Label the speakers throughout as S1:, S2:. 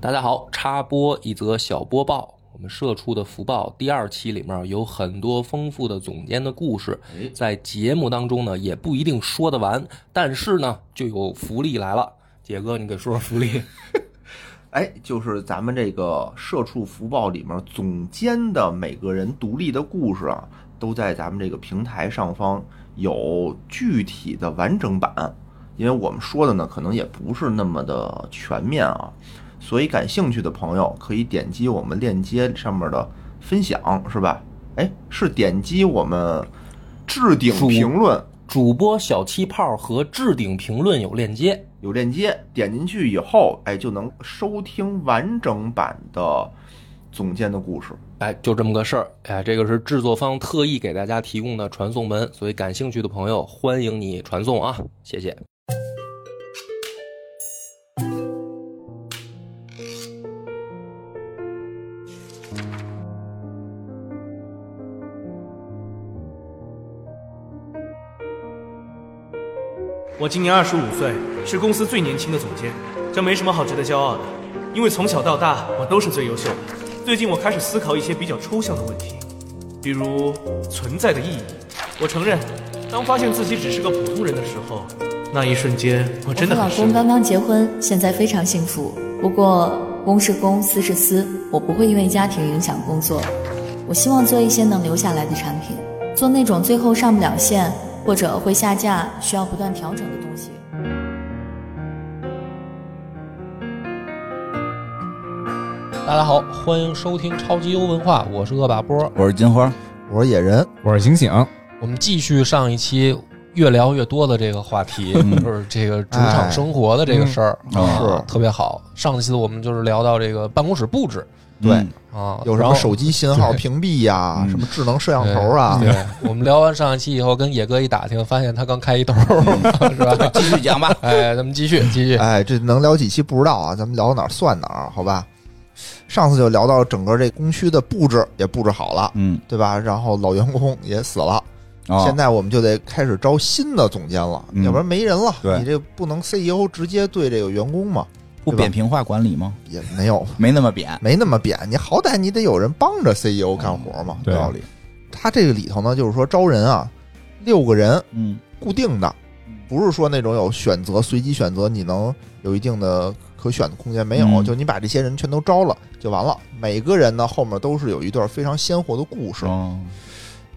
S1: 大家好，插播一则小播报。我们社畜的福报第二期里面有很多丰富的总监的故事，在节目当中呢也不一定说得完，但是呢就有福利来了。杰哥，你给说说福利。
S2: 哎，就是咱们这个社畜福报里面总监的每个人独立的故事啊，都在咱们这个平台上方有具体的完整版，因为我们说的呢可能也不是那么的全面啊，所以感兴趣的朋友可以点击我们链接上面的分享，是吧？哎，是点击我们置顶
S1: 主
S2: 评论
S1: 主播小气泡和置顶评论有链接，
S2: 有链接，点进去以后，哎，就能收听完整版的总监的故事。
S1: 哎，就这么个事儿。哎，这个是制作方特意给大家提供的传送门，所以感兴趣的朋友欢迎你传送啊，谢谢。
S3: 我今年二十五岁，是公司最年轻的总监，这没什么好值得骄傲的，因为从小到大我都是最优秀的。最近我开始思考一些比较抽象的问题，比如存在的意义。我承认，当发现自己只是个普通人的时候，那一瞬间我真的
S4: 我和
S3: 很
S4: 老
S3: 失
S4: 公
S3: 落。
S4: 刚刚结婚，现在非常幸福。不过公是公，私是私，我不会因为家庭影响工作。我希望做一些能留下来的产品，做那种最后上不了线或者会下架、需要不断调整的东西。
S1: 大家好，欢迎收听超级优文化，我是恶霸波，
S5: 我是金花，
S6: 我是野人，
S5: 哦
S7: 我是醒醒，
S1: 我们继续上一期越聊越多的这个话题，
S5: 嗯
S1: 就是这个职场生活的这个事儿、啊，特别好。上次我们就是聊到这个办公室布置
S6: 对
S5: 嗯
S1: 啊，
S6: 有什
S1: 然后
S6: 么手机信号
S1: 对
S6: 屏蔽呀、
S5: 嗯
S6: 什么智能摄像头啊，
S1: 对，对哎我们聊完上一期以后，跟野哥一打听，发现他刚开一头，
S5: 嗯
S1: 是吧？
S5: 继续讲吧。
S1: 哎，咱们继续
S5: 嗯
S1: 继续。
S6: 哎，这能聊几期不知道啊，咱们聊到哪儿算哪儿，好吧？上次就聊到整个这工区的布置也布置好了，
S5: 嗯，
S6: 对吧？然后老员工也死了，
S5: 哦
S6: 现在我们就得开始招新的总监了，
S5: 嗯
S6: 要不然没人了。
S5: 对
S6: 你这不能 CEO 直接对这个员工嘛，
S5: 不扁平化管理吗？
S6: 也没有
S5: 没那么扁，
S6: 没那么扁，你好歹你得有人帮着 CEO 干活嘛，
S7: 对
S5: 有
S6: 吧
S5: 道？理。
S6: 他这个里头呢，就是说招人啊，六个人
S5: 嗯，
S6: 固定的，不是说那种有选择、随机选择，你能有一定的可选的空间没有？
S5: 嗯
S6: 就你把这些人全都招了就完了。每个人呢后面都是有一段非常鲜活的故事，
S5: 哦，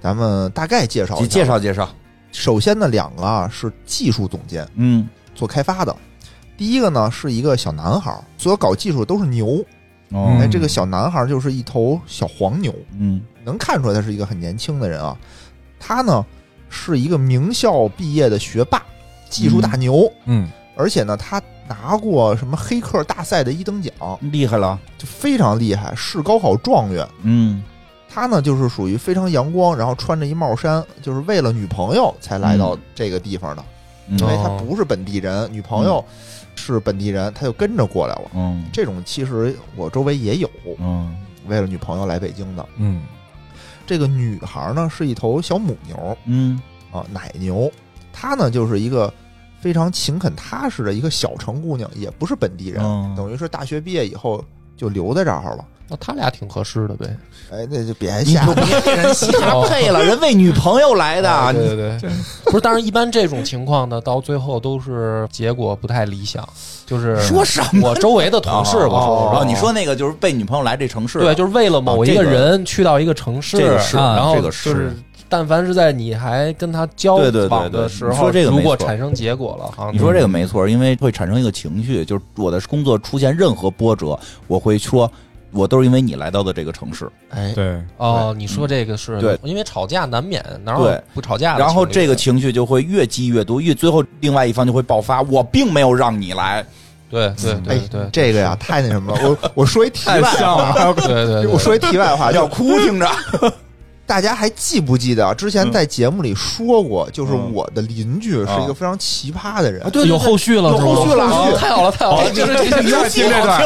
S6: 咱们大概介绍一
S5: 你
S6: 下。
S5: 介绍介绍。
S6: 首先呢，两个啊是技术总监
S5: 嗯，
S6: 做开发的，第一个呢是一个小男孩儿，所有搞技术都是牛。
S5: 哦，
S6: 哎，这个小男孩儿就是一头小黄牛，
S5: 嗯
S6: 能看出来他是一个很年轻的人啊。他呢是一个名校毕业的学霸，技术大牛。
S7: 嗯，
S6: 而且呢，他拿过什么黑客大赛的一等奖，
S5: 厉害了。
S6: 就非常厉害，市高考状元。
S5: 嗯，
S6: 他呢，就是属于非常阳光，然后穿着一帽衫，就是为了女朋友才来到
S5: 嗯
S6: 这个地方的，
S5: 嗯
S6: 因为他不是本地人，女朋友
S7: 嗯
S6: 是本地人，他就跟着过来了。
S5: 嗯
S6: 这种其实我周围也有，
S5: 嗯
S6: 为了女朋友来北京的。
S7: 嗯，
S6: 这个女孩呢是一头小母牛
S5: 嗯
S6: 啊，奶牛。她呢就是一个非常勤恳踏实的一个小城姑娘，也不是本地人，
S5: 嗯
S6: 等于是大学毕业以后就留在这儿了。
S1: 那哦他俩挺合适的呗。
S6: 哎，那就别
S5: 你
S6: 瞎
S5: 就别给人瞎配了，人为女朋友来的。啊你
S1: 对对对，不是，当然一般这种情况呢，到最后都是结果不太理想，就是
S5: 说什么？
S1: 我周围的同事，
S5: 哦
S1: 我说
S5: 哦，你说那个就是被女朋友来这城市，
S1: 对，就是为了某一个
S5: 啊这个
S1: 人去到一个城市，
S5: 这个是
S1: 然后
S5: 这
S1: 就
S5: 个是
S1: 是，但凡是在你还跟他交
S5: 对对对
S1: 往
S5: 对
S1: 的时
S5: 你
S1: 候，
S5: 说这个没
S1: 如果
S5: 错
S1: 产生结果了，哈，
S5: 你说这个没错，因为会产生一个情绪，就是我的工作出现任何波折，我会说，我都是因为你来到的这个城市。
S6: 哎，
S7: 对，
S1: 哦，你说这个是
S5: 对，
S1: 因为吵架难免哪有
S5: 对
S1: 不吵架的情侣？
S5: 然后这个情绪就会越积越多，越最后另外一方就会爆发。我并没有让你来，
S1: 对对对
S6: 哎
S1: 对对，
S6: 这个呀太那什么了。我我说一题外，
S7: 像了，
S1: 对对对，
S6: 我说一题外话，
S5: 要
S6: 就
S5: 哭听着。
S6: 大家还记不记得啊之前在节目里说过，就是我的邻居是一个非常奇葩的人。
S5: 对
S1: 有后续了，
S6: 有
S1: 是吗
S6: 后续了
S1: 哦
S6: 后续
S1: 太好了太好了，就是这
S7: 就爱听这段，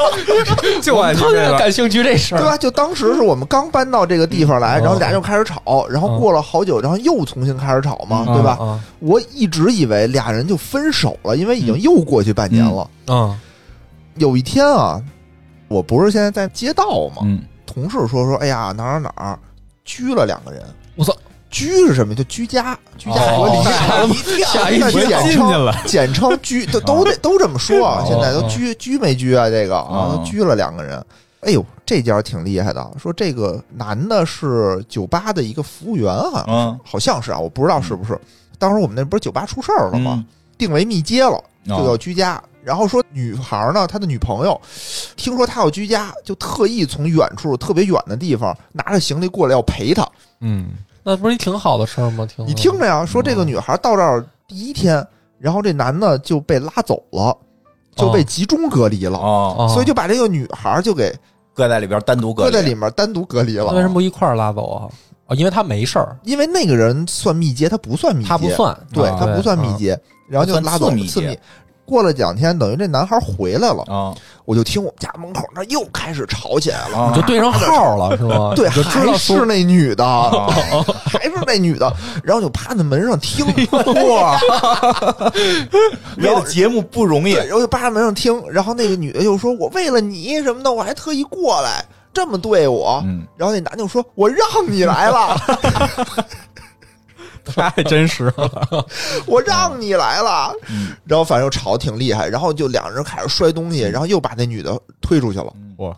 S7: 就爱听
S1: 特别
S7: 这段。
S1: 感兴趣这事
S6: 对
S1: 儿。
S6: 吧？就当时是我们刚搬到这个地方来，
S1: 嗯
S6: 然后俩就开始吵，然后过了好久，然后又重新开始吵嘛，对吧？
S1: 嗯
S6: 我一直以为俩人就
S1: 啊
S6: 分手了，因为已经又过去半年了。
S1: 嗯，
S6: 有一天啊，我不是现在在街道吗？
S5: 嗯，
S6: 同事说说，哎呀，哪儿哪儿拘了两个人。
S5: 我操！
S6: 拘是什么？就居家，居家
S5: 哦
S6: 隔离，
S5: 吓
S6: 一
S5: 吓一
S6: 跳那就
S5: 跳
S6: 简
S7: 进去 了
S6: 称简称居，都都得都这么说啊
S5: 哦。
S6: 现在都拘拘没拘啊？这个啊，
S5: 哦
S6: 都拘了两个人。哎呦，这家挺厉害的。说这个男的是酒吧的一个服务员啊，
S5: 嗯，
S6: 好像是啊，我不知道是不是。当时我们那不是酒吧出事儿了吗？定为密接了，就
S5: 嗯哦
S6: 要居家。然后说女孩呢，她的女朋友听说她要居家，就特意从远处特别远的地方拿着行李过来要陪她。
S7: 嗯，
S8: 那不是一挺好的事儿吗？挺好
S6: 你听着呀，说这个女孩到这儿第一天，然后这男的就被拉走了，就被集中隔离了，
S5: 哦，
S1: 啊
S8: 哦
S6: 所以就把这个女孩就给
S5: 搁在里边单独搁
S6: 搁在里面单独隔离
S8: 那为什
S6: 了。
S8: 么不一块儿拉走啊？哦，因为他没事儿，
S6: 因为那个人算密接，他不算密接，
S8: 他不算，
S6: 对
S8: 啊
S6: 他不算密接，然后就拉
S5: 他
S6: 走
S5: 算次密接
S6: 次密。过了两天，等于这男孩回来了，
S5: 啊
S6: 我就听我们家门口那又开始吵起来了。
S5: 啊
S8: 你就对上号了是吗？
S6: 对，
S8: 啊你就知
S6: 还
S8: 道
S6: 是
S8: 说哦
S6: 那女的，
S5: 啊
S6: 还是那女的，然后就趴在门上 听，
S8: 哎
S6: 哇，
S5: 为了节目不容易
S6: 对，然后就扒着门上听，然后那个女的就说：“我为了你什么的，我还特意过来这么对我。
S5: 嗯
S6: 然后那男的就说：“我让你来了，
S7: 太真实了，
S6: 我让你来了。
S5: 嗯
S6: 然后反正吵得挺厉害，然后就两人开始摔东西，然后又把那女的推出去了。
S7: 哇！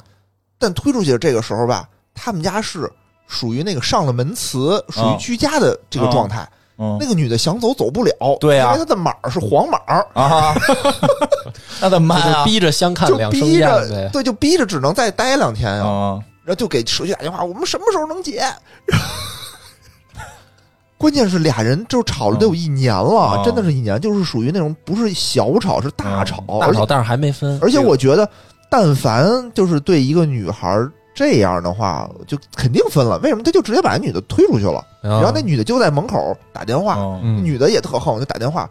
S6: 但推出去的这个时候吧，他们家是属于那个上了门磁，属于
S5: 啊
S6: 居家的这个状态。
S5: 嗯
S6: 那个女的想走走不了，
S5: 对啊
S6: 因为她的码儿是黄码儿。
S5: 啊，那怎么
S8: 那
S5: 办
S8: 就
S5: 啊？
S8: 逼着相 看
S6: 就
S8: 两生
S6: 逼
S8: 厌
S6: 着，哦
S8: 呗。
S6: 对，就逼着只能再待两天呀、
S5: 啊，
S6: 然后就给社区打电话，我们什么时候能解？ 关键是俩人就吵了得有一年了，
S5: 嗯
S6: 真的是一年，就是属于那种不是小吵，是嗯大吵，
S8: 大
S6: 而且
S8: 吵，但是还没分，
S6: 而且我觉得，但凡就是对一个女孩这样的话，就肯定分了。为什么？他就直接把那女的推出去了，然
S5: 啊
S8: 然
S6: 后那女的就在门口打电话，
S5: 嗯
S7: 嗯
S6: 女的也特横，就打电话。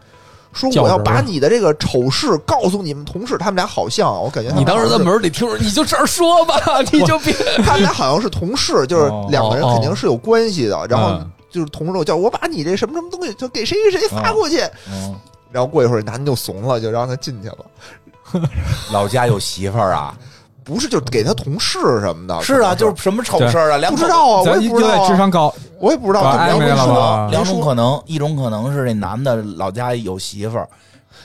S6: 说
S8: 较
S6: 我要
S8: 真儿
S6: 把你的这个丑事告诉你们同事，他们俩好像我感觉他们
S8: 你当时
S6: 好像
S8: 在
S6: 是
S8: 门里听着，你就这儿说 吧，你就别
S6: 他们俩好像是同事，就是
S7: 哦
S6: 两个人肯定是有关系的。然后
S7: 嗯
S6: 就是同事我叫我把你这什么什么东西就给谁谁谁发过去，
S7: 哦
S5: 嗯，
S6: 然后过一会儿男的就怂了，就让他进去了。
S5: 老家有媳妇儿啊？
S6: 不是，就给他同事什么的。
S5: 是啊，
S6: 可能
S5: 就是什么丑事儿啊？两
S6: 不
S5: 种
S6: 知道啊，我
S7: 咱
S6: 也
S7: 有
S6: 不知道
S7: 点智
S6: 啊，
S7: 商高，
S6: 我也不知道
S7: 搞
S6: 怎么样
S7: 暧昧
S6: 没
S7: 了吧
S6: 说。
S5: 两种可能，一种可能是这男的老家有媳妇儿，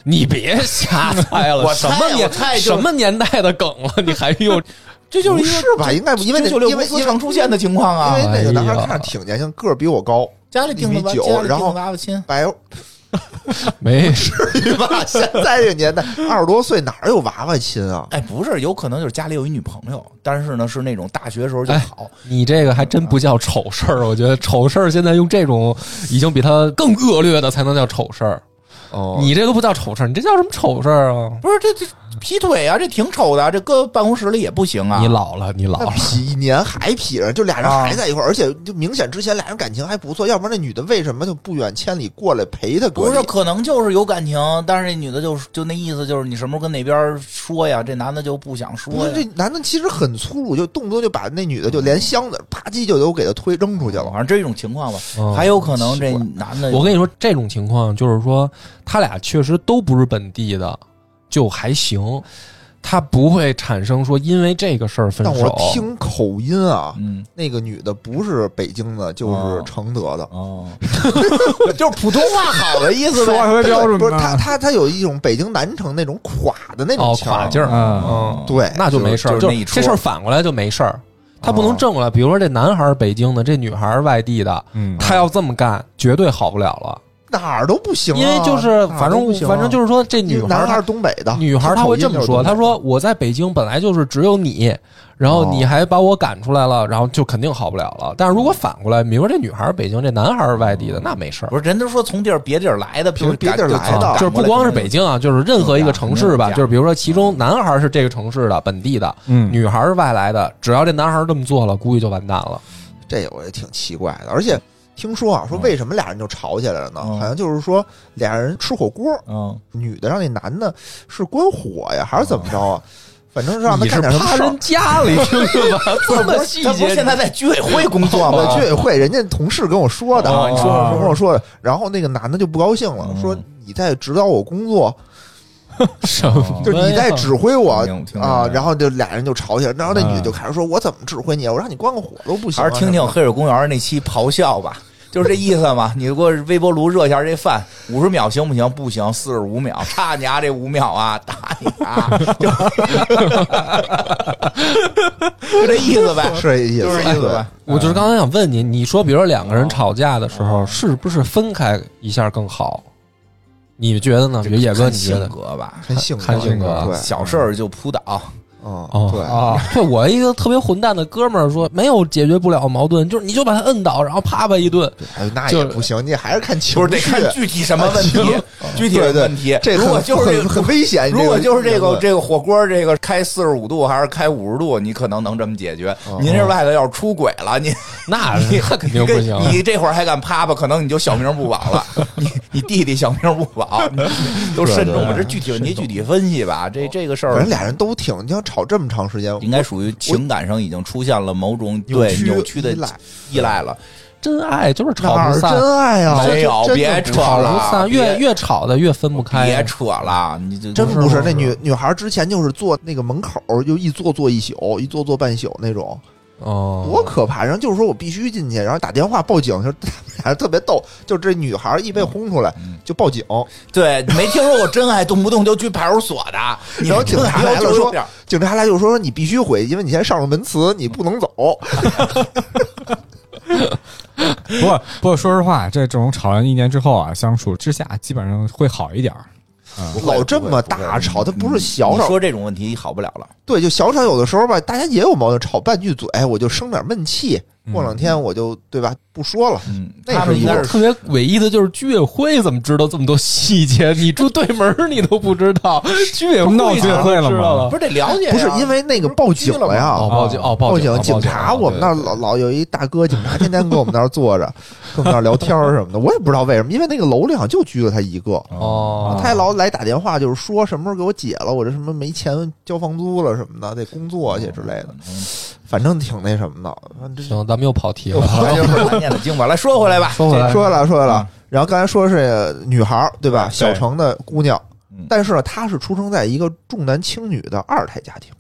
S8: 你别瞎猜 了，
S5: 我
S8: 什
S5: 猜
S8: 么年
S5: 我猜就是
S8: 什么年代的梗了，你还 用？
S5: 这就
S6: 不
S5: 是一
S6: 是
S5: 个
S6: 吧？应该不因为那
S5: 九
S6: 因
S5: 六
S6: 为
S5: 公司
S6: 因为
S5: 常出现的情况
S6: 因
S5: 啊
S6: 为。那个男孩
S8: 哎呀
S6: 看着挺年轻，个儿比我高，
S5: 家里定的吧，
S6: 一米九
S5: 家里
S6: 然
S5: 定
S6: 后
S5: 的娃娃亲，
S6: 白
S8: 没事，
S6: 对吧？ 现在这个年代，二十多岁哪有娃娃亲啊？
S5: 哎，不是，有可能就是家里有一女朋友，但是呢是那种大学时
S8: 哎
S5: 候就好，
S8: 你这个还真不叫丑事儿，我觉得丑事儿现在用这种已经比他更恶劣的才能叫丑事儿。
S6: 哦
S8: 你这都不叫丑事儿，你这叫什么丑事儿啊？
S5: 不是这这劈腿啊，这挺丑的啊，这搁办公室里也不行啊。
S8: 你老了，你老
S6: 那
S8: 了，
S6: 匹一年还匹着，就俩人
S5: 啊
S6: 还在一块儿，而且就明显之前俩人感情还不错，要不然那女的为什么就不远千里过来陪他
S5: 不
S6: 哥？
S5: 是，可能就是有感情，但是那女的就是就那意思，就是你什么时候跟那边说呀？这男的就不想
S6: 不
S5: 说
S6: 是这
S5: 呀。
S6: 男的其实很粗鲁，就动不动就把那女的就连箱子啪叽就都给他推扔出去了
S5: 反。正这种情况吧，
S8: 嗯
S5: 还有可能这男的，
S8: 我跟你说，这种情况就是说，他俩确实都不是本地的，就还行，他不会产生说因为这个事儿分
S6: 但
S8: 手
S6: 我。听口音啊，
S5: 嗯
S6: 那个女的不是北京的，就是
S5: 哦
S6: 承德
S9: 嗯
S6: 的。
S5: 哦，就是普通话好的意思
S7: 说
S5: 呗。
S7: 话特别标准
S6: 不
S7: 嘛
S6: 是他，他他有一种北京南城那种垮的那种
S8: 哦，
S6: 腔儿
S8: 垮劲儿，
S7: 嗯
S8: 嗯，
S6: 对，
S8: 那就没事
S5: 就
S8: 儿，
S5: 是
S8: 就
S5: 那一出
S8: 这事儿反过来就没事儿。他不能正过来，比如说这男孩儿北京的，这女孩儿外地的，
S7: 嗯，
S8: 他要这么干，绝对好不了了。
S6: 哪儿都不行啊，
S8: 因为就是
S6: 哪儿都
S8: 反
S6: 不
S8: 正
S6: 行啊
S8: 反正就是说，这女孩
S6: 男
S8: 儿
S6: 孩
S8: 她
S6: 儿东北的，
S8: 女孩儿她会这么说，
S6: 她
S8: 她说我在北京本来就是只有你，然
S6: 哦
S8: 后你还把我赶出来了，然后就肯定好不了了。但是如果反过来，比如说这女孩儿北京，这男孩儿外地的，那没事儿
S5: 不。是人都说从地儿别地儿来的，
S6: 就是别地儿来的
S8: 啊就是不光是北京啊，就是任何一个城市吧，就是比如说，其
S6: 嗯
S8: 中男孩儿是这个城市的本地的，
S7: 嗯
S8: 女孩儿是外来的。只要这男孩儿这么做了，估计就完蛋了。
S6: 这我也挺奇怪的。而且听说
S8: 嗯
S6: 啊，说为什么俩人就吵起来了呢？
S5: 嗯
S6: 好像就是说俩人吃火锅，
S5: 嗯，
S6: 女的让那男的是关火呀，还是怎么着啊？反正是让他
S8: 嗯你是
S6: 干点什么
S8: 趴
S6: 事儿
S8: 人。家里听的吧？这么细
S5: 他不
S8: 节，
S5: 是现在在居委会工作
S6: 我
S5: 吗？
S6: 居委会，人家同事跟我说的，
S5: 哦你说说
S6: 跟我说的。然后那个男的就不高兴了，
S5: 嗯
S6: 说你在指导我工作，
S8: 什么呀？
S6: 就你在指挥我
S9: 听听
S6: 啊，
S9: 明白
S6: 然后就俩人就吵起来，然后那
S8: 嗯
S6: 女的就开始说：“我怎么指挥你？我让你关个火都不行啊。
S9: 还
S6: 什
S9: 是听
S6: 么的”
S9: 听《黑水公园》那期咆哮吧，就是这意思嘛。你给我微波炉热一下这饭，五十秒行不行？不行，四十五秒，差你丫、这五秒啊，打你啊， 就就这意思呗，
S6: 是这意思，
S9: 就是这意思呗。
S8: 我就是刚才想问你，你说比如说两个人吵架的时候，是不是分开一下更好？你觉得呢？比如野哥，
S9: 看
S8: 你觉
S9: 性
S8: 得？
S9: 格吧，
S6: 很性
S8: 看性格
S6: 对，
S9: 小事儿就扑倒，
S6: 嗯，
S8: 哦
S6: 对，
S8: 啊，对我一个特别混蛋的哥们儿说，没有解决不了矛盾，就是你就把他摁倒，然后啪啪一顿，
S6: 哎，那
S8: 就
S6: 也
S8: 是
S6: 不行，你还是看情
S9: 不
S6: 绪，啊
S9: 是得看具体什么问题，具体
S6: 对
S9: 的
S6: 对
S9: 问题。
S6: 这
S9: 如果
S6: 很
S9: 就是这
S6: 很很危险。
S9: 如果就是这个
S6: 这
S9: 这个火锅这个开四十五度还是开五十度，你可能能这么解决。
S6: 哦
S9: 您这外头要是出轨了，你
S8: 那
S9: 你
S8: 那肯定不行。
S9: 你这会儿还敢啪啪，可能你就小命不保了。你你弟弟小命不保，你 都慎重吧。这具体问题具体分析吧。
S8: 哦
S9: 这这个事
S6: 反
S9: 儿
S6: 正俩人都挺，你要吵这么长时间，
S8: 嗯
S9: 应该属于情感上已经出现了某种
S6: 扭
S9: 对
S6: 曲
S9: 扭曲的
S6: 依赖
S9: 依赖了。
S8: 真爱就是吵
S6: 哪
S8: 不
S6: 是
S8: 散，
S6: 真爱啊？
S9: 没有
S6: 真的
S9: 别
S6: 不
S9: 扯
S6: 是
S8: 吵
S9: 了
S8: 不散，
S9: 别
S8: 越越吵的越分不开。
S9: 别扯了，你这
S6: 真不
S8: 不是
S6: 是，那
S8: 不是
S6: 女女孩之前就是坐那个门口，就一坐坐一宿，一坐坐半宿那种，
S8: 哦，
S6: 多可怕！然后就是说我必须进去，然后打电话报警，就是 俩人特别逗，就这女孩一被轰出来
S8: 嗯
S6: 就报警，
S9: 对，没听说过真爱动不动就去派出所的。 你
S6: 然后警
S9: 真
S6: 察
S9: 爱
S6: 来了
S9: 就是
S6: 说
S9: 这样
S6: 警察来就说你必须回，因为你现在上了门磁，你不能走。
S7: 不过不过说实话，这种吵完一年之后啊，相处之下基本上会好一点儿。
S6: 老这么大吵，他不是嗯小
S9: 你
S6: 吵，
S9: 说这种问题好不了了。
S6: 对，就小吵有的时候吧，大家也有矛盾，吵半句嘴，我就生点闷气，过两天我就对吧不说了。
S9: 嗯，
S6: 嗯那也
S9: 他们
S6: 是
S9: 应该
S6: 一
S9: 是
S6: 个
S8: 特别诡异的就是居委会怎么知道这么多细节？你住对门儿你都不知道，居委会
S7: 闹聚会了
S8: 知
S7: 吗啊
S8: 道了
S9: 不是得了解呀，啊
S6: 不是因为那个报警了呀，
S8: 哦，报警哦，
S6: 报
S8: 警，
S6: 警察，我们那儿老老有一大哥警察，天天跟我们那儿坐着，跟我们那儿聊天儿什么的。我也不知道为什么，因为那个楼里好像就拘了他一个，
S8: 哦，
S6: 他也老来打电话，就是说什么时候给我解了，我这什么没钱交房租了什么的，得工作去之类的，反正挺那什么的。反正这
S8: 行，咱们又跑题了。
S9: 咱就是难念的经吧。来说回来吧，
S8: 说回来，
S6: 说回来，说回来，然后刚才说是女孩儿对吧？小城的姑娘
S9: 嗯，
S6: 但是呢，她是出生在一个重男轻女的二胎家庭，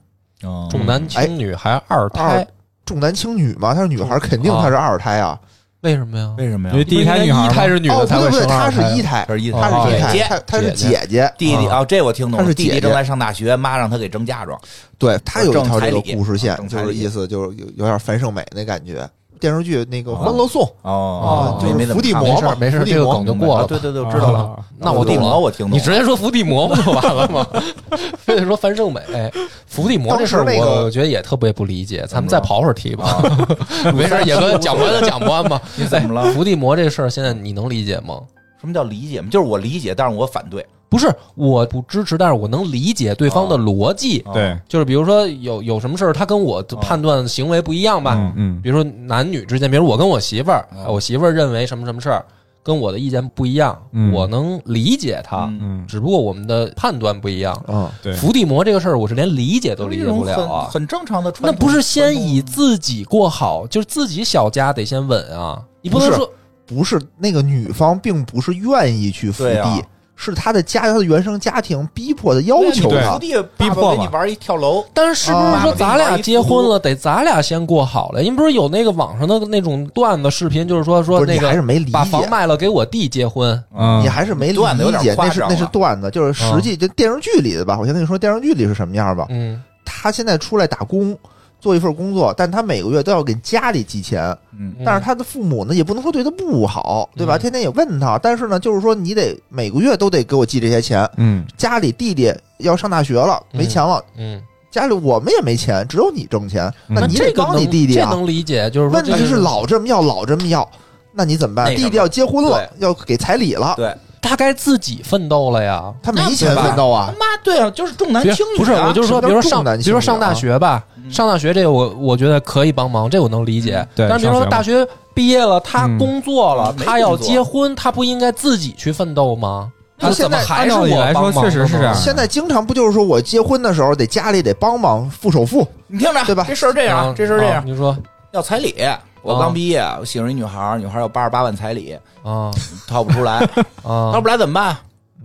S9: 嗯
S8: 重男轻女还二胎
S6: 二，重男轻女嘛，她是女孩儿，肯定她是二二胎啊。
S8: 为什么呀？
S9: 为什么
S7: 因为第一胎女孩
S8: 一胎
S7: 嘛
S8: 是女
S6: 哦，不
S8: 的才
S6: 对不对，
S8: 会生
S6: 她
S8: 二
S6: 是
S8: 胎
S6: 一，胎，
S9: 她是一胎
S6: 她是一
S9: 姐姐
S6: 胎，她她是姐姐，
S9: 弟弟
S8: 啊
S9: 啊，这我听懂
S6: 她
S9: 了。
S6: 是
S9: 弟
S6: 姐
S9: 弟
S6: 姐
S9: 正在上大学，妈让他给争嫁妆。
S6: 对她有一条这
S9: 正彩
S6: 个
S9: 礼
S6: 故事线
S9: 啊，正
S6: 就
S9: 彩
S6: 是
S9: 礼
S6: 意思就是有有点樊胜美那感觉。电视剧那个《欢乐颂》
S9: 哦
S8: 哦
S9: 没
S6: 就
S9: 没
S6: 是
S9: 怎么看
S6: 伏地
S8: 没
S6: 魔
S8: 事
S6: 嘛
S8: 儿，没事儿，
S6: 伏地
S8: 这个
S6: 魔嗯
S8: 梗就
S9: 过
S8: 过
S9: 啊
S8: 了。
S9: 对对对，我知道了。
S7: 啊
S8: 那我
S9: 伏地
S8: 懂
S9: 魔
S8: 了，
S9: 我听懂了。
S8: 你直接说伏地魔不就完了吗？ 非得说樊胜美、哎伏地魔这事儿，
S6: 当时那个
S8: 我觉得也特别不理解。咱们再刨会儿题吧， 没事儿，野哥讲不完就讲不完吧。
S9: 你怎么了
S8: 哎伏地魔这事儿，现在你能理解吗？
S9: 什么叫理解吗？就是我理解，但是我反对。
S8: 不是，我不支持，但是我能理解对方的逻辑。
S9: 啊
S7: 哦对，
S8: 就是比如说有有什么事儿，他跟我的判断行为不一样吧？
S7: 嗯嗯
S8: 比如说男女之间，比如我跟我媳妇儿，
S6: 嗯
S8: 我媳妇儿认为什么什么事儿跟我的意见不一样，
S7: 嗯
S8: 我能理解
S9: 啊
S8: 她，
S7: 嗯，
S8: 只不过我们的判断不一样。
S6: 嗯，
S7: 对，
S8: 伏地魔这个事儿，我是连理解都理
S9: 一
S8: 解
S9: 种
S8: 不了
S9: 很
S8: 啊。
S9: 很正常的传
S8: 那
S9: 统。
S8: 不是先以自己过好，就是自己小家得先稳啊！你不能
S6: 不是
S8: 说
S6: 不是那个女方并不是愿意去伏
S9: 对
S6: 地
S9: 啊，
S6: 是她的家她的原生家庭逼迫的要
S9: 对
S6: 求
S9: 你
S6: 她
S9: 徒。弟
S7: 逼
S9: 逼
S7: 迫
S9: 迫给
S7: 嘛
S9: 你玩一跳楼，
S8: 但是是不是说咱俩结婚了，得咱俩先过好了？因为不是有那个网上的那种段子视频，就是说
S6: 不
S8: 说
S6: 是
S8: 那
S6: 你还是
S8: 个
S6: 没理
S8: 把房
S6: 解，
S8: 卖了给我弟结婚，
S7: 嗯
S6: 你还是没理
S9: 段子有点
S6: 解，
S9: 夸
S6: 那是
S9: 张
S6: 那是
S9: 了
S6: 段子，就是实际就电视剧里的吧。我先跟你说电视剧里是什么样吧。
S8: 嗯，
S6: 她现在出来打工，做一份工作，但她每个月都要给家里寄钱。
S9: 嗯，
S6: 但是他的父母呢，也不能说对他不好，对吧？
S8: 嗯
S6: 天天也问他，但是呢，就是说你得每个月都得给我寄这些钱。
S7: 嗯
S6: 家里弟弟要上大学了，
S8: 嗯
S6: 没钱了，
S8: 嗯，
S6: 家里我们也没钱，只有你挣钱，
S7: 嗯
S6: 那
S8: 那
S6: 你
S8: 这
S6: 得
S8: 个
S6: 帮你
S8: 能
S6: 弟弟
S8: 这
S6: 啊。
S8: 能理解，就是说
S6: 问
S8: 这
S6: 题
S8: 个
S6: 是老这么要，老这么要，那你怎么办？
S9: 那什么
S6: 弟弟要结婚了
S9: 对，
S6: 要给彩礼了，
S9: 对，
S8: 他该自己奋斗了呀。
S6: 他没钱奋斗啊
S9: 他。妈对啊，就是重男
S8: 别
S9: 轻女啊。
S8: 不是，我就是说，
S6: 什么叫
S8: 比如说
S6: 重
S8: 上，
S6: 男
S8: 比
S6: 轻
S8: 如说
S6: 女
S8: 上大
S6: 啊
S8: 学吧，上大学这个我我觉得可以帮忙，这我能理解。
S7: 对
S8: 但是比如
S7: 上
S8: 说
S7: 学
S8: 大
S7: 嘛
S8: 学毕业了，他
S7: 嗯
S8: 工作了，
S9: 没
S8: 他要
S9: 工作
S8: 结婚，他不应该自己去奋斗吗？
S6: 那
S8: 他
S6: 现
S8: 怎么
S6: 在
S8: 还
S7: 按
S8: 是
S7: 道理
S8: 我
S7: 来说
S8: 帮忙
S7: 确实
S8: 的
S7: 是
S8: 呢
S7: 这
S9: 啊
S7: 样
S6: 现在经常不就是说我结婚的时候得家里得帮忙付首付，
S9: 你听着，
S6: 对吧
S9: 这事儿这样，这事儿这
S8: 啊
S9: 样，
S8: 你说
S9: 要彩礼。我刚毕业，我喜欢一女孩儿，女孩儿要八十八万彩礼，
S8: 啊
S9: 掏不出来，
S8: 啊
S9: 掏不出来怎么办？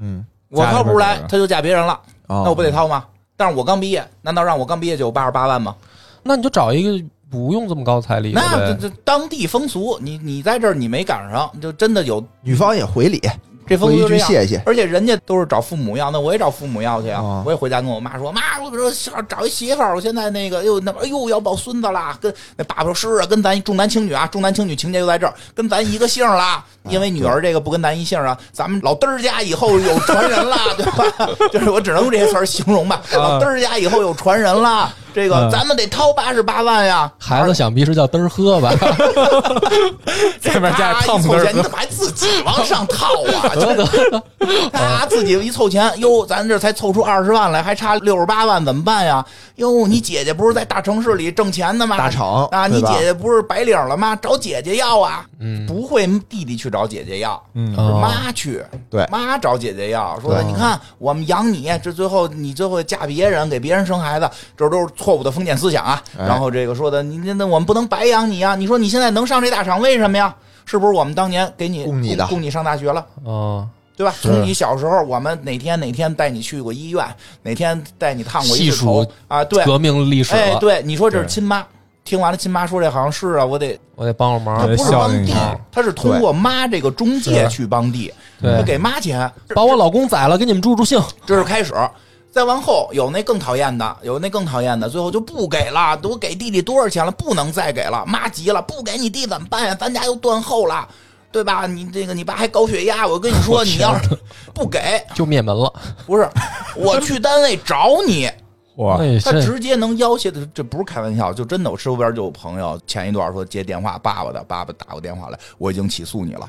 S6: 嗯，
S9: 我掏不出来
S7: 家里边有，人
S9: 他就嫁别人了，
S6: 那
S7: 哦
S9: 那我不得掏吗？但是我刚毕业，难道让我刚毕业就有八十八万吗？
S8: 那你就找一个不用这么高彩礼的呗。
S9: 那这这当地风俗，你你在这儿你没赶上，就真的有
S6: 女方也回礼，
S9: 这风
S6: 回
S9: 俗
S6: 一
S9: 就这
S6: 句
S9: 样。
S6: 谢谢。
S9: 而且人家都是找父母要，那我也找父母要去啊！
S6: 啊
S9: 我也回家跟我妈说：“妈，我说找找一媳妇儿，我现在那个又那哎呦要抱孙子啦，跟那爸爸说是啊，跟咱重男轻女啊，重男轻女情节就在这儿，跟咱一个姓 儿
S6: 啊
S9: 啦，因为女儿这个不跟咱一姓儿啊，咱们老嘚儿家以后有传人 啦，对吧？就是我只能用这些词儿形容
S6: 啊
S9: 吧，老嘚儿家以后有传人啦，这个
S8: 嗯
S9: 咱们得掏八十八万呀，
S8: 孩子想必是叫嘚儿喝 吧？
S9: 这
S7: 下面加
S9: 他
S7: 烫
S9: 一
S7: 字
S9: 凑
S7: 儿
S9: 钱，你怎么还自己往上套啊？就是他自己一凑钱，哟，咱这才凑出二十万来，还差六十八万，怎么办呀？哟，你姐姐不是在大城市里挣钱的吗？
S6: 大厂
S9: 啊，你
S6: 对吧嗯
S9: 姐姐不是白领了吗？找姐姐要啊，不会弟弟去找姐姐要，
S7: 嗯
S9: 是妈去，
S6: 对
S9: 妈找姐姐要，说
S6: 对
S9: 你看我们养你，这最后你最后嫁别人，给别人生孩子，这都是错误的封建思想啊。
S6: 哎
S9: 然后这个说的，你那那我们不能白养你啊，你说你现在能上这大厂，为什么呀？是不是我们当年给你
S6: 供你的
S9: 供你上大学了？
S8: 嗯，
S9: 对吧？从你小时候，我们哪天哪天带你去过医院，哪天带你烫过一
S8: 细
S9: 次
S8: 数
S9: 头啊？对，
S8: 革命历史
S9: 哎，
S8: 了，
S9: 对，你说这是亲妈。听完了，亲妈说这好像是啊，我得
S8: 我得帮个忙
S9: 他不
S7: 对。
S9: 是
S7: 孝
S9: 帮
S7: 敬一
S9: 弟
S7: 下，
S9: 他是通过妈这个中介去帮弟，
S8: 对
S9: 他给妈钱，
S8: 把我老公宰了，给你们助助兴。
S9: 这是开始。再往后有那更讨厌的，有那更讨厌的，最后就不给了。我给弟弟多少钱了？不能再给了。妈急了，不给你弟怎么办呀？咱家又断后了，对吧？你这个你爸还高血压，我跟你说，你要是不给，
S8: 就灭门了。
S9: 不是我去单位找你，
S7: 哇
S8: 那，也
S9: 他
S8: 是
S9: 直接能要挟的，这不是开玩笑，就真的。我周边就有朋友前一段说接电话，爸爸的爸爸打过电话来，我已经起诉你了，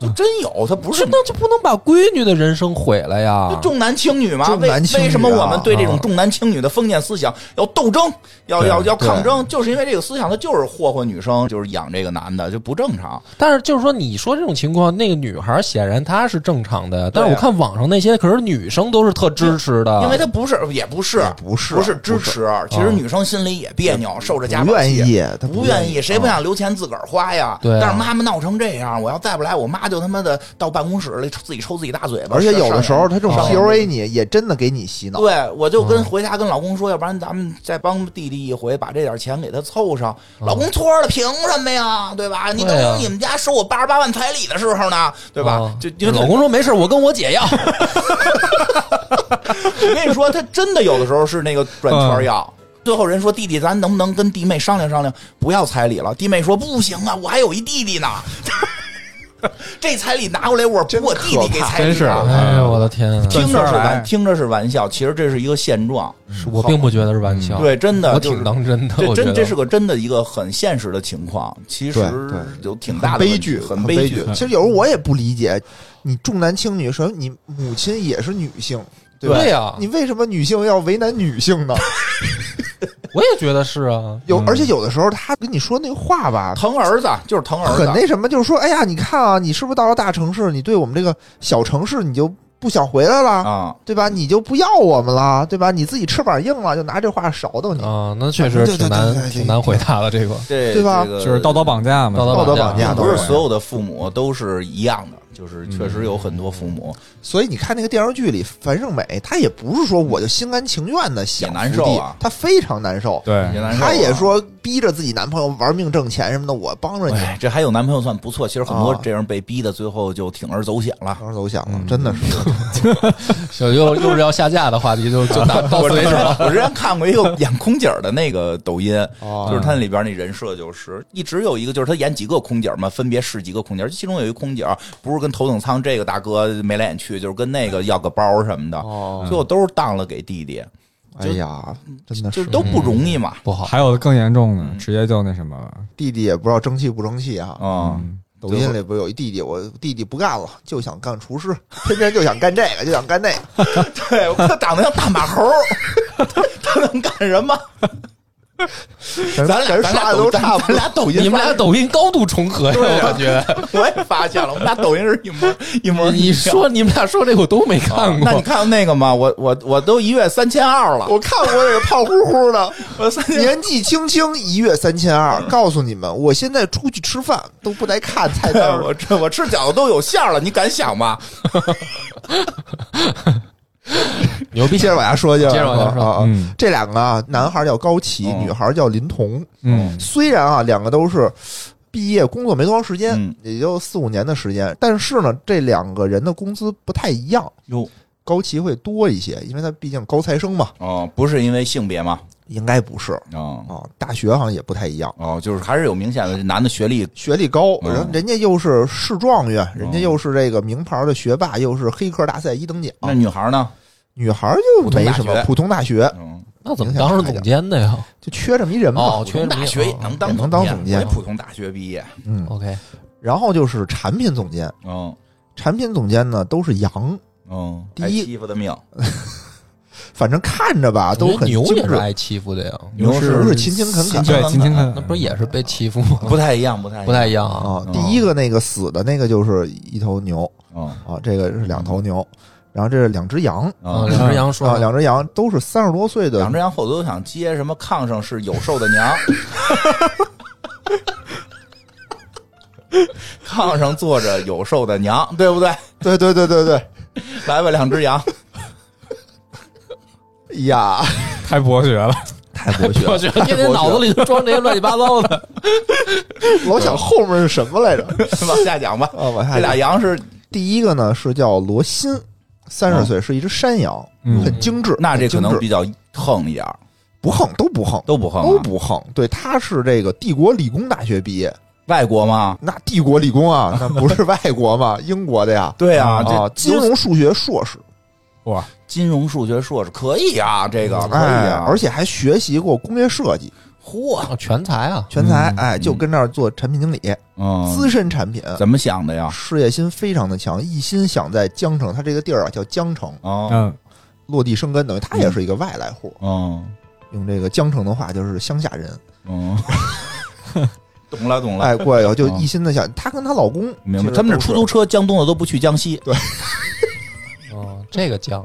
S9: 就
S6: 嗯
S9: 真有，他不是啊
S8: 这那就不能把闺女的人生毁了呀？
S9: 重男轻女嘛？
S6: 重
S9: 为
S6: 男轻女啊
S9: 为什么我们对这种重男轻女的封建思想要斗争，要要要抗争？就是因为这个思想，它就是霍霍女生，就是养这个男的就不正常。
S8: 但是就是说，你说这种情况，那个女孩显然她是正常的，但是我看网上那些，可是女生都是特支持的，
S9: 啊因为他不是，也不是，
S6: 啊也不是啊
S9: 不是支持。其实女生心里也别扭，受着家
S6: 不
S9: 暴
S6: 愿
S9: 气
S6: 意啊她
S9: 不
S6: 不
S9: 愿
S6: 愿
S9: 意，
S6: 意
S9: 谁不想留钱自个儿花呀？
S8: 对啊
S9: 但是妈妈闹成这样，我要再不来，我妈就他妈的到办公室里自己抽自己大嘴巴。
S6: 而且有
S9: 上
S6: 的时候嗯
S9: 上
S6: 他这种
S9: 上
S6: PUA 你也真的给你洗脑，
S9: 啊对，我就跟回家跟老公说，要不然咱们再帮弟弟一回，把这点钱给他凑上。
S6: 嗯
S9: 老公搓了，凭什么呀？对吧？你
S8: 对啊
S9: 等你们家收我八十八万彩礼的时候呢，对吧
S6: 嗯
S8: 啊？
S9: 就哎就
S8: 老公说没事，我跟我姐 要。
S9: 我跟你说，他真的有的时候是那个转圈要。最后人说弟弟，咱能不能跟弟妹商量商量，不要彩礼了？弟妹说不行啊，我还有一弟弟呢。 这彩礼拿过来，我补我弟弟给彩礼、啊。
S7: 真是
S8: 哎呦我的天啊！
S9: 听着是
S7: 转圈来
S9: 玩，听着是玩笑，其实这是一个现状。
S8: 我并不觉得是玩笑，
S9: 嗯对，真的
S8: 啊我
S9: 就是
S8: 挺当真的。
S9: 这
S8: 我觉
S9: 真
S8: 得
S9: 这是个真的一个很现实的情况，其
S6: 对
S9: 实
S6: 对
S9: 有挺大的
S6: 悲
S9: 问题
S6: 剧，
S9: 很
S6: 悲
S9: 剧。嗯
S6: 其实有时候我也不理解，你重男轻女，首先你母亲也是女性，对吧？
S8: 对啊呀，
S6: 你为什么女性要为难女性呢？
S8: 我也觉得是啊。
S6: 有，
S9: 嗯
S6: 而且有的时候他跟你说那个话吧，
S9: 疼儿子就是疼儿
S6: 很
S9: 子，
S6: 那什么，就是说，哎呀，你看啊，你是不是到了大城市，你对我们这个小城市你就不想回来了，
S9: 啊，
S6: 对吧？你就不要我们了，对吧？你自己翅膀硬了，就拿这话勺逗你，
S8: 啊，那确实
S6: 对对
S8: 挺
S6: 对对
S8: 难，
S6: 对对
S8: 挺难回答的这个。
S9: 这
S6: 对吧
S9: 这个
S7: 就是道德绑架嘛，
S8: 道德
S9: 哦
S6: 道
S8: 绑
S6: 德
S8: 架
S6: 绑架
S9: 不
S6: 都
S9: 是
S6: 有。
S9: 所有的父母都是一样的，就是确实有很多父母
S6: 所以你看那个电视剧里，樊胜美她也不是说我就心甘情愿的想
S9: 也难
S6: 服
S9: 受
S6: 地
S9: 啊
S6: 她非常难受。
S7: 对
S9: 也难受啊。
S6: 她也说逼着自己男朋友玩命挣钱什么的，我帮着你，
S9: 哎，这还有男朋友算不错。其实很多
S6: 嗯啊
S9: 这样被逼的，最后就铤而走险 了。
S6: 当时都想了，
S9: 嗯
S6: 真的是。
S8: 小又又是要下架的话题，就就打 到
S9: 我
S8: 此为
S9: 之
S8: 止
S9: 前
S8: 了。
S9: 我之前看过一个演空姐儿的那个抖音，
S6: 哦
S9: 就是它里边那人设就是一直有一个，就是他演几个空姐儿嘛，分别是几个空姐儿，其中有一个空姐儿不是跟头等舱这个大哥眉来眼去，就是跟那个要个包什么的，
S6: 哦，
S9: 最后都是当了给弟弟，
S6: 哎呀，真的
S9: 就是是都不容易嘛，
S8: 不好，
S7: 还有更严重的，直接就那什么了，
S6: 弟弟也不知道争气不争气啊。
S9: 嗯，
S6: 抖音里不是有一弟弟，我弟弟不干了，就想干厨师，天天就想干这个，就想干那个。
S9: 对，我他长得像大马猴儿， 他能干什么？
S6: 咱
S9: 咱俩
S6: 咱
S9: 咱俩
S6: 刷的都差不
S9: 咱
S6: 多。
S9: 俩抖音，
S8: 你们俩抖音高度重合
S9: 啊
S8: 呀，我感觉。
S9: 我也发现了，我们俩抖音是一模一模一样。
S8: 你说你们俩说这个我都没看
S9: 哦那你
S8: 过，
S9: 看到那个吗？我我我都一月三千二了，
S6: 我看过那个胖乎乎的，
S9: 我三千
S6: 年纪轻轻一月三千二。告诉你们，我现在出
S9: 哎
S6: 去吃饭都不带看菜 单
S9: 我。这我吃饺子都有馅儿了，你敢想吗？
S8: 牛逼
S6: 接！着往下说，接
S8: 接着往下
S6: 说
S8: 说
S6: 啊啊！
S7: 嗯
S6: 这两个啊，男孩叫高启，
S9: 嗯
S6: 女孩叫林童。
S7: 嗯
S6: 虽然啊，两个都是毕业工作没多长时间，
S9: 嗯
S6: 也就四五年的时间，但是呢，这两个人的工资不太一样。
S9: 哟
S6: 高启会多一些，因为他毕竟高材生嘛，
S9: 哦，不是因为性别吗？
S6: 应该不是
S9: 哦
S6: 啊。大学好像也不太一样，
S9: 哦，就是还是有明显的男的学历
S6: 学历高，
S9: 嗯
S6: 然后人家又是市状元，人家又是这个名牌的学霸，又是黑客大赛一等奖。
S9: 那女孩呢？
S6: 女孩就
S9: 普通
S6: 没
S9: 大
S6: 什么
S9: 学
S6: 普通大学，
S9: 嗯，
S8: 那怎么当上总监的呀
S6: 就缺这么一人嘛。
S8: 哦
S9: 普通大学也能当
S6: 也能当
S9: 总
S6: 总监
S9: 我也普通大学毕业。
S6: 嗯，
S8: ？OK，
S6: 然后就是产品总监，
S9: 嗯
S6: 产品总监呢都是羊，
S9: 嗯，
S6: 第
S9: 挨
S6: 一
S9: 欺负的命，
S6: 反正看着吧都
S8: 我觉得
S6: 很
S8: 牛
S6: 精
S8: 也是
S9: 啊
S6: 致，
S8: 挨欺负的呀，
S9: 牛
S6: 是
S9: 是
S6: 都是勤勤恳恳
S7: 对，今天看
S8: 那不是也是被欺负吗？
S9: 嗯不哦太一样，不太
S8: 不太一
S9: 样。
S8: 样啊。
S6: 啊。第一个那个死的那个就是一头牛
S9: 嗯
S6: 啊，这个是两头牛，然后这是两只羊
S8: 嗯，
S9: 嗯，
S8: 两只羊说
S6: 啊，两只羊都是三十多岁的
S9: 两只羊后头都想接什么炕上是有寿的娘， 炕上坐着有寿的娘，对不对？
S6: 对对对对对，
S9: 来吧，两只羊，
S6: 哎呀，
S7: 太博学了，
S6: 太博学
S8: 我
S6: 了，
S8: 觉得天天脑子里就装这些乱七八糟的。
S6: 老想后面是什么 来着？
S9: 往下讲吧。
S6: 啊，往下
S9: 这俩
S6: 讲，
S9: 羊是
S6: 第一个呢是叫罗鑫，三十岁是一只山羊，
S7: 嗯
S6: 很精致，
S9: 那这可能
S6: 很精致
S9: 比较横一点儿，
S6: 不横都不横。
S9: 都不横、啊，
S6: 都不横，对，他是这个帝国理工大学毕业，
S9: 外国吗？
S6: 那帝国理工啊，那不是外国嘛，英国的呀。
S9: 对啊，
S7: 啊
S9: 这
S6: 啊，金融数学硕士，
S7: 哇，
S9: 金融数学硕士可以啊，这个可以
S6: 哎
S9: 啊，，
S6: 而且还学习过工业设计，
S9: 嚯，
S8: 哦全才啊！
S6: 全才
S7: 嗯，
S6: 哎，就跟那儿做产品经理，
S9: 嗯，
S6: 资深产品，
S9: 怎么想的呀？
S6: 事业心非常的强，一心想在江城，他这个地儿啊叫江城，
S9: 哦，
S7: 嗯
S6: 落地生根，等于他也是一个外来户，
S9: 嗯
S6: 用这个江城的话就是乡下人，
S9: 嗯， 懂了懂了。
S6: 哎，过来以后就
S9: 嗯
S6: 一心的想，她跟她老公，
S9: 明
S6: 其
S9: 白，
S6: 实
S9: 他们这
S6: 都是
S9: 出租车江东的都不去江西，
S8: 哦，这个姜，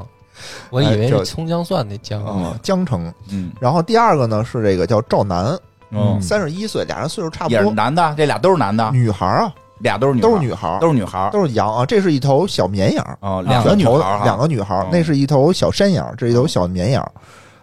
S8: 我以为
S6: 哎这
S8: 是葱姜蒜那姜啊。
S6: 啊江城。
S9: 嗯
S6: 然后第二个呢是这个叫赵楠，
S9: 嗯
S7: 嗯，
S6: 三十一岁，俩人岁数差不
S9: 也是
S6: 多，
S9: 男的，这俩都是男的，
S6: 女孩儿啊，
S9: 俩都是女，
S6: 都是，女孩儿，
S9: 都是女孩儿，
S6: 都是羊啊，这是一头小绵羊，
S9: 哦，两个
S6: 卷
S9: 女孩
S6: 啊头的
S9: 儿哈，
S6: 两个女孩儿
S9: 嗯，
S6: 那是一头小山羊，这是一头小绵羊，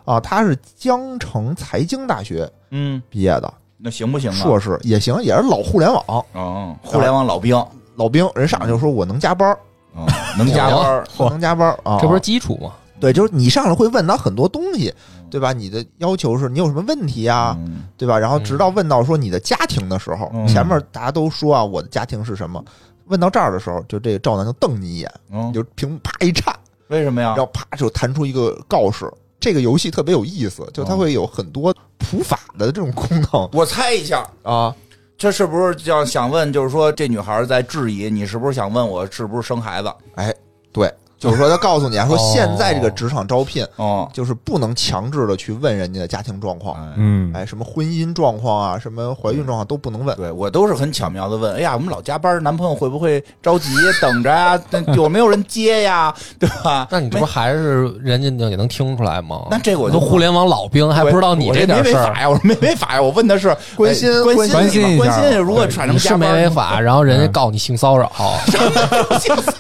S6: 啊，她是江城财经大学
S9: 嗯，
S6: 毕业的
S9: 那行不行啊？
S6: 硕士，也行，也是老互联网
S9: 哦，互联网老兵，
S6: 老兵，人上来就说我能加班儿，
S9: 嗯，能加班儿，
S6: 我能加班儿
S9: 哦
S6: 啊，
S8: 这不是基础吗？
S6: 对，就是你上来会问他很多东西，对吧？你的要求是你有什么问题啊，
S9: 嗯，
S6: 对吧？然后直到问到说你的家庭的时候，
S9: 嗯
S6: 前面大家都说啊，我的家庭是什么。问到这儿的时候，就这个赵楠就瞪你一眼，
S9: 嗯
S6: 你就屏幕啪一颤，
S9: 为什么呀
S6: 然？后啪就弹出一个告示。这个游戏特别有意思，就
S9: 哦
S6: 它会有很多普法的这种功 能
S9: 我猜一下，
S6: 啊。
S9: 这是不是叫想问？就是说，这女孩在质疑你，是不是想问我是不是生孩子？
S6: 哎，对，就是说他告诉你 啊，说
S8: 哦
S6: 现在这个职场招聘
S9: 哦，
S6: 就是不能强制的去问人家的家庭状况，
S9: 哎，
S7: 嗯，
S6: 哎，什么婚姻状况啊，什么怀孕状况都不能问。
S9: 对我都是很巧妙的问，哎呀，我们老加班，男朋友会不会着急等着呀？那有没有人接呀？对吧？
S8: 那你这不还是人家也能听出来吗？
S9: 那这个我就
S8: 都互联网老兵还不知道你
S9: 这
S8: 点事
S9: 没违
S8: 儿
S9: 法，呀，我没违法呀，我问的是
S6: 关心
S9: 哎
S6: 关
S9: 关
S6: 心
S9: 心你
S7: 一
S9: 嘛
S7: 下
S9: 关心，如果产生
S8: 啊你是
S9: 加
S8: 没
S9: 班嗯
S8: 违法，然后人家告你性骚扰，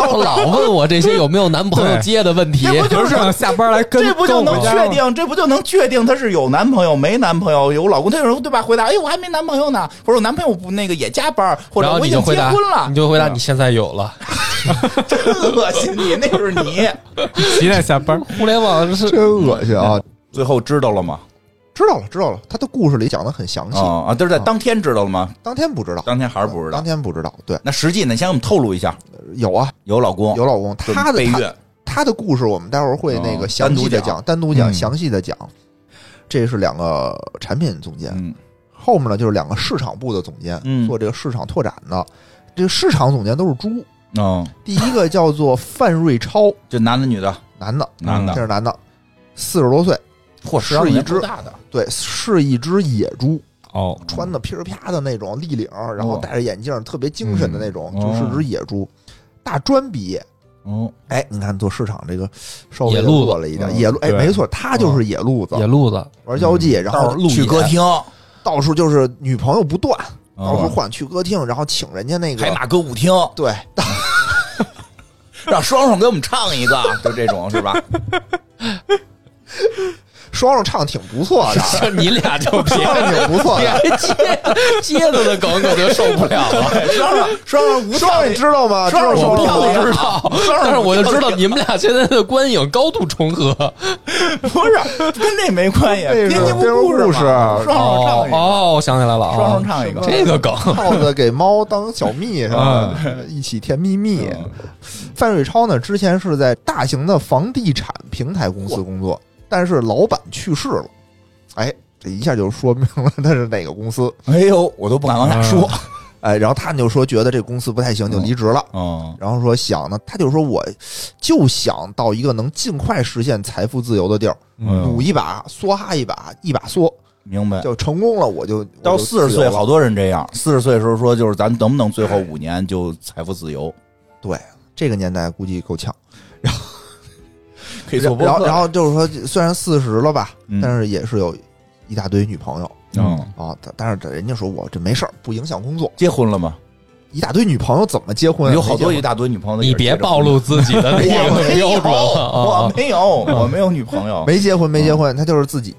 S8: 我 老问我这些有没有男朋友接的问题，
S9: 对这不就
S7: 不是下班来跟
S9: 这不就
S7: 跟我
S9: 能
S7: 回家
S9: 确
S7: 吗
S9: 定？这不就能确定她是有男朋友没男朋友，有老公？她有人对吧？回答，哎，我还没男朋友呢，或者我男朋友不那个也加班，或
S8: 然
S9: 者
S8: 后
S9: 我已
S8: 你
S9: 经
S8: 就回
S9: 结
S8: 答
S9: 婚 了嗯
S8: 你，就回答你现在有了。
S9: 真恶心你，那就是你。
S7: 期待下班，
S8: 互联网是
S6: 真恶心啊！
S9: 最后知道了吗？
S6: 知道了，知道了，他的故事里讲的很详细，
S9: 啊啊，就是在当天知道了吗？
S6: 当天不知道，
S9: 嗯当天还是不知道
S6: 当。天不知道。对，
S9: 那实际呢？先给我们透露一下，
S6: 有啊，
S9: 有老公，
S6: 有老公，他的
S9: 哦备
S6: 他
S9: 孕，
S6: 他的故事我们待会儿会那个
S9: 哦
S6: 详细
S9: 单独
S6: 的
S9: 讲
S6: 讲，单独讲，
S9: 嗯
S6: 详细的讲。这是两个产品总监，
S9: 嗯
S6: 后面呢就是两个市场部的总监，
S9: 嗯
S6: 做这个市场拓展的。这个市场总监都是猪，
S9: 嗯，
S6: 第一个叫做范瑞超，
S9: 这男的女的，
S6: 男的，
S9: 男的
S6: 这是男的，四十多岁，
S9: 嚯，
S6: 是一只
S9: 大的，
S6: 对，是一只野猪，
S7: 哦，
S6: 穿的噼里啪啦的那种立领儿，然后
S9: 哦
S6: 戴着眼镜儿，特别精神的那种，
S9: 嗯
S6: 就是只野猪，大专毕业。
S9: 嗯
S6: 哎，你看做市场这个稍微
S8: 野路子
S6: 弱了一点，
S9: 嗯哦
S6: 野路哎，
S7: 对
S6: 没错，他就是野路子，
S8: 野路子，
S6: 玩交际，然后
S8: 路
S9: 去歌厅，
S6: 到处就是女朋友不断，到处
S9: 哦
S6: 换去歌厅，然后请人家那
S9: 海
S6: 个
S9: 马歌舞厅，
S6: 对，
S9: 让双双给我们唱一个，就这种是吧？
S6: 双双唱挺不错 的，
S8: 就你俩就别
S6: 唱挺不错的。
S8: 接接着的梗可就受不了
S9: 啊
S8: 了。
S9: 双双
S6: 双双无双，你知道吗？知道
S9: 双
S8: 我
S6: 双
S9: 双
S6: 吗？
S8: 不知道，但是我就知道你们俩现在的观影高度重合。
S9: 不是跟这没关系，
S6: 那是
S9: 编辑部故啊
S6: 编辑部故
S9: 嘛
S6: 事
S9: 双双唱
S8: 哦
S9: 一个，
S8: 哦，我想起来了，啊
S9: 双双唱一个
S8: 这个 梗，
S6: 耗子给猫当小蜜是
S9: 啊
S6: 吧？ 一起甜蜜蜜。
S9: 嗯
S6: 范瑞超呢，之前是在大型的房地产平台公司工作，但是老板去世了。哎，这一下就说明了他是哪个公司。
S9: 哎呦，我都不敢往下说。
S6: 哎，然后他们就说觉得这公司不太行，就离职了。
S9: 嗯嗯，
S6: 然后说想呢，他就说我就想到一个能尽快实现财富自由的地儿，
S9: 嗯
S6: 努一把，梭哈一把，一把梭，
S9: 明白。
S6: 就成功了，我就
S9: 到
S6: 我就
S9: 四十
S6: 自由
S9: 岁，
S6: 了
S9: 好多人这样。四十岁的时候说，就是咱能不能最后五年就财富自由？
S6: 对这个年代估计够呛。
S9: 可以
S6: 然
S9: 做播
S6: 后
S9: 客。
S6: 然后就是说，虽然四十了吧，
S9: 嗯
S6: 但是也是有一大堆女朋友
S9: 嗯，
S6: 啊，但但是这人家说我这没事儿，不影响工作。
S9: 结婚了吗？
S6: 一大堆女朋友怎么结婚啊？
S9: 有好多一
S6: 没结婚
S9: 大堆女朋友。
S8: 你别暴。露自己的那
S9: 我
S8: 个
S9: 没有，
S8: 标准了
S9: 我
S8: 啊！
S9: 没有，我嗯没有女朋友。
S6: 没结婚没结婚，他就是自己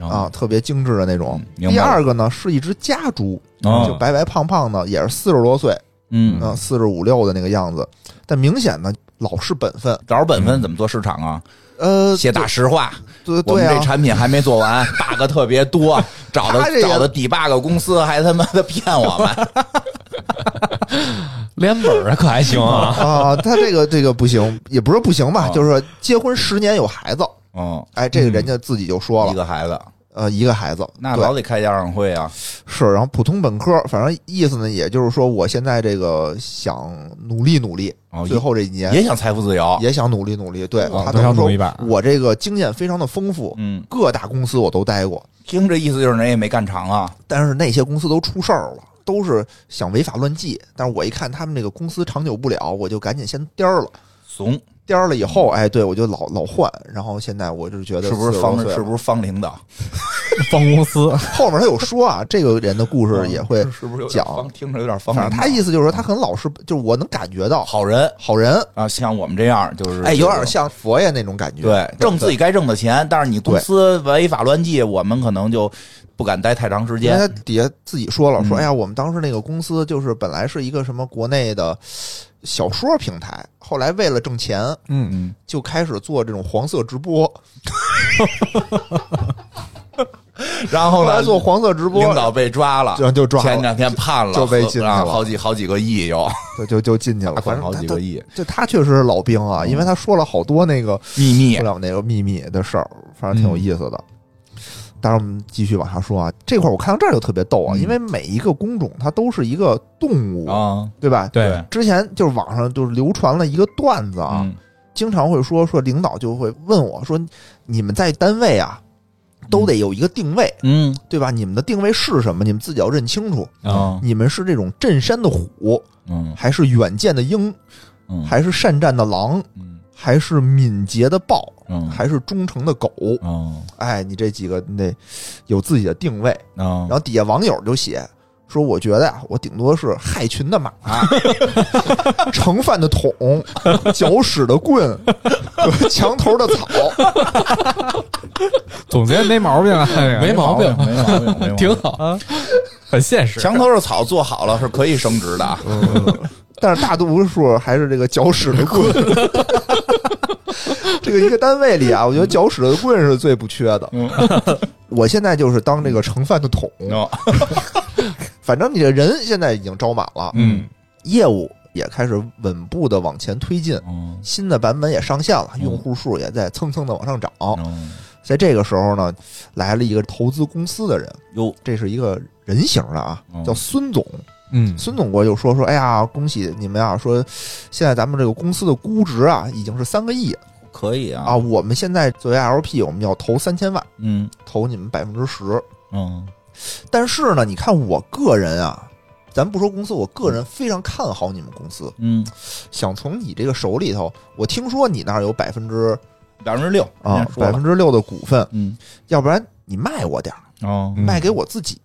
S6: 啊，特别精致的那种。
S9: 嗯嗯明白
S6: 第二个呢，是一只家猪，
S9: 哦
S6: 就白白胖胖的，也是四十多岁，
S9: 嗯，
S6: 嗯，四十五六的那个样子，但明显呢老实本分。
S9: 找着本分怎么做市场啊？
S6: 呃，
S9: 写大实话，
S6: 对
S9: 我
S6: 对
S9: 们这
S6: 啊，
S9: 产品还没做完，bug 特别多，找
S6: 他这
S9: 的
S6: 个
S9: 找的 debug 公司还他妈的骗我们。
S8: 连本儿可还行啊？
S6: 啊，他这个这个不行，也不是不行吧，
S9: 哦
S6: 就是说结婚十年有孩子，
S9: 嗯，
S6: 哎，这个人家自己就说了，
S9: 一个孩子，
S6: 呃，一个孩子，
S9: 那
S6: 对
S9: 老得开家长会啊。
S6: 是，然后普通本科，反正意思呢，也就是说，我现在这个想努力努力，
S9: 哦
S6: 最
S9: 也
S6: 后这一年
S9: 也想财富自由。
S6: 也想努力努力。对，
S7: 哦
S6: 他
S7: 都想
S6: 能说
S7: 努一把
S6: 我这个经验非常的丰富，
S9: 嗯，
S6: 各大公司我都待过，
S9: 听这意思就是人也没干长啊。
S6: 但是那些公司都出事儿了，都是想违法乱纪。但是我一看他们这个公司长久不了，我就赶紧先颠儿了。
S9: 怂
S6: 颠儿了以后，哎，对我就老老换，然后现在我就觉得
S9: 是不是
S6: 40
S9: 方
S6: 多岁
S9: 是
S6: 了
S9: 不是方领导？
S7: 方公司，
S6: 后面他有说啊，这个人的 故事也会
S9: 是不是有点
S6: 讲，
S9: 方听着有点方领
S6: 反
S9: 导？
S6: 正他意思就是说他很老实，就是我能感觉到
S9: 好人
S6: 好人，
S9: 啊，像我们这样就是
S6: 哎，有点像佛爷那种感觉，
S9: 对挣自己该挣的钱，但是你公司违法乱纪，我们可能就不敢待太长时
S6: 因
S9: 间
S6: 为他。底下自己说了，说
S9: 嗯
S6: 哎呀，我们当时那个公司就是本来是一个什么国内的小说平台，后来为了挣钱，
S7: 嗯
S6: 就开始做这种黄色直播，
S9: 然后
S6: 后来
S9: 呢，
S6: 做黄色直播，
S9: 领导被抓了，
S6: 就就抓
S9: 前
S6: 了，
S9: 两天判了，
S6: 就被进去了
S9: 啊好几好几个亿 又，
S6: 就就就进去了，
S9: 大
S6: 反
S9: 款
S6: 正
S9: 好
S6: 他
S9: 几
S6: 他
S9: 个亿，嗯
S6: 就他确实是老兵啊，因为他说了好多那个
S9: 秘密
S6: 不了那个秘密的事儿，反正挺有
S9: 嗯
S6: 意思的。当然，我们继续往下说啊。这块儿我看到这儿就特别逗啊，
S9: 嗯
S6: 因为每一个工种它都是一个动物，
S9: 啊，
S6: 对吧？
S7: 对
S6: 之前就是网上就是流传了一个段子啊，
S9: 嗯
S6: 经常会说说领导就会问我说，你们在单位啊都得有一个定位，
S9: 嗯
S6: 对吧？你们的定位是什么？你们自己要认清楚。
S7: 嗯啊，
S6: 你们是这种镇山的虎，
S9: 嗯
S6: 还是远见的鹰，
S9: 嗯
S6: 还是善战的狼，
S9: 嗯
S6: 还是敏捷的豹，
S9: 嗯
S6: 还是忠诚的狗？
S9: 嗯
S6: 哎，你这几个你得有自己的定位。
S9: 嗯
S6: 然后底下网友就写说，我觉得呀，我顶多是害群的马， 盛饭的桶， 搅屎的棍， 和墙头的草。
S7: 总结没毛病啊，这个
S8: 没毛病，
S9: 没毛病，没毛病
S8: 挺好，
S9: 嗯
S7: 啊，很现实。
S9: 墙头的草做好了是可以升值的啊，
S6: 嗯但是大多数还是这个搅屎 的棍。这个一个单位里啊，我觉得搅屎的棍是最不缺的。我现在就是当这个盛饭的桶，
S9: 嗯哦
S6: 反正你这人现在已经招满了，
S7: 嗯，
S6: 业务也开始稳步的往前推进，
S9: 嗯
S6: 新的版本也上线了，用户数也在蹭蹭的往上涨。
S9: 嗯
S6: 在这个时候呢，来了一个投资公司的人，
S9: 哟，
S6: 这是一个人形的啊
S9: 嗯，
S6: 叫孙总。
S7: 嗯
S6: 孙总过就说说，哎呀，恭喜你们啊！说现在咱们这个公司的估值啊，已经是三个亿
S9: 可以啊
S6: 啊，，我们现在作为 LP，我们要投三千万，
S9: 嗯
S6: 投你们百分之十。
S9: 嗯
S6: 但是呢，你看我个人啊，咱不说公司，我个人非常看好你们公司，
S9: 嗯，
S6: 想从你这个手里头，我听说你那儿有百分之
S9: 百分之六
S6: 啊百分
S9: 之
S6: 之六的股份，
S9: 嗯
S6: 要不然你卖我点儿，
S9: 哦
S7: 嗯
S6: 卖给我自己，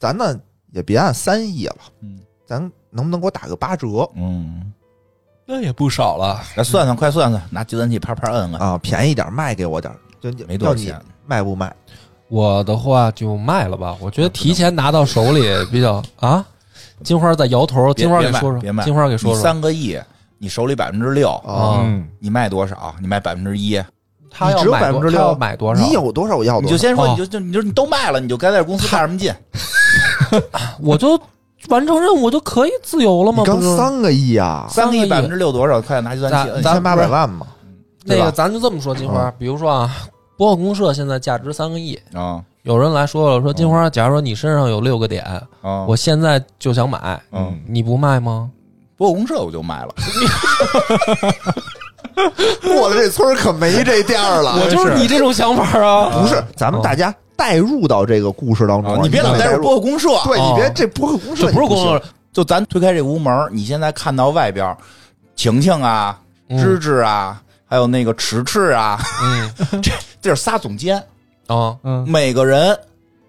S6: 咱呢也别按三亿了，
S9: 嗯
S6: 咱能不能给我打个八折？
S9: 嗯
S8: 那也不少了。
S9: 来算算，快算算，拿计算器啪啪摁摁。
S6: 啊，便宜点卖给我点儿，就你
S9: 没多少
S6: 要你
S9: 钱
S6: 卖不卖？
S8: 我的话就卖了吧，我觉得提前拿到手里比较啊。金花在摇头，
S9: 别
S8: 金花给
S9: 别卖
S8: 说说
S9: 别，卖，
S8: 金花给说
S9: 你
S8: 说
S9: 三个亿，你手里百分之六，
S8: 啊，
S7: 嗯，
S9: 你卖多少？你卖百分之一，
S8: 他要
S6: 你只有
S8: 买
S6: 百
S8: 多
S6: 分之
S8: 他要
S6: 六，
S8: 买多少？啊
S6: 你有多少我要
S9: 你
S6: 多
S9: 就
S6: 少。
S9: 先说，
S8: 哦
S9: 你就就你就你都卖了，你就该在公司干什么劲？
S8: 我就完成任务就可以自由了吗？
S6: 你刚
S8: 不是
S6: 三个亿啊，
S9: 三个
S8: 三个
S9: 亿
S8: 亿
S9: 百分之六啊多少？快拿计算器摁
S6: 一
S9: 一
S8: 咱
S9: 下。
S6: 千八百万嘛，
S8: 那
S6: 对吧
S8: 个，咱就这么说，金花，比如说啊，博奥公社现在价值三个亿，
S9: 啊
S8: 有人来说了，说金
S9: 嗯
S8: 花，假如说你身上有六个点，
S9: 啊！
S8: 我现在就想买，
S9: 嗯，
S8: 你不卖吗？
S9: 博公社我就卖了，
S6: 我的这村儿可没这店儿了。
S8: 我就是你这种想法啊！
S6: 不是，咱们大家带入到这个故事当中
S9: 啊
S6: 啊，
S9: 你别老
S6: 们
S9: 带
S6: 带
S9: 入
S6: 入。
S9: 博公社，
S6: 对
S8: 哦
S6: 你别这不是公社，
S8: 这不是公
S6: 你行
S8: 社，
S9: 就咱推开这屋门，你现在看到外边，晴晴啊，
S8: 嗯
S9: 芝芝啊，还有那个迟迟啊，
S8: 嗯
S9: 这是仨总监，
S8: 啊
S7: 嗯
S9: 每个人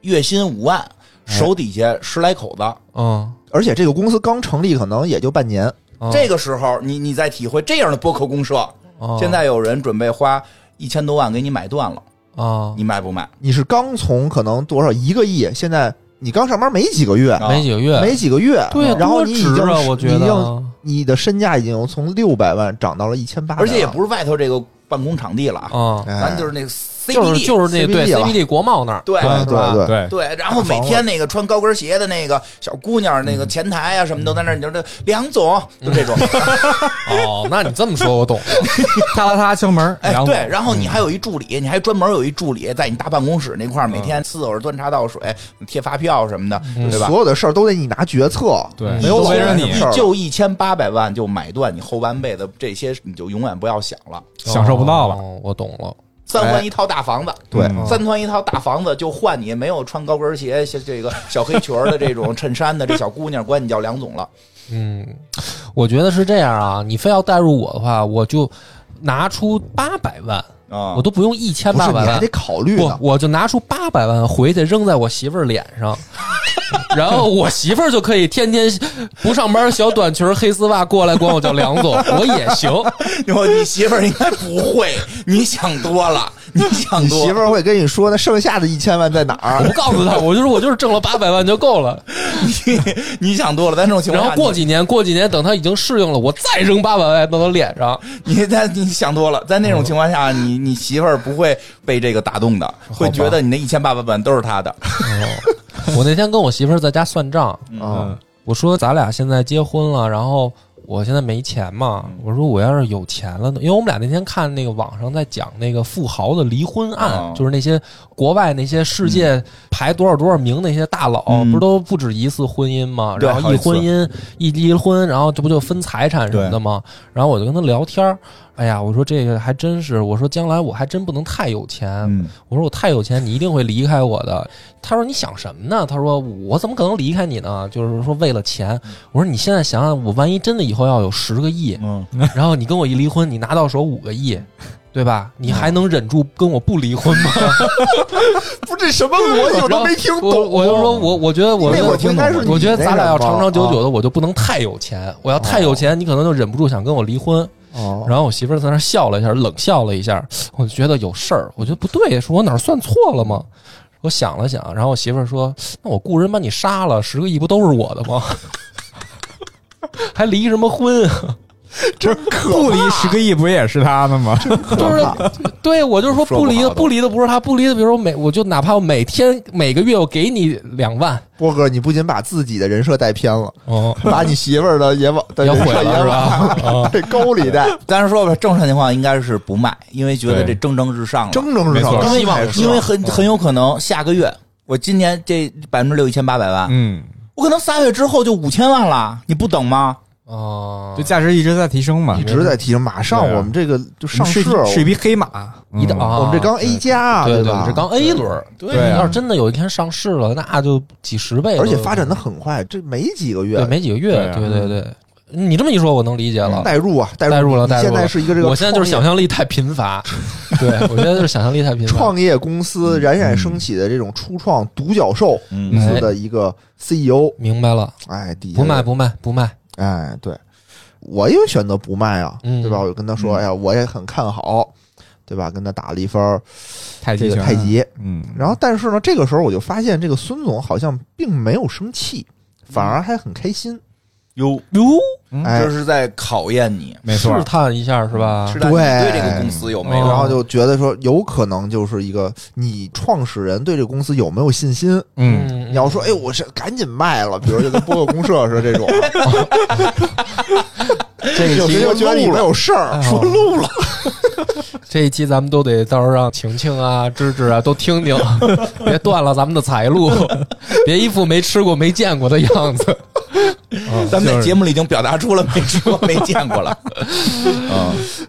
S9: 月薪五万，
S8: 哎
S9: 手底下十来口子。
S8: 嗯，
S6: 而且这个公司刚成立，可能也就半年。
S8: 嗯
S9: 这个时候，你你再体会这样的播客公社，
S8: 哦
S9: 现在有人准备花一千多万给你买断了，
S8: 啊
S9: 你买不买？
S6: 你是刚从可能多少一个亿，现在你刚上班没几个月，
S9: 啊
S8: 没几个月，
S6: 没几个月，
S8: 对呀，
S6: 然后
S8: 多
S6: 你已
S8: 值
S6: 经
S8: 啊，我觉
S6: 你已
S8: 得
S6: 经
S8: 啊
S6: 你的身价已经从六百万涨到了一千八，
S9: 而且也不是外头这个办公场地了啊，
S8: 啊，
S6: 哎，
S9: 咱就是那个
S8: 就是
S9: CBD，
S8: 就是嗯那对
S6: CBD 了
S8: CBD 国贸那儿，
S9: 对
S6: 啊对
S9: 是吧
S6: 对
S7: 啊对，
S9: 对，然后每天那个穿高跟鞋的那个小姑娘，那
S7: 嗯
S9: 个前台啊什么都在那儿，你就这梁总就这 种，
S8: 哦，那你这么说我懂了，
S7: 哒啦哒敲门，
S9: 哎
S7: 然后嗯
S9: 对，然后你还有一助理，你还专门有一助理在你大办公室那块
S7: 嗯
S9: 儿，每天伺候着端茶倒水、贴发票什么的，对吧？
S6: 所有的事儿都得你拿决策，
S7: 对
S6: 你
S7: 嗯没有
S6: 都
S7: 嗯围着
S6: 干
S7: 你
S6: 什么事儿
S9: 就一千八百万就买断你后半辈子这些，你就永远不要想了。
S7: 享受不到了。
S8: 哦，我懂了，
S9: 三环一套大房子，
S6: 对
S7: 嗯
S9: 三环一套大房子就换你没有穿高跟鞋、像这个小黑裙儿的这种 衬衫的这小姑娘，管你叫梁总了。
S8: 嗯，我觉得是这样啊，你非要带入我的话，我就拿出八百万，
S9: 啊
S8: 我都不用一千
S6: 不
S8: 八
S6: 是
S8: 百
S6: 你还
S8: 万
S6: 得，考虑
S8: 不
S6: 呢，，
S8: 我就拿出八百万回去扔在我媳妇儿脸上， 然后我媳妇儿就可以天天不上班，小短裙、黑丝袜过来管我叫梁总，我也行。
S9: 哟，你媳妇儿应该不会，你想多了，你想
S6: 你
S9: 多。
S6: 媳妇
S9: 儿，
S6: 儿会跟你说那剩下的一千万在哪
S8: 我
S6: 儿
S8: 不？告诉她，我就是我就是挣了八百万就够了。
S9: 你想多了。咱这种情
S8: 然
S9: 况
S8: 后
S9: 下，
S8: 过几年，过几年等她已经适应了，我再扔八百万到她脸上。
S9: 你你咱你想多了。在那种情况下，你你媳妇儿不会被这个打动的，会觉得你那一千八百万都是她的。
S8: 哦我那天跟我媳妇儿在家算账，
S7: 嗯
S6: 啊，
S8: 我说咱俩现在结婚了，然后我现在没钱嘛，
S9: 嗯
S8: 我说我要是有钱了呢，因为我们俩那天看那个网上在讲那个富豪的离婚案，
S9: 哦
S8: 就是那些国外那些世界排多少多少名那些大佬，
S9: 嗯
S8: 不是都不止一次婚姻吗？
S9: 对
S8: 然后一
S9: 好几次
S8: 婚姻一离婚，然后这不就分财产什么的吗？然后我就跟他聊天儿，哎呀，我说这个还真是，我说将来我还真不能太有钱，
S9: 嗯
S8: 我说我太有钱，你一定会离开我的。他说你想什么呢？他说我怎么可能离开你呢？就是说为了钱。我说你现在想想，我万一真的以后要有十个亿，
S9: 嗯，
S8: 然后你跟我一离婚，你拿到手五个亿，对吧？你还能忍住跟我不离婚吗？
S6: 不是这什么逻辑我都没听
S8: 我
S6: 懂。啊哦
S8: 我就说我我觉得我
S6: 那
S8: 觉
S6: 会儿
S8: 得
S6: 不应该是你
S8: 我觉得
S6: 那
S8: 咱俩
S6: 什
S8: 要
S6: 么
S8: 长长久久
S6: 啊
S8: 的，我就不能太有钱。我要太有钱，你可能就忍不住想跟我离婚。
S6: 哦，
S8: 然后我媳妇儿在那儿笑了一下，冷笑了一下，我就觉得有事儿，我觉得不对，是我哪儿算错了吗？我想了想，然后我媳妇儿说：“那我雇人把你杀了，十个亿不都是我的吗？ 还离什么婚？啊
S7: 不离十个亿不也是他的吗？
S8: 就是对我就是说
S9: 说
S8: 不
S9: 不好
S8: 离的，
S9: 的
S8: 不离的不是他，不离的，比如说我每我就哪怕我每天每个月我给你两万，
S6: 波哥，你不仅把自己的人设带偏了，
S8: 哦，
S6: 把你媳妇儿的也往的
S8: 也
S6: 人
S8: 毁
S6: 设
S8: 了
S6: 也
S8: 是
S6: 往
S8: 吧？ 啊
S6: 这沟里带，
S9: 但是哎说吧，正常情况应该是不卖，因为觉得
S7: 对
S9: 这蒸蒸日上了。
S6: 蒸蒸日
S7: 没
S6: 上，
S7: 错
S9: 因
S6: 希望嗯
S9: 为因为很很有可能下个月，我今年这百分之六一千八百万，
S7: 嗯，
S9: 我可能仨月之后就五千万了，你不等吗？
S8: 哦
S7: 就，价值一直在提升嘛
S6: 一，直在提升。马上
S7: 对啊
S6: 我们这个就上
S7: 是
S6: 市，哦
S7: 一
S6: 我啊
S7: 是一匹黑马，
S8: 一的
S7: 嗯
S8: 啊，
S6: 我们这刚 A 加啊，
S8: 对
S6: 吧？
S8: 这刚 A 轮儿，
S7: 对啊
S8: 要是真的有一天上市了，那就几十倍了，
S6: 而且发展的很快，这没几个月
S8: 对，，没几个月
S7: 对，啊
S8: 对对对。你这么一说，我能理解了。
S6: 代入啊，代
S8: 代入了
S6: 你
S8: 代入
S6: 现在
S8: 了
S6: 是一个这个，
S8: 我现在就是想。象力太贫乏，对我现在就是想象力太贫乏。
S6: 创业公司冉冉升起的这种初创独角兽公司的一个 CEO，
S8: 明白了，
S6: 哎，底下
S8: 哎不卖
S6: 的
S8: 不卖不卖，
S6: 哎，对，我也选择不卖啊，
S8: 嗯
S6: 对吧？我就跟他说，哎呀，我也很看好，对吧？跟他打了一番儿
S7: 太
S6: 这
S7: 极
S6: 个
S7: 拳，
S6: 太，极，
S7: 嗯，
S6: 然后，但是呢，这个时候我就发现，这个孙总好像并没有生气，反而还很开心。
S5: 哟，
S8: 哟，
S6: 哎
S5: 这，是在考验你，
S7: 没错
S8: 试，探一下是吧？哦
S5: 是的，你
S6: 对
S5: 对这个公司有没有？
S6: 然后就觉得说，有可能就是一个你创始人对这个公司有没有信心？
S7: 嗯，
S6: 你要说，哎，我是赶紧卖了，比如就跟播客公社似的这种，
S8: 这一
S6: 有
S8: 期
S6: 谁就觉得你没有事儿，说录了，
S8: 这一期咱们都得到时候让晴晴啊、芝芝啊都听听，别断了咱们的财路，别一副没吃过没见过的样子。
S9: 哦
S5: 咱们在节目里已经表达出了没吃过、没见过了。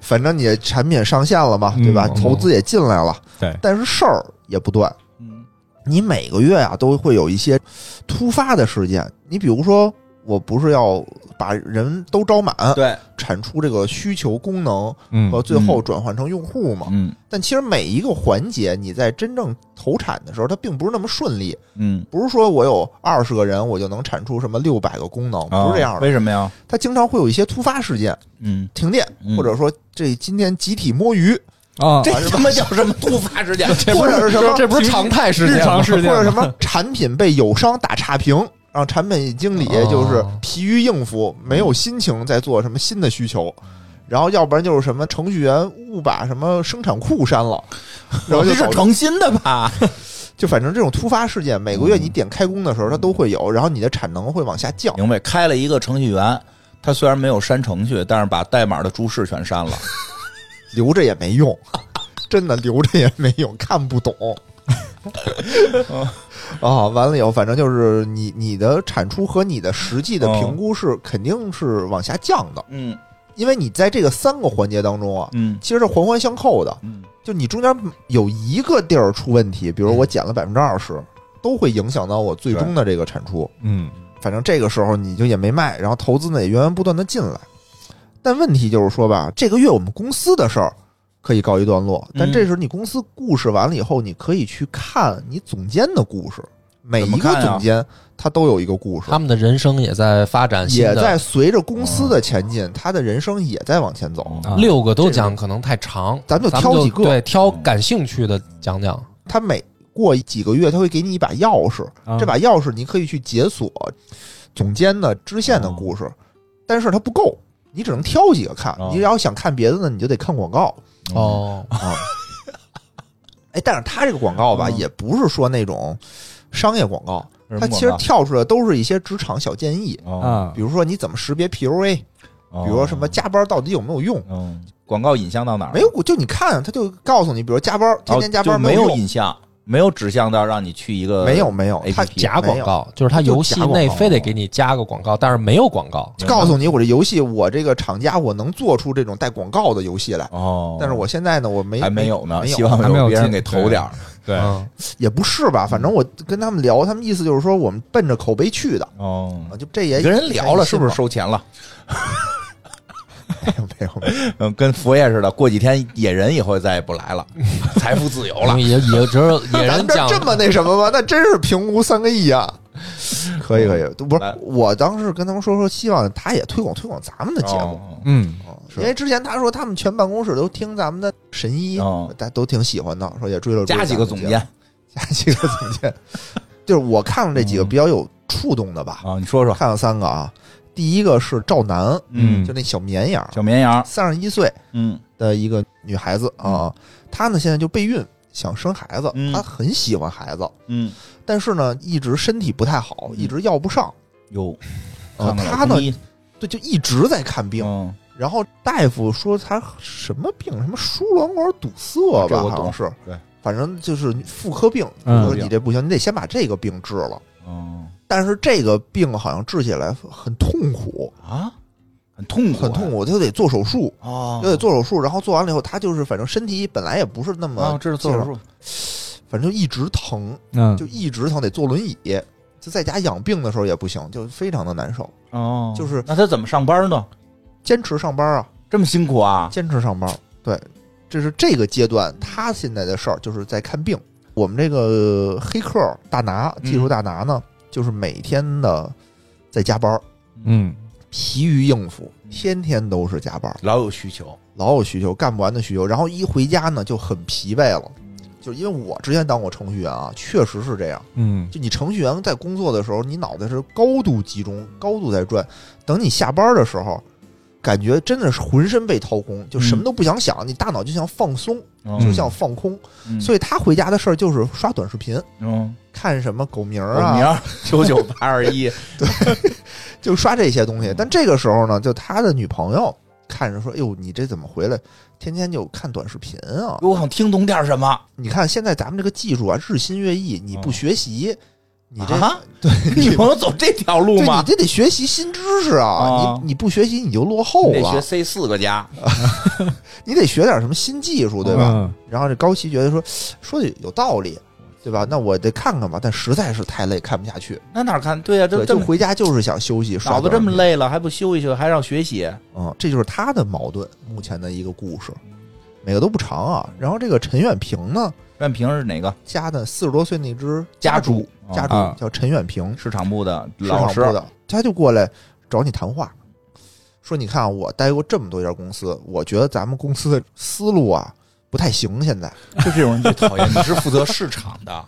S6: 反正你产品上线了嘛，对吧？
S7: 嗯
S6: 投资也进来了，
S7: 对，
S6: 但是事儿也不断。
S5: 嗯，
S6: 你每个月啊都会有一些突发的事件，你比如说，我不是要把人都招满，
S5: 对，
S6: 产出这个需求功能
S7: 嗯
S6: 和最后转换成用户嘛。
S5: 嗯
S6: 但其实每一个环节，你在真正投产的时候，它并不是那么顺利。
S5: 嗯，
S6: 不是说我有二十个人，我就能产出什么六百个功能，
S8: 啊
S6: 不是这样的。
S5: 啊为什么呀？
S6: 它经常会有一些突发事件，
S5: 嗯，
S6: 停电，
S5: 嗯
S6: 或者说这今天集体摸鱼，
S8: 哦
S7: 啊，
S5: 这 他妈叫什么突发事件？
S6: 或者是什么
S8: 这不是常态事
S7: 日
S8: 件吗
S7: 常？事
S6: 或
S7: 件
S6: 者什么产品被友商打差评。让产品经理
S8: 哦
S6: 就是疲于应付，没有心情再做什么新的需求，然后要不然就是什么程序员误把什么生产库删 了，然后
S5: 这
S6: 就是导致
S5: 诚心的吧？
S6: 就反正这种突发事件，每个
S8: 嗯
S6: 月你点开工的时候它都会有，然后你的产能会往下降。
S5: 明白？开了一个程序员，他虽然没有删程序，但是把代码的注释全删了。
S6: 留着也没用， 真的留着也没用，看不懂。啊，完了以后，反正就是你你的产出和你的实际的评估是肯定是往下降的，
S5: 嗯
S6: 因为你在这个三个环节当中啊，
S5: 嗯
S6: 其实是环环相扣的。
S5: 嗯
S6: 就你中间有一个地儿出问题，比如我减了百分之二十，都会影响到我最终的这个产出。
S7: 嗯，
S6: 反正这个时候你就也没卖，然后投资呢也源源不断的进来。但问题就是说吧，这个月我们公司的事儿可以告一段落，但
S5: 嗯
S6: 这时候你公司故事完了以后，你可以去看你总监的故事，每
S5: 怎
S6: 一
S5: 么
S6: 个
S5: 看呀
S6: 总监他都有一个故事
S8: 他，们的人生也在发展新
S6: 也
S8: 的，
S6: 在随着公司
S5: 哦
S6: 的前进，他的人生也在往前走。
S7: 啊
S8: 六个都讲可能太长，
S6: 咱们就
S8: 咱
S6: 挑
S8: 们
S6: 几
S8: 就
S6: 个，
S8: 对，挑感兴趣的讲讲。
S6: 他每过几个月他会给你一把钥匙，
S7: 啊
S6: 这把钥匙你可以去解锁总监的支线的故事，但是它不够，你只能挑几个看
S5: 哦。
S6: 你要想看别的呢，你就得看广告
S8: 哦，
S6: 啊。哎，但是它这个广告吧，
S5: 嗯
S6: 也不是说那种商业广告，它其实跳出来都是一些职场小建议，
S5: 嗯
S7: 啊
S6: 比，如说你怎么识别 PUA，
S5: 比
S6: 比如说什么加班到底有没有用？
S5: 哦嗯，广告引向到哪儿？
S6: 没有，就你看，他就告诉你，比如加班，天天加
S5: 哦
S6: 班
S5: 就没
S6: 有
S5: 有
S6: 用，
S5: 引向，没有指向到让你去一个
S6: 没有没有，他
S5: APP
S8: 假广告就是它
S6: 就
S8: 游戏
S6: 假广
S8: 内
S6: 告
S8: 非得给你加个广告，但是没有 广告。
S6: 告诉你我这游戏，我这个厂家我能做出这种带广告的游戏来，
S5: 哦，
S6: 但是我现在呢，我没
S5: 还没有呢，
S6: 没
S5: 希
S6: 有，
S5: 望
S7: 还没有
S5: 别人
S7: 进
S5: 给投点儿。
S7: 对，
S8: 嗯，
S6: 也不是吧？
S5: 嗯
S6: 反正我跟他们聊，他们意思就是说我们奔着口碑去的
S5: 哦，
S6: 啊，就这也
S5: 你跟人聊了是不是
S6: 说
S5: 收钱了？
S6: 没有没 有没有
S5: 嗯，跟佛爷似的，过几天野人以后再也不来了，财富自由
S8: 因
S5: 了
S8: 为。嗯也也只有野
S6: 咱
S8: 人
S6: 们这
S8: 讲
S6: 儿这么那什么吗？那真是平无三个亿啊！可以可以，不
S5: 嗯来
S6: 是我当时跟他们说说，希望他也推广推广咱们的节目。
S5: 哦
S7: 嗯，
S6: 啊
S5: 是
S6: 因为之前他说他们全办公室都听咱们的神医，
S5: 哦
S6: 大家都挺喜欢的，说也追了追
S5: 加几个
S6: 咱
S5: 总
S6: 们的节目
S5: 监
S6: 加几个总监，就是我看了
S5: 嗯
S6: 这几个比较有触动的吧，
S5: 啊，你说说，
S6: 看了三个啊。第一个是赵楠，
S7: 嗯
S6: 就那小绵羊，
S5: 小绵羊，
S6: 三十一岁
S5: 嗯
S6: 的一个女孩子啊，她呢现在就备孕，想生孩子
S5: 嗯，
S6: 她很喜欢孩子，
S5: 嗯，
S6: 但是呢一直身体不太好，
S5: 嗯
S6: 一直要不上，
S5: 有，
S6: 呃
S5: 看看
S6: 他
S5: 老中
S6: 呢
S5: 医
S6: 对就一直在看病，
S5: 嗯
S6: 然后大夫说他什么病，什么输卵管堵塞
S5: 啊这
S6: 吧，
S5: 我懂
S6: 好像是，
S5: 对，
S6: 反正就是妇科病，
S7: 嗯
S6: 说你这不行，你得先把这个病治了。
S5: 嗯
S6: 但是这个病好像治起来很痛苦，
S5: 啊，很痛苦，啊
S6: 很痛苦，他啊就得做手术，
S5: 哦，
S6: 就得做手术。然后做完了以后，他就是反正身体本来也不是那么
S5: 啊，，这是做手，术，
S6: 反正就一直疼，
S7: 嗯
S6: 就，一直疼，得坐轮椅。就在家养病的时候也不行，就非常的难受。
S5: 哦，
S6: 就是
S5: 那他怎么上班呢？
S6: 坚持上班啊，
S5: 这么辛苦啊？
S6: 坚持上班。对，这是这个阶段他现在的事儿，就是在看病。我们这个黑客
S5: 嗯
S6: 大拿，技术大拿呢，就是每天的在加班儿，
S7: 嗯，
S6: 疲于应付，天天都是加班，
S10: 老有需求，
S6: 老有需求，干不完的需求。然后一回家呢，就很疲惫了。就是因为我之前当过程序员啊，确实是这样。
S7: 嗯，
S6: 就你程序员在工作的时候，你脑袋是高度集中、高度在转。等你下班的时候，感觉真的是浑身被掏空，就什么都不想想，你大脑就像放松，
S10: 嗯
S6: 就像放空。
S10: 嗯
S6: 所以他回家的事儿就是刷短视频，
S10: 嗯，
S6: 看什么狗鸣儿
S10: 我
S6: 啊，
S10: 明儿九九八二一，
S6: 就刷这些东西。但这个时候呢，就他的女朋友看着说：“哎呦，你这怎么回来？天天就看短视频啊！
S9: 我想听懂点什么。
S6: 你看现在咱们这个技术啊，日新月异，你不学习，你这、
S9: 哦啊，
S6: 对
S9: 女朋友走这条路
S6: 对
S9: 吗哦
S6: 你？这得学习新知识啊！
S10: 啊
S6: 你你不学习你就啊落后
S10: 你得学
S6: 了，
S10: C 四个加，
S6: 你得学点什么新技术，对
S7: 嗯
S6: 吧？
S9: 嗯
S6: 然后这高奇觉得说说的有道理。”对吧？那我得看看吧，但实在是太累，看不下去。
S9: 那哪看？对呀、这
S6: 对，
S9: 这
S6: 就
S9: 么
S6: 回家就是想休息，刷
S9: 脑子
S6: 短视
S9: 这
S6: 频
S9: 么累了，还不休息休息，还让学习？
S6: 嗯，这就是他的矛盾，目前的一个故事，每个都不长啊。然后这个陈远平呢，
S9: 任平是哪个
S6: 家的四十多岁那只
S9: 家
S6: 猪
S9: 猪，
S6: 家
S7: 啊
S6: 猪叫陈远平，
S9: 市场部的
S6: 市
S9: 老
S6: 场
S9: 师
S6: 部？的，他就过来找你谈话，说你看啊我待过这么多家公司，我觉得咱们公司的思路啊不太行，现在
S10: 就这种 人最讨厌。
S9: 哎你是负责市场的，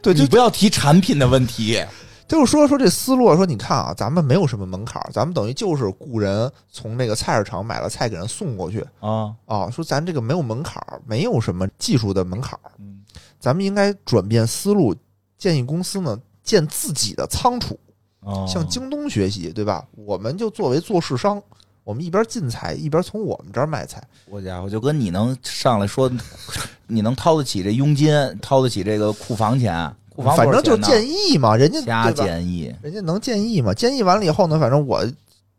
S6: 对，就
S9: 你不要提产品的问 题。
S6: 他 就说说这思路啊，说你看啊，咱们没有什么门槛儿，咱们等于就是雇人从那个菜市场买了菜给人送过去，
S10: 啊，
S6: 啊，说咱这个没有门槛儿，没有什么技术的门槛儿
S10: 嗯，
S6: 咱们应该转变思路，建议公司呢建自己的仓储，
S10: 哦
S6: 向京东学习，对吧？我们就作为做市商，我们一边进菜，一边从我们这儿卖菜。
S9: 我家伙就跟你能上来说，你能掏得起这佣金，掏得起这个库房钱，库房
S6: 反正就是建
S9: 议，
S6: 议嘛，人家
S9: 瞎
S6: 对吧？
S9: 建议。
S6: 人家能建议嘛？建议完了以后呢，反正我。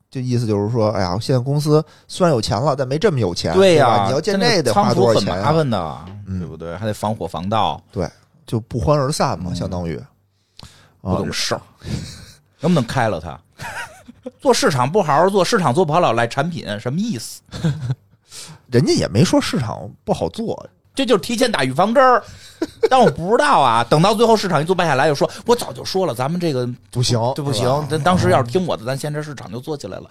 S6: 这意思就是说，哎呀，现在公司虽然有钱了，但没这么有钱，对
S9: 呀、
S6: 吧你要建这
S9: 这
S6: 得
S9: 仓
S6: 花
S9: 储
S6: 多少
S9: 很
S6: 钱、
S9: 麻
S6: 啊？
S9: 烦的，
S6: 嗯啊
S9: 对不对？还得防火防盗，
S6: 就不欢而散嘛，
S9: 嗯
S6: 相当于。
S9: 不
S6: 啊
S9: 懂事儿，能不能开了他？ 做市场不好好做，市场做不好老赖产品，什么意思？
S6: 人家也没说市场不好做，
S9: 这就是提前打预防 针儿，但我不知道啊。等到最后市场一做办下来，又说我早就说了，咱们这个
S6: 不行，
S9: 这不行。咱当时要是听我的，咱现在市场就做起来了。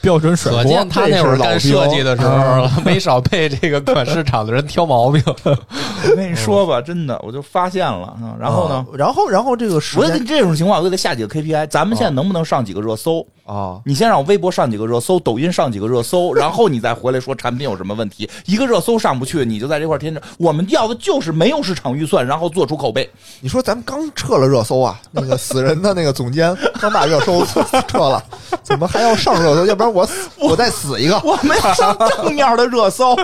S7: 标准甩
S8: 可
S7: 锅
S8: 见他那会儿干设计的时
S7: 啊
S8: 候， 没少被这个管市场的人挑毛 病。
S9: 我跟你说吧，真的，我就发现了。啊然后呢，
S6: 啊然后然后这个时
S9: 我得
S6: 间
S9: 这种情况，我就得下几个 KPI。咱们现在能不能上几个热搜？
S6: 啊，
S9: 你先让我微博上几个热搜，抖音上几个热 搜，然后你再回来说产品有什么问题。一个热搜上不去，你就在这块儿天天。我们要的就是没有市场预算，然后做出口碑。
S6: 你说咱们刚撤了热 搜啊，那个死人的那个总监刚把热搜撤了，怎么还要上热搜？要不然我死我再死一个。
S9: 我们要上正面的热 搜，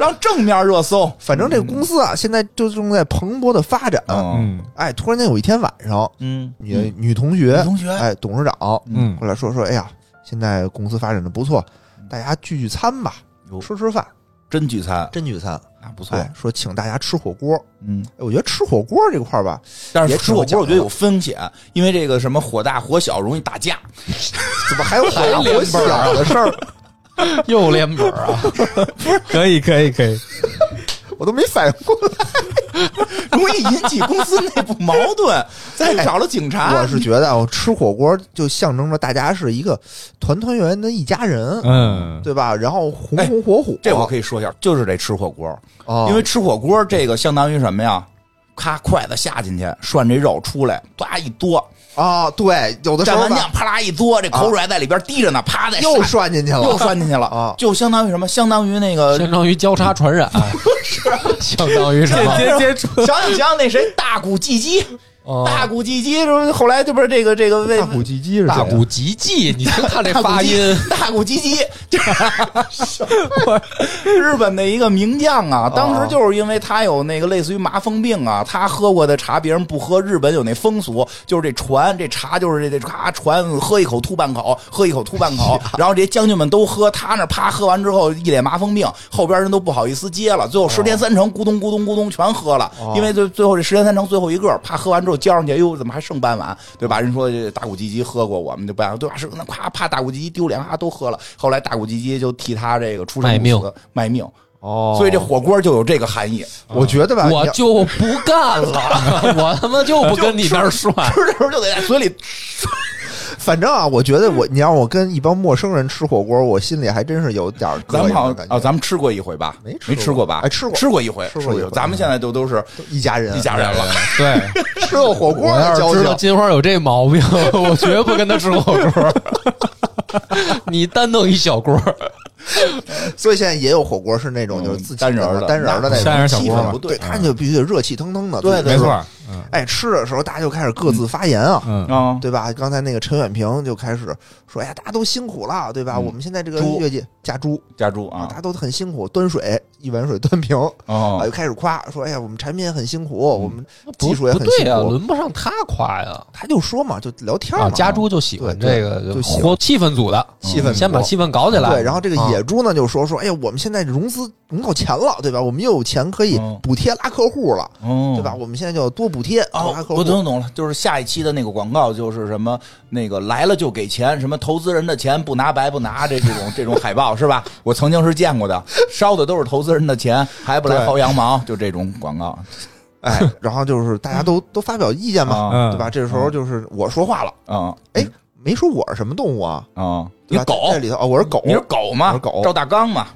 S9: 上正面热搜。
S6: 反正这个公司啊，现在就正在蓬勃的发展。
S9: 嗯
S7: 嗯
S6: 哎，突然间有一天晚上，
S9: 嗯，
S6: 你的女同学，
S9: 女同学
S6: 哎，董事长
S7: 嗯
S6: 过来说说，哎呀，现在公司发展的不错，大家聚聚餐吧，
S9: 嗯哟
S6: 吃吃饭，
S9: 真聚餐，
S6: 真聚餐。
S9: 那不错。
S6: 哎，说请大家吃火锅。
S9: 嗯，
S6: 哎我觉得吃火锅这块儿吧，
S9: 但
S6: 也
S9: 是
S6: 挺
S9: 吃火
S6: 有讲
S9: 锅
S6: 究
S9: 我觉得有风险，因为这个什么火大火小容易打架。
S6: 怎么还有火大火
S9: 啊
S6: 小的事儿？
S8: 又连本 儿啊！
S7: 可以可以可以，
S6: 我都没反应过来。
S9: 容易引起公司内部矛 盾，再找了警察。
S6: 我是觉得啊，吃火锅就象征着大家是一个团团圆圆的一家人，
S7: 嗯，
S6: 对吧？然后红红火火，
S9: 哎这我可以说一下，就是得吃火锅，
S6: 啊，
S9: 因为吃火锅这个相当于什么呀？咔，筷子下进去，涮这肉出来，啪一剁，
S6: 啊，对，有的时
S9: 蘸
S6: 候
S9: 完
S6: 吧啊
S9: 酱，啪啦一嘬，这口水还在里边滴着呢，啪再
S6: 又
S9: 涮
S6: 涮进去了，
S9: 又涮进去了
S6: 啊
S9: 就相当于什么？相当于那个
S8: 相当于交叉传
S7: 哎
S8: 染， 相当于什么？
S7: 接接触
S9: 想想想那谁大谷纪基，
S8: 哦
S9: 大谷纪基这不后来这不是这个这个为
S6: 大骨鸡鸡是
S8: 大
S6: 吧？
S8: 鼓集记，你听他这
S9: 大
S8: 发
S9: 谷纪
S8: 音，
S9: 大谷纪基，日本的一个名将啊，
S8: 哦
S9: 当时就是因为他有那个类似于麻风病啊，他喝过的茶别人不喝，日本有那风俗，就是这船这茶就是这这咔船喝一口吐半口，喝一口吐半 口，然后这些将军们都喝，他那啪喝完之后一脸麻风病，后边人都不好意思接了，最后十天三成咕咚咕咚咕咚全喝了，
S8: 哦
S9: 因为最最后这十天三成最后一个，啪喝完之后交上去，哎呦怎么还剩半碗，对吧？人说这大谷吉吉喝过，我们就不想对吧？是那夸怕大谷吉吉丢脸，哈都喝了，后来大谷吉吉就替他这个出生
S8: 卖
S9: 入
S8: 命
S9: 死卖命。
S6: 哦
S9: 所以这火锅就有这个含义。
S6: 我觉
S7: 哎
S6: 得吧，
S8: 我
S6: 你要
S8: 就不干了，我他妈就不跟你那儿涮。
S9: 吃的时候就得在嘴里
S6: 反正啊，我觉得我你让我跟一帮陌生人吃火锅，我心里还真是有点膈
S9: 咱
S6: 应
S9: 们好
S6: 的
S9: 像
S6: 感觉。
S9: 啊，咱们吃过一回吧？
S6: 没吃
S9: 没吃过吧？
S6: 哎吃过
S9: 吃过一回，
S6: 吃过一回嗯
S9: 吃咱们现在都都是
S6: 都一家人，
S9: 一家人了。
S8: 对，
S6: 吃个火锅
S8: 我要
S6: 交
S8: 是知道
S6: 情。
S8: 金花有这毛病， 我绝不跟他吃火锅。 你单弄一小锅，
S6: 所以现在也有火锅是那种就是自己
S9: 单人儿的
S6: 单人儿的那种
S7: 单
S9: 嗯
S7: 人小
S6: 气
S7: 锅
S6: 氛
S7: 嘛
S6: 不对，他就必须得热气腾腾的。
S9: 对
S6: 就
S7: 没
S6: 是
S7: 错儿，嗯
S6: 哎，吃的时候大家就开始各自发言啊，
S7: 嗯，
S9: 啊，
S6: 对吧？刚才那个陈远平就开始说：“哎呀，大家都辛苦了，对吧？
S9: 嗯
S6: 我们现在这个
S9: 猪
S6: 乐器加猪
S9: 家猪
S6: 啊，大
S9: 啊，
S6: 家都很辛苦，端水一碗水端平啊，
S9: 哦
S6: 又，开始夸说：‘哎呀，我们产品也很辛苦，我们
S8: 不
S6: 技术也
S8: 不
S6: 很
S8: 对
S6: 辛
S8: 呀、
S6: 苦。
S8: 轮不上他夸呀’。
S6: 他就说嘛，就聊天
S8: 啊，
S6: 嘛，
S8: 家猪就喜欢
S6: 对
S8: 这
S6: 对
S8: 个
S6: 就喜欢
S8: 活气氛组的，嗯
S6: 气氛
S8: 先把
S6: 组
S8: 气氛搞起来。
S6: 对，然后这个
S8: 啊
S6: 野猪呢就说说，哎呀，我们现在融资融到钱了，对吧？我们又有钱可以
S9: 嗯
S6: 补贴拉客户了，
S9: 哦
S6: 对吧？？我们现在就要多补贴多拉
S9: 哦，
S6: 客
S9: 我
S6: 户。
S9: 懂懂了，就是下一期的那个广告就是什么那个来了就给钱，什么投资人的钱不拿白不拿，这这种 这种海报是吧？我曾经是见过的，烧的都是投资人的钱，还不来薅羊毛，就这种广告
S6: 哎，然后就是大家都都发表意见嘛，
S9: 啊
S6: 对吧？这时候就是我说话了，
S9: 啊
S6: 哎，没说我是什么动物啊？
S9: 啊！你
S6: 对吧
S9: 狗
S6: 在，里头哦，我是狗，
S9: 你是狗
S6: 我
S9: 吗
S6: 是？狗
S9: 赵大刚嘛，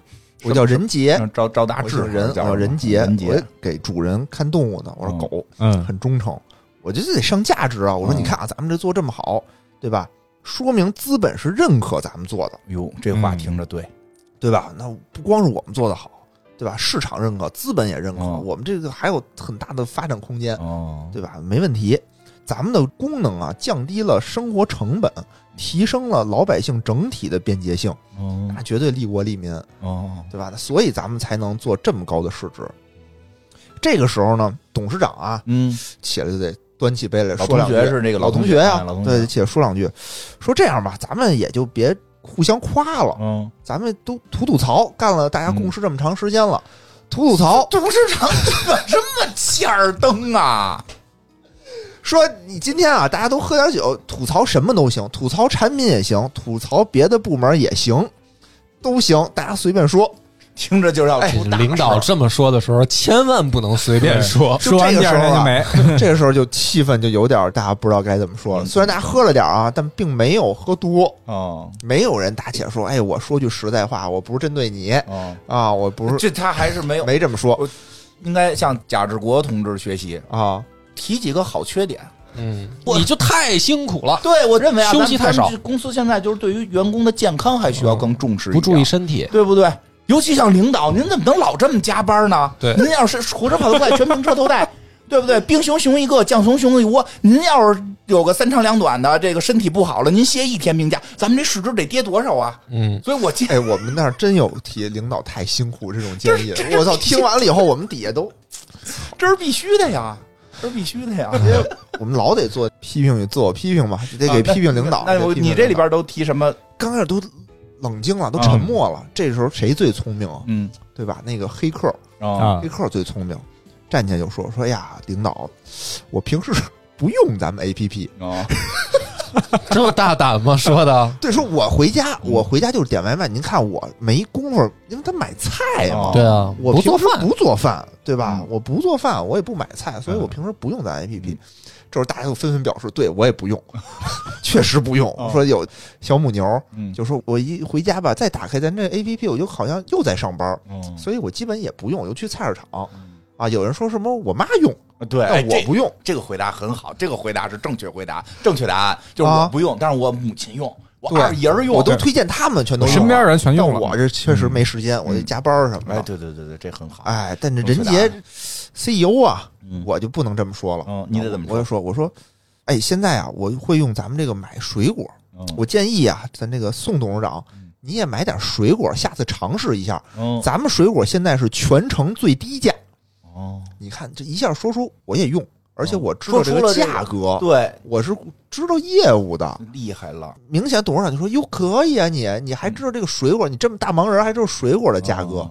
S6: 我叫任杰，
S9: 嗯赵赵大
S6: 哎我
S9: 志
S6: 姓人，
S9: 叫
S6: 我任杰，
S9: 杰，任
S6: 我给主人看动物呢，我是狗，
S7: 嗯
S6: 很忠诚，我觉得这得上价值啊。我说
S9: 嗯
S6: 你看啊，咱们这做这么好，对吧？说明资本是认可咱们做的，
S9: 哟，这话
S7: 嗯
S9: 听着对，
S6: 对吧？那不光是我们做的好，对吧？市场认可，资本也认可，
S9: 嗯
S6: 我们这个还有很大的发展空间，
S9: 哦，
S6: 对吧？没问题。咱们的功能啊，降低了生活成本，提升了老百姓整体的便捷性，
S9: 哦
S6: 那绝对利国利民。
S9: 哦，
S6: 对吧？所以咱们才能做这么高的市值。这个时候呢，董事长啊
S9: 嗯，
S6: 起来就得端起杯来
S9: 老
S6: 说
S9: 同
S6: 两句。
S9: 学是这个
S6: 老
S9: 同
S6: 同学
S9: 啊，
S6: 呀
S9: 老同，
S6: 对，，起来说两句，说这样吧，咱们也就别互相夸了，
S9: 嗯，
S6: 咱们都吐吐槽，干了大家共事这么长时间了，吐吐槽，
S9: 董事长怎么这么欠儿灯啊？
S6: 说你今天啊，大家都喝点酒，吐槽什么都行，吐槽产品也行，吐槽别的部门也行，都行，大家随便说。
S9: 听着就要
S8: 哎
S9: 出大事儿
S8: 领导这么说的时候，千万不能随便
S9: 哦
S8: 说。
S6: 就
S7: 说完
S6: 这个
S7: 第
S6: 时
S7: 二
S6: 候
S7: 天就
S6: 啊
S7: 没，
S6: 这个时候就气氛就有点儿大家不知道该怎么说了。
S9: 嗯
S6: 虽然大家喝了点儿啊，但并没有喝多，
S9: 哦
S6: 没有人打起来说：“哎，我说句实在话，我不是针对你
S9: 哦，
S6: 啊，我不是
S9: 这他还是没有，
S6: 没这么说
S9: 应该向贾志国同志学习，
S6: 啊。
S9: 提几个好缺点。
S8: 嗯，你就太辛苦了，
S9: 对，我认为啊，
S8: 休息
S9: 咱们
S8: 太少
S9: 咱们公司现在就是对于员工的健康还需要更重视，
S8: 不注意，身体。
S9: 对不对？尤其像领导，您怎么能老这么加班呢？
S8: 对
S9: 您要是火车跑得快，全凭车头带。 对不对？兵熊熊一个，将熊熊一窝。您要是有个三长两短的，这个身体不好了，您歇一天病假，咱们这市值得跌多少啊？
S8: 嗯，
S9: 所以我建”
S6: 哎，我们那儿真有提领导太辛苦这种 建议
S9: 这
S6: 的。
S9: 这
S6: 我操，听完了以后，我们底下都，
S9: 这是必须的呀，这是必须的呀。
S6: 哎我们老得做批评与自我批评嘛，得给
S9: 啊那
S6: 批评领导。
S9: 那
S6: 得
S9: 我
S6: 批评
S9: 你这
S6: 领
S9: 里
S6: 导
S9: 边都提什么？
S6: 刚开始都冷静了，都沉默了。这时候谁最聪明啊？
S9: 嗯
S6: 对吧？那个黑客
S8: 哦
S7: 啊
S6: 黑，客最聪明，站起来就说：“说哎呀，领导，我平时不用咱们 APP。
S8: 哦
S9: 啊
S8: 这么大胆吗？说的
S6: 对，说我回家，我回家就是点外卖。您看我没工夫，因为他买菜嘛，
S9: 哦
S8: 对啊，
S6: 我
S8: 不做
S6: 平时
S8: 饭。
S6: 不做饭，对吧？
S9: 嗯
S6: 我不做饭，我也不买菜，所以我平时不用咱 APP。这时候大家就纷纷表示，对我也不用， 确实不用。
S9: 哦
S6: 说有小母牛
S9: 嗯
S6: 就说，我一回家吧，再打开咱这 APP，我就好像又在上班，
S9: 嗯
S6: 所以我基本也不用，我就去菜市场。啊，有人说什么我妈用，
S9: 对，哎
S6: 但我不用。
S9: 这个回答很好，这个回答是正确回答，正确答案就是
S6: 啊
S9: 我不用，但是我母亲用，我
S6: 对
S9: 二姨儿用，
S6: 我都推荐他们全都
S7: 我
S6: 用
S7: 身边
S6: 了
S7: 人全用
S6: 但
S7: 了
S6: 我这确实没时间，我得加班儿什么
S9: 嗯哎，
S6: 的。
S9: 对对对对，这很好。
S6: 哎，但是
S9: 正确
S6: 人
S9: 答案
S6: 杰 CEO 啊
S9: 嗯，
S6: 我就不能这么说了。
S9: 嗯你得怎么说
S6: 我就说，我说，哎，现在啊，我会用咱们这个买水果。
S9: 嗯，
S6: 我建议啊，咱这个宋董事长，你也买点水果，下次尝试一下。
S9: 嗯
S6: 咱们水果现在是全城最低价，
S9: 哦，
S6: 你看这一下说出我也用，而且我知道
S9: 嗯说
S6: 这
S9: 出了这个
S6: 价格，
S9: 对，
S6: 我是知道业务的。
S9: 厉害了，
S6: 明显董事长就说：“哟，可以啊你，你还知道这个水果，你这么大忙人还知道水果的价格？”
S9: 嗯哦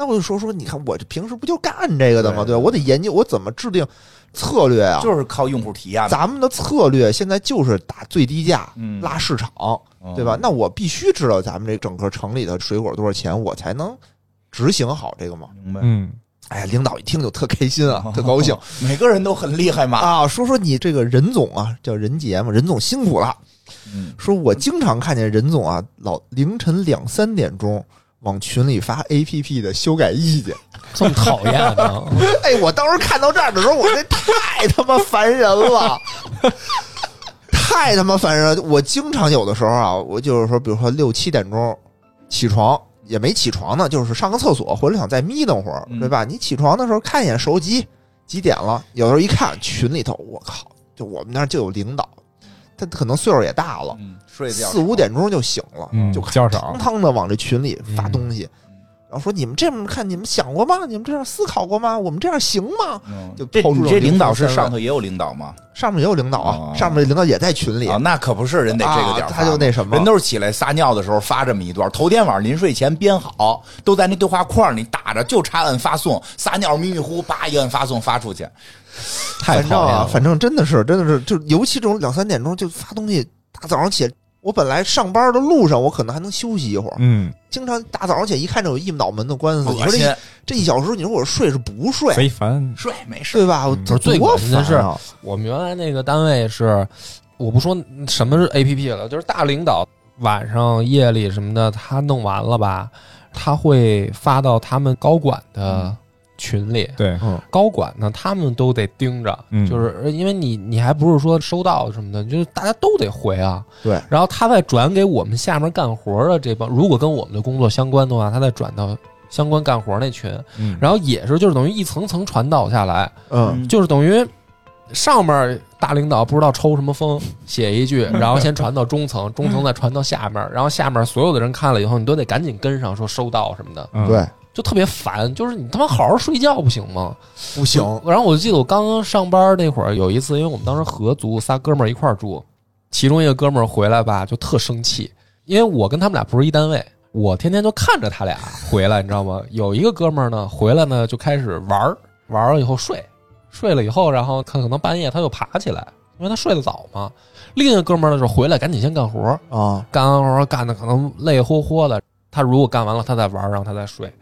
S6: 那我就说说，你看我这平时不就干这个的吗？
S9: 对
S6: 对吧？我得研究我怎么制定策略啊。
S9: 就是靠用户体验的，
S6: 咱们的策略现在就是打最低价，
S9: 嗯
S6: 拉市场，
S9: 嗯
S6: 对吧？那我必须知道咱们这整个城里的水果多少钱，我才能执行好这个嘛。
S9: 明白？
S7: 嗯，
S6: 哎呀，领导一听就特开心 啊，特高兴。
S9: 每个人都很厉害嘛。
S6: 啊啊，说说你这个任总啊，叫任杰嘛，任总辛苦了，
S9: 嗯
S6: 说我经常看见任总啊，老凌晨两三点钟往群里发 A P P 的修改意见。
S8: 这么讨厌呢？
S6: 哎，我当时看到这儿的时候，我这太他妈烦人了，太他妈烦人了。我经常有的时候啊，我就是说，比如说六七点钟起床。也没起床呢，就是上个厕所，回来想再眯瞪会儿，
S9: 嗯
S6: 对吧？你起床的时候看一眼手机，几点了？有时候一看群里头，我靠，就我们那儿就有领导，他可能岁数也大了，
S9: 嗯，睡觉
S6: 四五点钟就醒了，
S7: 嗯
S6: 就
S7: 较少
S6: 堂堂的往这群里发
S7: 嗯
S6: 东西，然后说你们这么看，你们想过吗？你们这样思考过吗？我们这样行吗？
S9: 嗯
S6: 就
S9: 这
S6: 抛出
S9: 你
S6: 这
S9: 这
S6: 种
S9: 领导
S6: 零
S9: 是
S6: 散
S9: 上头也有领导吗？
S6: 上面也有领导啊，
S9: 哦
S6: 上面的领导也在群里
S9: 啊，那可不是人得这个点儿发
S6: 啊
S9: 嘛、
S6: 他就那什么
S9: 人都是起来撒尿的时候发这么一段，头天晚上临睡前编好，都在那对话框里打着，就差按发送，撒尿迷迷糊糊，叭一按发送发出去，
S8: 太
S6: 反正
S8: 讨厌
S6: 啊，
S8: 了。
S6: 反正真的是，真的是，就尤其这种两三点钟就发东西，大早上起来，我本来上班的路上，我可能还能休息一会儿，
S7: 嗯，
S6: 经常大早上起来一看这有一脑门的官司，你
S9: 恶
S6: 说这
S9: 心
S6: 一。这一小时，你说我睡是不睡，
S7: 贼烦。
S9: 睡没事。
S6: 对吧？我
S8: 不是最
S6: 多
S8: 恶心的是
S6: 烦啊
S8: 我们原来那个单位是，我不说什么是 A P P 了，就是大领导晚上夜里什么的，他弄完了吧，他会发到他们高管的群里。
S7: 对，
S9: 哦
S8: 高管呢，他们都得盯着，
S7: 嗯
S8: 就是因为你你还不是说收到什么的，就是大家都得回啊。
S6: 对，
S8: 然后他再转给我们下面干活的这帮，如果跟我们的工作相关的话，他再转到相关干活那群，
S7: 嗯
S8: 然后也是就是等于一层层传导下来，
S6: 嗯，
S8: 就是等于上面大领导不知道抽什么风，写一句，然后先传到中层，中层再传到下面，然后下面所有的人看了以后，你都得赶紧跟上，说收到什么的，
S7: 嗯，
S6: 对，
S8: 就特别烦。就是你他妈好好睡觉不行吗？
S6: 不行，
S8: 然后我记得我刚刚上班那会儿，有一次，因为我们当时合租，仨哥们儿一块儿住，其中一个哥们儿回来吧，就特生气，因为我跟他们俩不是一单位，我天天就看着他俩回来，你知道吗？有一个哥们儿呢，回来呢就开始玩儿，玩了以后睡，睡了以后，然后他可能半夜他又爬起来，因为他睡得早嘛。另一个哥们儿呢就回来，赶紧先干活儿，
S6: 啊，
S8: 干完活干的可能累乎乎的，他如果干完了他再玩，然后他再睡。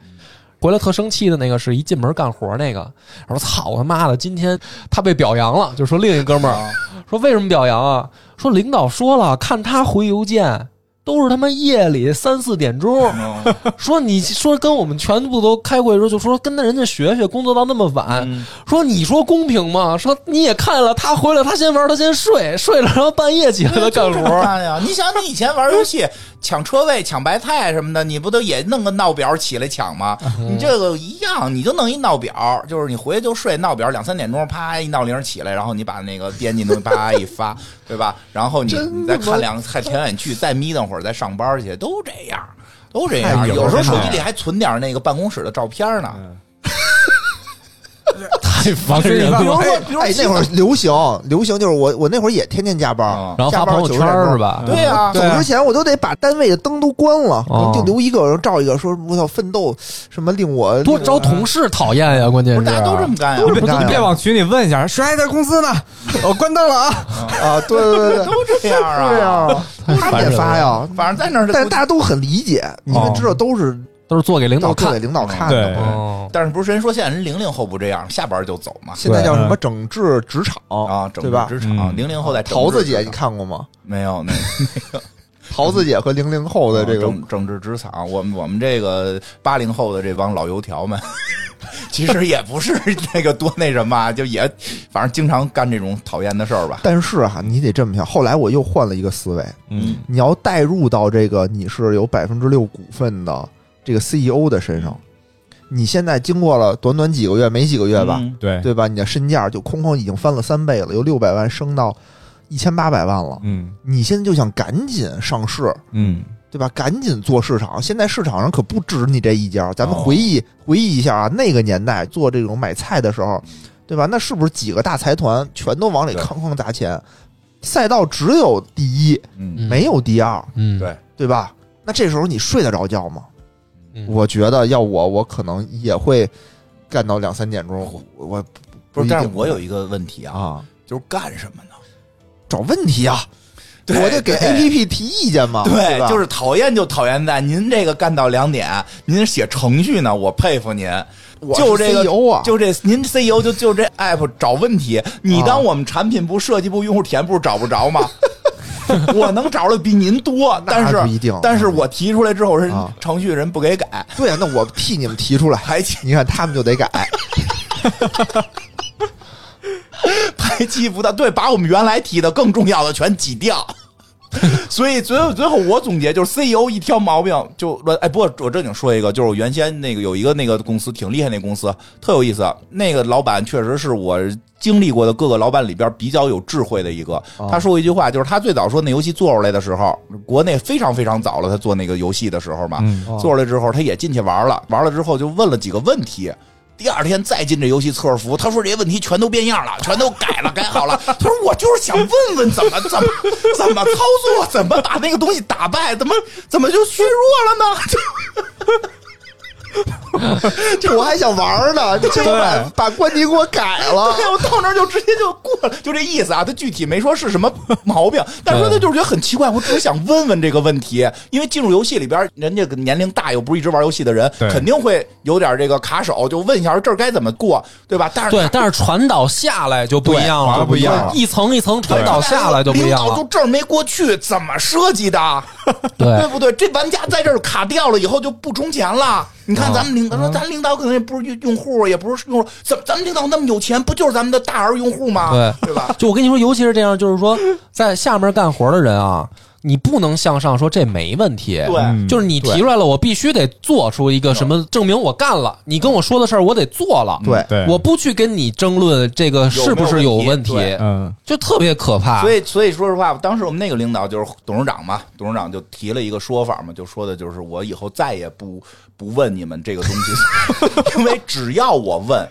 S8: 回来特生气的那个是一进门干活那个，我说操他妈的，今天他被表扬了，就说另一哥们儿 说为什么表扬啊？说领导说了，看他回邮件都是他妈夜里三四点钟， 说你说跟我们全部都开会的时候就说跟那人家学学，工作到那么晚，说你说公平吗？说你也看了，他回来他先玩，他先睡，睡了然后半夜起来他 干活，
S9: 哎呀，你想你以前玩游戏抢车位、抢白菜什么的，你不都也弄个闹表起来抢吗？你这个一样，你就弄一闹表，就是你回去就睡闹表，两三点钟啪一闹铃起来，然后你把那个编辑东西啪一发，对吧？然后你你再看两看表演剧，再眯瞪会儿，再上班去，都这样，都这样。
S7: 太有
S9: 有时候
S7: 人了
S9: 手机里还存点那个办公室的照片呢。
S8: 太烦
S7: 人了
S9: 比如说，比如
S6: 哎，那会儿流行流行就是我我那会儿也天天加班，
S9: 啊
S8: 然后发
S6: 加班
S8: 朋友圈
S6: 90
S8: 儿是吧？
S9: 对啊呀、
S6: 走之前我都得把单位的灯都关了，
S8: 哦
S6: 就留一个，然后照一个，说我要奋斗，什么令我
S8: 多招同事讨厌呀，关键
S9: 不
S8: 是
S9: 是大家都这么干呀、啊
S6: 都这么
S7: 你别
S6: 干
S7: 你别
S6: 呀
S7: 往群里问一下，谁还在公司呢？我关灯了 啊！
S6: 啊，对对对对，
S9: 都这样啊。
S6: 对啊，他们也发呀，
S9: 反正在那儿就，
S6: 但是大家都很理解，你们知道都是
S8: 都是做给领导
S6: 都做给
S8: 看。
S6: 领导看
S7: 对
S6: 的嘛。
S8: 哦，
S9: 但是不是人说现在人零零后不这样，下班就走嘛？
S6: 现在叫什么整治职场
S9: 啊，整
S6: 对
S9: 个
S6: 吧？
S9: 职场
S7: 嗯
S9: 零零后在整
S6: 桃子
S9: 治职
S6: 姐，
S9: 场
S6: 你看过吗？
S9: 没有那个
S6: 桃子姐和零零后的这个
S9: 政政治职场，我们我们这个八零后的这帮老油条们， 其实也不是那个多那什么啊，就也反正经常干这种讨厌的事儿吧。
S6: 但是哈、你得这么想。后来我又换了一个思维，
S7: 嗯，
S6: 你要带入到这个你是有百分之六股份的这个 CEO 的身上，你现在经过了短短几个月，没几个月吧，
S9: 嗯
S7: 对，
S6: 对吧？你的身价就空空已经翻了三倍了，由六百万升到一千八百万了。
S7: 嗯
S6: 你现在就想赶紧上市，
S7: 嗯，
S6: 对吧？赶紧做市场。现在市场上可不止你这一家。咱们
S9: 哦
S6: 回忆、回忆一下啊，那个年代做这种买菜的时候，对吧？那是不是几个大财团全都往里
S9: 对
S6: 哐哐砸钱？赛道只有第一，
S9: 嗯，
S8: 嗯
S6: 没有第二，
S8: 嗯，
S9: 对
S6: 对吧？那这时候你睡得着觉吗？
S8: 嗯
S6: 我觉得要我，我可能也会干到两三点钟。我我
S9: 不是，
S6: 一定
S9: 但是我有一个问题啊，
S6: 啊，
S9: 就是干什么呢？
S6: 找问题啊，
S9: 对
S6: 我得给
S9: 对
S6: A P P 提意见嘛，
S9: 对，
S6: 吧？
S9: 就是讨厌就讨厌在您这个干到两点，您写程序呢，我佩服您。
S6: 我
S9: 就是这个
S6: CEO 啊，
S9: 就这，您 CEO 就就这 app 找问题，你
S6: 啊
S9: 当我们产品部、设计部、用户体验部找不着吗？我能找着的比您多，但是
S6: 不一定
S9: 但是我提出来之后，人
S6: 啊
S9: 程序人不给改，
S6: 对呀，啊那我替你们提出来，
S9: 还欺
S6: 你看他们就 得改，
S9: 还欺负他，对，把我们原来提的更重要的全挤掉。 所以最后最后我总结就是 CEO 一挑毛病就哎，不过我正经说一个，就是我原先那个有一个那个公司挺厉害，那公司特有意思，啊那个老板确实是我经历过的各个老板里边比较有智慧的一个。他说过一句话，就是他最早说那游戏做出来的时候，国内非常非常早了，他做那个游戏的时候嘛，做出来之后他也进去玩了，玩了之后就问了几个问题。第二天再进这游戏测试服，他说这些问题全都变样了，全都改了，改好了。他说我就是想问问怎么怎么怎么操作，怎么把那个东西打败，怎么怎么就削弱了呢？
S6: 这我还想玩呢，这把把关节给我改了，
S9: 对，我到那儿就直接就过了，就这意思啊。他具体没说是什么毛病，但是说他就是觉得很奇怪，我只是想问问这个问题，因为进入游戏里边，人家年龄大又不是一直玩游戏的人，
S7: 对
S9: 肯定会有点这个卡手，就问一下这儿该怎么过，对吧？但是
S8: 对，但是传导下来就不一样
S7: 对
S8: 了，
S7: 不一样了
S8: 一层一层传导下来就不一样
S9: 领导就
S8: 了。
S9: 这儿没过去，怎么设计 的？
S8: 对
S9: 不对？这玩家在这儿卡掉了以后就不充钱了。你
S8: 啊
S9: 看咱们领导，
S8: 嗯
S9: 咱领导可能也不是用户，也不是用户，怎么咱们领导那么有钱，不就是咱们的大儿用户吗？
S8: 对
S9: 啊对 吧？
S8: 就我跟你说，尤其是这样，就是说在下面干活的人啊，你不能向上说这没问题，
S9: 对嗯
S8: 就是你提出来了，我必须得做出一个什么证明我干了，你跟我说的事儿我得做了，嗯
S6: 对
S7: 对
S8: 我不去跟你争论这个是不
S9: 有
S8: 是有
S9: 没有
S8: 问
S9: 问题
S8: 题，
S7: 嗯，
S8: 就特别可怕。
S9: 所以，所以说实话，当时我们那个领导就是董事长嘛，董事长就提了一个说法嘛，就说的就是我以后再也不不问你们这个东 西，因为只要我问，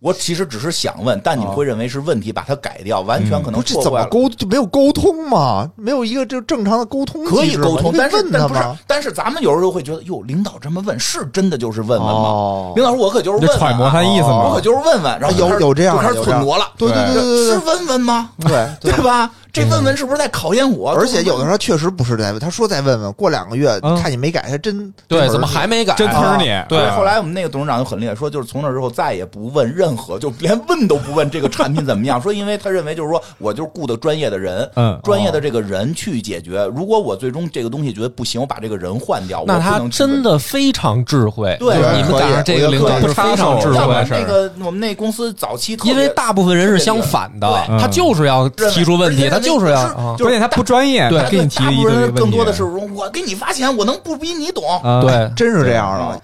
S9: 我其实只是想问，但你
S8: 啊
S9: 们会认为是问题，把它改掉，完
S8: 嗯
S9: 全可能
S6: 不是这
S9: 错
S6: 怎
S9: 怪
S6: 么
S9: 了。
S6: 沟就没有沟通嘛？没有一个就正常的沟通机制嘛，
S9: 可以沟通，
S6: 你可
S9: 但
S6: 以
S9: 是
S6: 问
S9: 但
S6: 他
S9: 不是
S6: 嘛。，
S9: 但是咱们有时候会觉得，哟，领导这么问，是真的就是问问吗？
S6: 哦
S9: 领导说，我可就是
S7: 你
S9: 问
S7: 就
S9: 问、啊，
S7: 揣摩他意思
S9: 我
S7: 嘛
S9: 可。就是问问，然后
S6: 有
S9: 就开始
S6: 有这样
S9: 就
S6: 的
S9: 开始
S6: 有这样
S9: 忖度了，
S6: 对对对对对
S9: 是问问吗？
S6: 对
S9: 对吧？这问问是不是在考验我？
S6: 而且有的时候确实不是在问，他说再问问，过两个月
S7: 嗯
S6: 看你没改，还真
S8: 对，
S6: 真
S8: 怎么
S6: 是
S8: 还没改？啊
S7: 真呲儿你，
S8: 对
S9: 后来我们那个董事长就很厉害，说就是从那之后再也不问任何，就连问都不问这个产品怎么样。说因为他认为就是说，我就是雇的专业的人，
S7: 嗯
S9: 专
S6: 哦
S9: 业的这个人去解决。如果我最终这个东西觉得不行，我把这个人换掉，
S8: 那
S9: 我不
S8: 他
S9: 能去
S8: 真的非常智慧，
S9: 对
S8: 就是你
S9: 可以
S8: 们赶上这个
S6: 我觉得
S8: 领导
S6: 可
S8: 是
S6: 以
S8: 非常智
S9: 问。要
S8: 慧
S9: 不
S8: 的
S9: 然
S8: 事
S9: 那
S8: 儿。
S9: 个我们那公司早期特别
S8: 因为大部分人是相反的，
S7: 对
S8: 他就是要提出问题，
S9: 对
S8: 他就是要
S9: 而且
S8: 啊
S9: 就是
S7: 关键他不专业，
S8: 对
S7: 他给你提
S9: 大
S7: 一
S9: 部
S7: 堆
S9: 分
S7: 问
S9: 人
S7: 题，
S9: 更多的是说，我给你发钱，我能不比你懂？
S7: 啊，
S8: 对，
S6: 真是这样
S9: 嗯
S6: 的。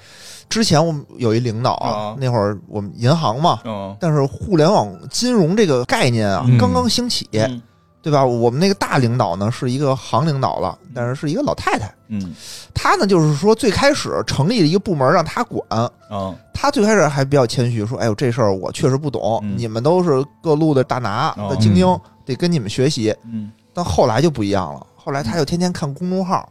S6: 之前我们有一领导啊
S9: 啊，
S6: 那会儿我们银行嘛，
S9: 嗯，
S6: 但是互联网金融这个概念啊
S7: 嗯
S6: 刚刚兴起，
S9: 嗯
S6: 对吧？我们那个大领导呢是一个行领导了，但是是一个老太太，
S9: 嗯
S6: 她呢就是说最开始成立了一个部门让她管，
S9: 嗯
S6: 他最开始还比较谦虚，说：“哎呦，这事儿我确实不懂，
S9: 嗯
S6: 你们都是各路的大拿
S9: 哦
S6: 的精英，得跟你们学习。
S9: 嗯，”
S6: 但后来就不一样了，后来他就天天看公众号，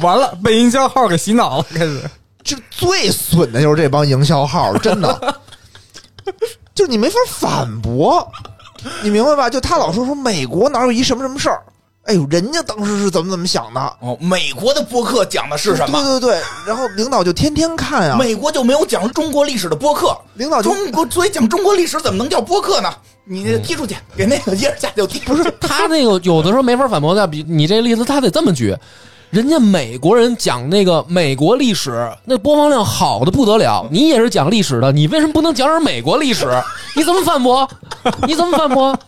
S7: 完了被营销号给洗脑了，开始
S6: 这最损的就是这帮营销号，真的，就是你没法反驳，你明白吧？就他老说说美国哪有一什么什么事儿，哎呦，人家当时是怎么怎么想的，
S9: 哦，美国的播客讲的是什么？
S6: 对对对，然后领导就天天看
S8: 啊
S6: 呀、
S9: 美国就没有讲中国历史的播客，
S6: 领导就
S9: 中国所以讲中国历史怎么能叫播客呢？你这踢出去，给那个耶尔下就踢。嗯不是
S8: 他那个有的时候没法反驳的，比你这例子他得这么举，人家美国人讲那个美国历史，那播放量好的不得了，你也是讲历史的，你为什么不能讲点美国历史？你怎么反驳？你怎么反驳？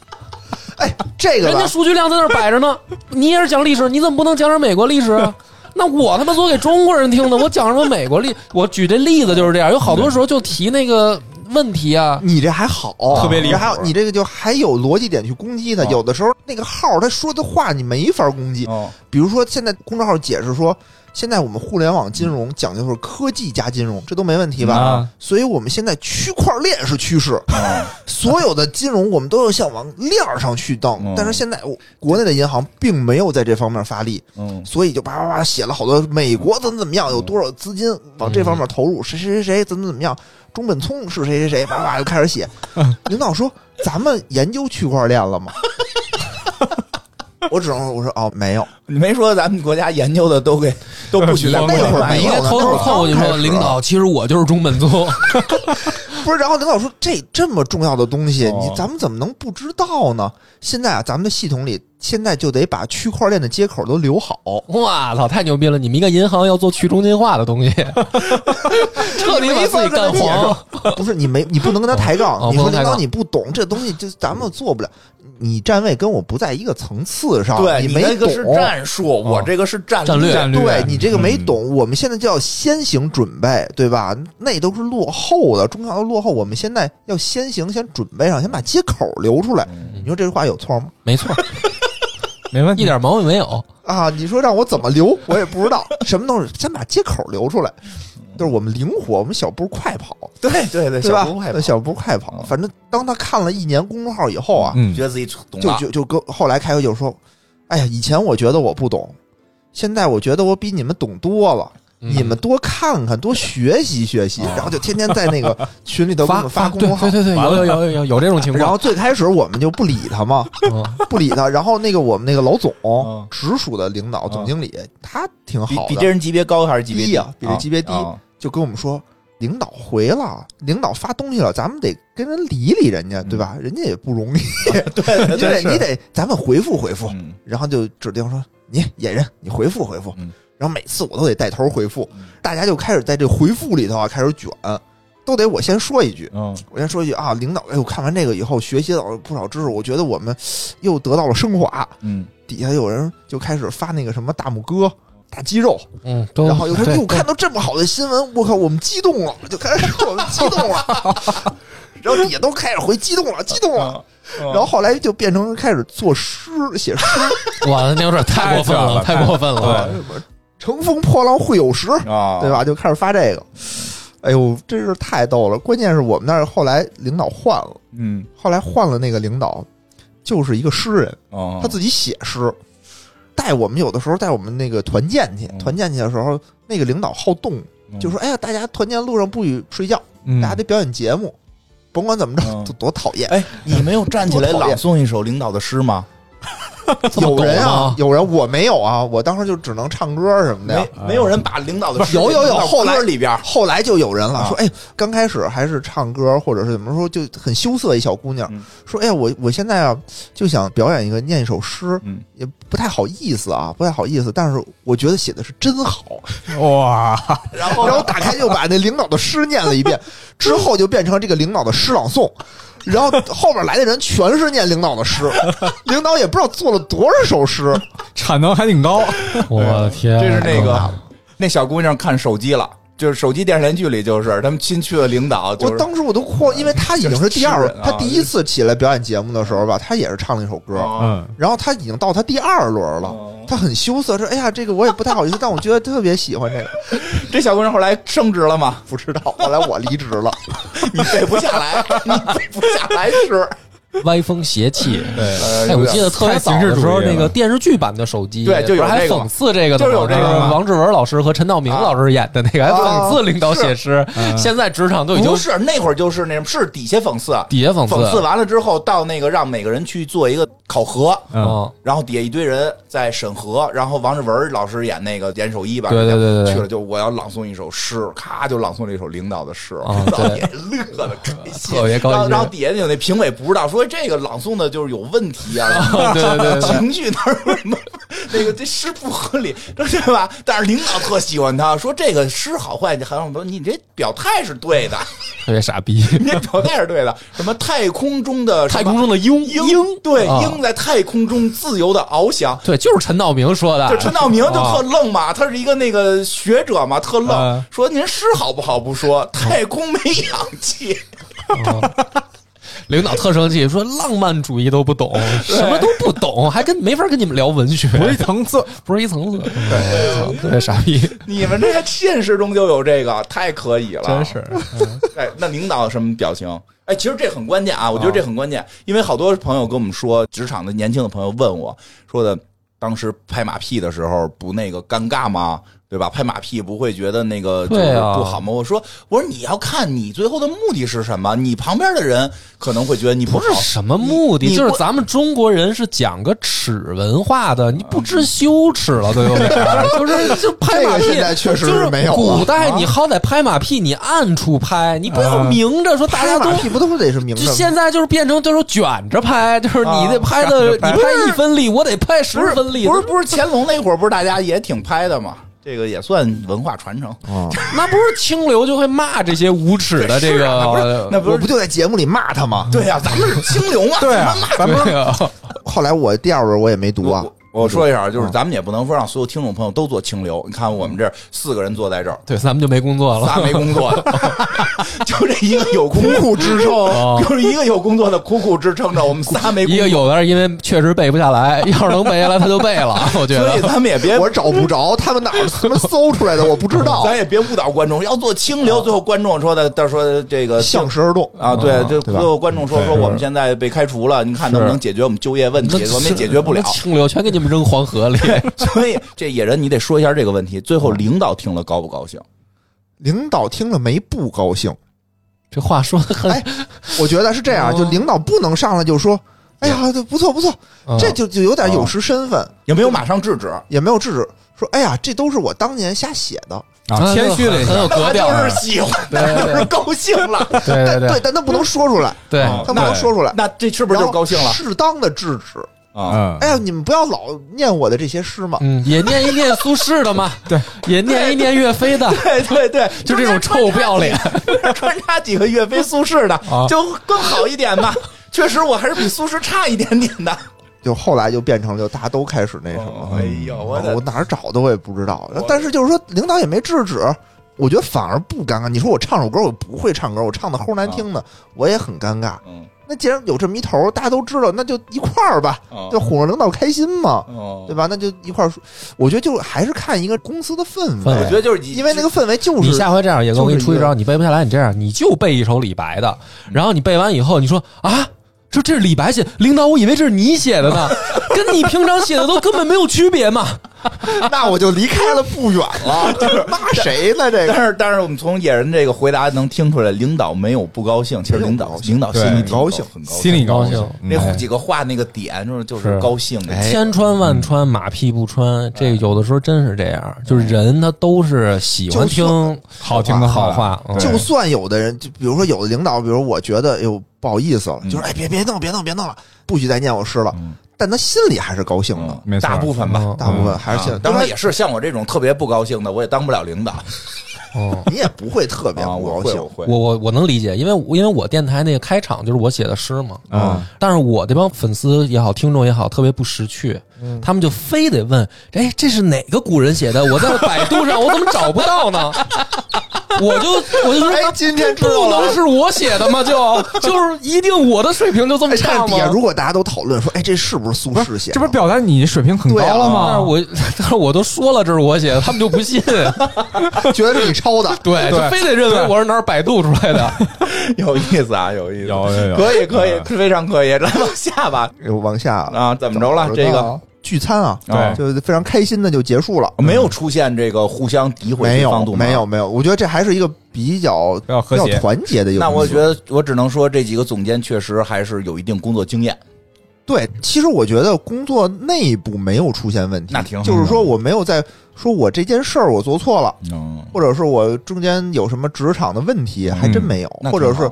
S6: 哎，这个
S8: 人
S6: 吧
S8: 家，数据量在那儿摆着 呢，你也是讲历史，你怎么不能讲点美国历史啊？ 那我他妈做给中国人听的，我讲什么美国历？我举这例子就是这样，有好多时候就提那个问题啊，
S6: 你这还好，
S7: 特别离谱
S6: 然后你这个就还有逻辑点去攻击他。有的时候那个号他说的话你没法攻击，
S9: 哦
S6: 比如说现在公众号解释说，现在我们互联网金
S9: 嗯
S6: 融讲究是科技加金融，这都没问题吧？
S7: 嗯啊
S6: 所以我们现在区块链是趋势，
S9: 啊
S6: 所有的金融我们都要向往链儿上去弄。
S9: 嗯
S6: 但是现在我国内的银行并没有在这方面发力，
S9: 嗯
S6: 所以就叭叭叭写了好多美国怎么怎么样，有多少资金往
S9: 嗯
S6: 这方面投入，谁谁谁谁怎么怎么样，中本聪是谁谁谁，叭叭就开 始写。领导说：“咱们研究区块链了吗？” 我只能我说哦，没有。
S9: 你没说咱们国家研究的都给都不许在
S6: 那会儿没
S8: 你
S6: 有
S8: 应该
S6: 呢
S8: 偷偷凑过去
S6: 那会儿
S8: 说，
S6: 刚开始
S8: 领导，其实我就是中 本聪。
S6: 不是，然后领导说这这么重要的东西，
S9: 哦
S6: 你咱们怎么能不知道呢？现在啊，咱们的系统里现在就得把区块链的接口都留好，
S8: 哇操，太牛逼了！你们一个银行要做去中心化 的东西，彻底把自己干黄。
S6: 不是你没你不能跟他抬杠，
S8: 哦哦
S6: 你说
S8: 不
S6: 领
S8: 能抬
S6: 导
S8: 杠
S6: 你不懂这东西，就咱们做不了。你站位跟我不在一个层次
S9: 啊
S6: 上，
S5: 对
S6: 你
S5: 你
S6: 没
S5: 那个。
S6: 懂
S5: 是战术，我这个是战
S8: 战略
S7: 战略
S6: 对嗯你这个没懂，我们现在就要先行准备，对吧？那都是落后的，中小要落后，我们现在要先行先准备上，先把接口留出来。你说这句话有错吗？
S8: 没错，
S7: 没问题，
S8: 一点毛病没 有。
S6: 啊，你说让我怎么留，我也不知道。什么东西，先把接口留出来，就是我们灵活，我们小步快跑，
S5: 对对对，
S6: 对
S5: 小
S9: 呃
S6: 吧
S5: 不害？怕
S6: 对小步快跑。嗯反正当他看了一年公众号以后啊，
S7: 嗯
S5: 觉得自己懂
S6: 就
S5: 了，
S6: 就就跟后来开会就说，哎呀，以前我觉得我不懂，现在我觉得我比你们懂多了。
S8: 嗯
S6: 你们多看看，多学习学习，然后就天天在那个群里头给我
S8: 发
S6: 们发公
S8: 对
S6: 众号
S8: 对。对对，有有有有有有这种情
S6: 然
S8: 况
S6: 后。最开始我们就不理他嘛，
S8: 嗯
S6: 不理他。然后那个我们那个老总
S9: 嗯，
S6: 直属的领导总经理，他挺
S9: 比
S6: 啊好
S9: 比这
S6: 的，
S9: 人级别高还是级别
S6: 低呀比这
S9: 啊
S6: 级别低
S9: 啊
S6: 就跟我们说，领导回了，领导发东西了，咱们得跟人理理人家，对吧？人家也不容易，对， 你得你得咱们回复回复，
S9: 哎嗯
S6: 然后就指定说你野人，你回复回复。
S9: 嗯
S6: 然后每次我都得带头回复，大家就开始在这回复里头啊开始卷，都得我先说一句，
S9: 嗯，
S6: 我先说一句啊，领导，哎，我看完这个以后学习到了不少知识，我觉得我们又得到了升华。
S9: 嗯，
S6: 底下有人就开始发那个什么大拇哥、大肌肉，
S8: 嗯，都
S6: 然后又说
S8: 对
S6: 哟，看到这么好的新闻，我靠，我们激动了，就开始说我们激动了，然后底下都开始回激动了，激动了。然后后来就变成开始作诗，写诗
S8: 哇，那有点太过分了，
S7: 太
S8: 太过分了。
S6: 什么“乘风破浪会有时”，
S9: 啊，
S6: 嗯对？吧？就开始发这个。哎呦，真是太逗了！关键是我们那儿后来领导换了，
S9: 嗯，
S6: 后来换了那个领导，就是一个诗人，
S9: 哦，
S6: 他自己写诗，带我们有的时候带我们那个团建去，
S9: 嗯
S6: 团建去的时候，那个领导好动，
S9: 嗯
S6: 就说：“哎呀，大家团建路上不许睡觉，
S7: 嗯
S6: 大家得表演节目，甭管怎么着，
S9: 嗯
S6: 多多讨厌。”
S9: 哎，你没有站起来朗诵一首领导的诗吗？
S8: 这么
S6: 有
S8: 狗
S6: 人啊
S9: 哦
S8: 吗，，
S6: 有人，我没有啊，我当时就只能唱歌什么的呀
S9: 没。，没有人把领导 的诗
S6: 有有有，后来
S9: 歌里边
S6: 后来就有人了，
S9: 啊
S6: 说哎，刚开始还是唱歌或者是怎么说，就很羞涩一小姑娘，
S9: 嗯
S6: 说哎呀，我我现在啊就想表演一个念一首诗，
S9: 嗯
S6: 也不太好意思啊，不太好意思，但是我觉得写的是真 好，
S7: 哇，
S6: 然后然后打开就把那领导的诗念了一 遍，之后就变成这个领导的诗朗诵。然后后边来的人全是念领导 的诗，领导也不知道做了多少首诗，
S7: 产能还挺高，
S8: 我的天，啊
S9: 这是那个啊那小姑娘看手机了，就是手机电视连续剧里就是他们新去的领导，就
S6: 我
S9: 是嗯
S6: 当时我都哭，因为他已经是第二
S9: 就是，啊
S6: 他第一次起来表演节目的时候吧，他也是唱了一首歌，
S9: 哦
S7: 嗯，
S6: 然后他已经到他第二轮了，他很羞涩说：“哎呀，这个我也不太好意思，但我觉得特别喜欢这个。
S9: 这小姑娘后来升职了吗”？
S6: 不知道，后来我离职了，
S9: 你背不下来，你背不下来 诗。
S8: 歪风邪气。
S9: 对呃
S8: 哎，我记得特别早的时候，
S7: 太形式主义了
S8: 那个电视剧版的手机，
S9: 对就有
S8: 不是还
S9: 这个嘛
S8: 讽刺这个的
S9: 就
S8: 嘛，
S9: 是有这个嘛
S8: 就是王志文老师和陈道明老师演的那个，还
S6: 啊
S8: 讽刺领导写诗。现在职场都已经
S9: 嗯不是那会儿就是那什么，是底下讽刺，啊
S8: 底下讽刺
S9: 讽刺完了之后，到那个让每个人去做一个考核，
S8: 嗯，
S9: 然后底下一堆人在审核，然后王志文老师演那个严守一吧，
S8: 对对对对对
S9: 去了就我要朗诵一首诗，咔就朗诵了一首领导的诗，
S8: 啊
S9: 领导
S8: 对
S9: 也乐 的开心，
S8: 特别高兴
S9: 然后然后底下有那评委不知道说这个朗诵的就是有问题啊，
S8: 对对对 对
S9: 情绪那儿有什么那个这诗不合理，对吧？但是领导特喜欢他，说这个诗好坏，还有说你这表态是对的，
S8: 特别 傻逼。
S9: 你这表态是对的，什么太空中的什么
S8: 太空中的鹰，
S9: 鹰，对，
S8: 啊
S9: 鹰在太空中自由的翱翔。
S8: 对，就是陈道明说的，
S9: 就陈道明就
S8: 啊
S9: 特愣嘛，他是一个那个学者嘛，特愣
S7: 嗯，
S9: 说您诗好不好不说，太空没氧气，
S8: 领导特生气，说浪漫主义都不懂，什么都不懂，还跟没法跟你们聊文学，
S7: 不是一层次，
S8: 不是一层次，对，特别傻逼，
S9: 你们这个现实中就有这个，太可以了，
S7: 真是。
S8: 嗯
S9: 哎，那领导什么表情？哎，其实这很关键啊，我觉得这很关
S8: 嗯
S9: 键，因为好多朋友跟我们说，职场的年轻的朋友问我说的，当时拍马屁的时候不那个尴尬吗？对吧？拍马屁不会觉得那个就是
S8: 对啊
S9: 不好吗？我说，我说你要看你最后的目的是什么，你旁边的人可能会觉得你不
S8: 不是什么目的，就是咱们中国人是讲个耻文化的，你不知羞耻了都有点儿，就是就拍马
S6: 这个
S8: 屁
S6: 现在确实
S8: 就是
S6: 没有了
S8: 古代你好歹拍马屁，你暗处拍，你不要明着说大
S6: 拍
S8: 家都
S6: 马。屁不都得是明着
S8: 就
S6: 吗？
S8: 现在就是变成就是卷着拍，就是你得拍
S9: 啊
S8: 的，你
S9: 卷着拍
S8: 拍一分力，我得拍十分力，
S9: 不是不是乾隆那会儿不是大家也挺拍的吗？这个也算文化传承。
S8: 哦那不是清流就会骂这些无耻的这 个，
S9: 那不
S6: 我
S9: 是
S6: 不就在节目里骂他吗？
S9: 对呀、咱们是清流嘛，对啊，
S8: 咱们
S6: 后来我第二轮我也没读啊，
S9: 我说一下，就是咱们也不能说让所有听众朋友都做清流。你看我们这儿四个人坐在这儿，
S8: 对咱们就没工作了，
S9: 仨没工作的，就这一个有苦苦支撑，就是一个有工作的苦苦支撑着，我们仨没工
S8: 一
S9: 作
S8: 个。有的是因为确实背不下来，要是能背下来他就背了，啊我觉
S9: 所以
S8: 得。
S9: 咱们也别，
S6: 我找不着他们哪儿他妈搜出来的，我不知道
S9: 咱。也别误导观众。要做清流，最后观众说的，到时候这个
S6: 向时而动
S9: 啊，对，就
S6: 对
S9: 最
S6: 吧
S9: 后观众说说我们现在被开除了，你看能不能解决我们就业问题？我们也解决不了
S8: 那。清流全给你们扔黄河里，
S9: 所以这野人，你得说一下这个问题。最后领导听了高不高兴？
S6: 领导听了没不高兴？
S8: 这话说的
S6: 哎
S8: 很，
S6: 我觉得是这
S8: 哦
S6: 样，就领导不能上来就说，哎呀，这不错不错，
S8: 嗯
S6: 这就就有点有失身份，
S9: 有没有马上制止？
S6: 也没有制止，说哎呀，这都是我当年瞎写的，
S7: 啊，谦虚了一
S8: 很
S7: 下
S8: 有，格调，啊
S9: 就是喜欢，就是高兴了。
S8: 对
S6: 但
S8: 对
S6: 对，但他不能说出来，
S8: 对
S6: 他不能说出来，
S9: 哦那这是不是就高兴
S6: 然
S9: 了
S6: 后适当的制止。
S9: 啊？
S7: 嗯
S6: 哎，呀，你们不要老念我的这些诗嘛，
S8: 嗯，也念一念苏轼的嘛，对，也念一念岳飞的，
S9: 对对 对，
S8: 就这种臭不要脸，
S9: 穿插几个岳飞、苏轼的，就更好一点 吧。确实，我还是比苏轼差一点点的。
S6: 就后来就变成就大家都开始那什么，
S9: 哎呦，我
S6: 我
S9: 的
S6: 哦哪儿找的我也不知道。但是就是说，领导也没制止，我觉得反而不尴尬。你说我唱首歌，我不会唱歌，我唱的齁难听的，我也很尴尬。
S9: 啊嗯
S6: 那既然有这么一头，大家都知道，那就一块儿吧，
S9: 哦
S6: 就哄着领导开心嘛，
S9: 哦
S6: 对吧？那就一块儿说。我觉得就还是看一个公司的氛围，
S8: 氛围
S9: 我觉得就是你
S6: 因为那个氛围就是
S8: 你下回这样，野哥，
S6: 就是
S8: 我给你出一
S6: 一
S8: 招，
S6: 个
S8: 你背不下来，你这样，你就背一首李白的，然后你背完以后，你说啊，这这是李白写，领导，我以为这是你写的呢，跟你平常写的都根本没有区别嘛。
S6: 那我就离开了不远 了。骂谁呢？这
S9: 但
S6: 个
S9: 是但是我们从野人这个回答能听出来，领导没有不高兴，其实领导领导心里
S7: 对
S9: 挺
S6: 高兴
S9: 很高
S7: 心里高兴，嗯
S9: 那几个话那个点就是就是哎
S7: 是
S9: 高兴的。
S8: 千穿万穿，马屁不穿。这个有的时候真是这样，就是人他都是喜欢听
S7: 好听的
S8: 好
S7: 话
S8: 话，嗯
S6: 就算有的人，就比如说有的领导，比如我觉得，哎呦不好意思
S9: 嗯
S6: 了，就是哎别别弄别弄别弄了，不许再念我诗了，但他心里还是高兴的，
S7: 没错，
S9: 大部分吧，
S8: 嗯
S6: 大部分还是现在。
S9: 啊当然也是像我这种特别不高兴的，我也当不了领导
S8: 哦
S6: 你也不会特别
S9: 啊。
S6: 不
S9: 我
S6: 高
S9: 会，
S6: 兴
S9: 我，会，
S8: 我我我能理解，因为我因为我电台那个开场就是我写的诗嘛，
S7: 啊，
S8: 但是我这帮粉丝也好，听众也好，特别不识趣，
S6: 嗯
S8: 他们就非得问，哎，这是哪个古人写的？我在百度上我怎么找不到呢？我就我就说，
S6: 哎今天知道
S8: 不
S6: 了
S8: 能是我写的吗？就就是一定我的水平就这么
S6: 哎但
S8: 差
S6: 是底
S8: 吗
S6: 下？如果大家都讨论说，哎，这是不是苏轼写的？
S7: 这不是表达你水平很高了
S8: 但是
S7: 吗？
S8: 我但是我都说了这是我写的，他们就 不信，？
S6: 觉得是你抄的
S8: 对，就非得认为我是哪儿百度出 来的。
S9: 有意思啊，有意思，
S7: 有有有
S9: 可以可以，非常可以。来往下吧，
S6: 哎呦往下
S9: 啊怎么着了
S6: 到
S9: 这个
S6: 啊聚餐啊，
S7: 对
S6: 就非常开心的就结束了。
S9: 没有出现这个互相诋毁
S6: 没
S9: 对
S6: 有
S9: 方度，
S6: 没有，。没有，我觉得这还是一个比较
S7: 比较和谐
S6: 比较团结的一个
S9: 那
S6: 公司。
S9: 我觉得，我只能说这几个总监确实还是有一定工作经验。
S6: 对，其实我觉得工作内部没有出现问题，
S9: 那挺好的
S6: 就是说我没有在说我这件事儿我做错了，
S9: 嗯，
S6: 或者是我中间有什么职场的问题，还真没有，
S9: 那挺好
S6: 或者是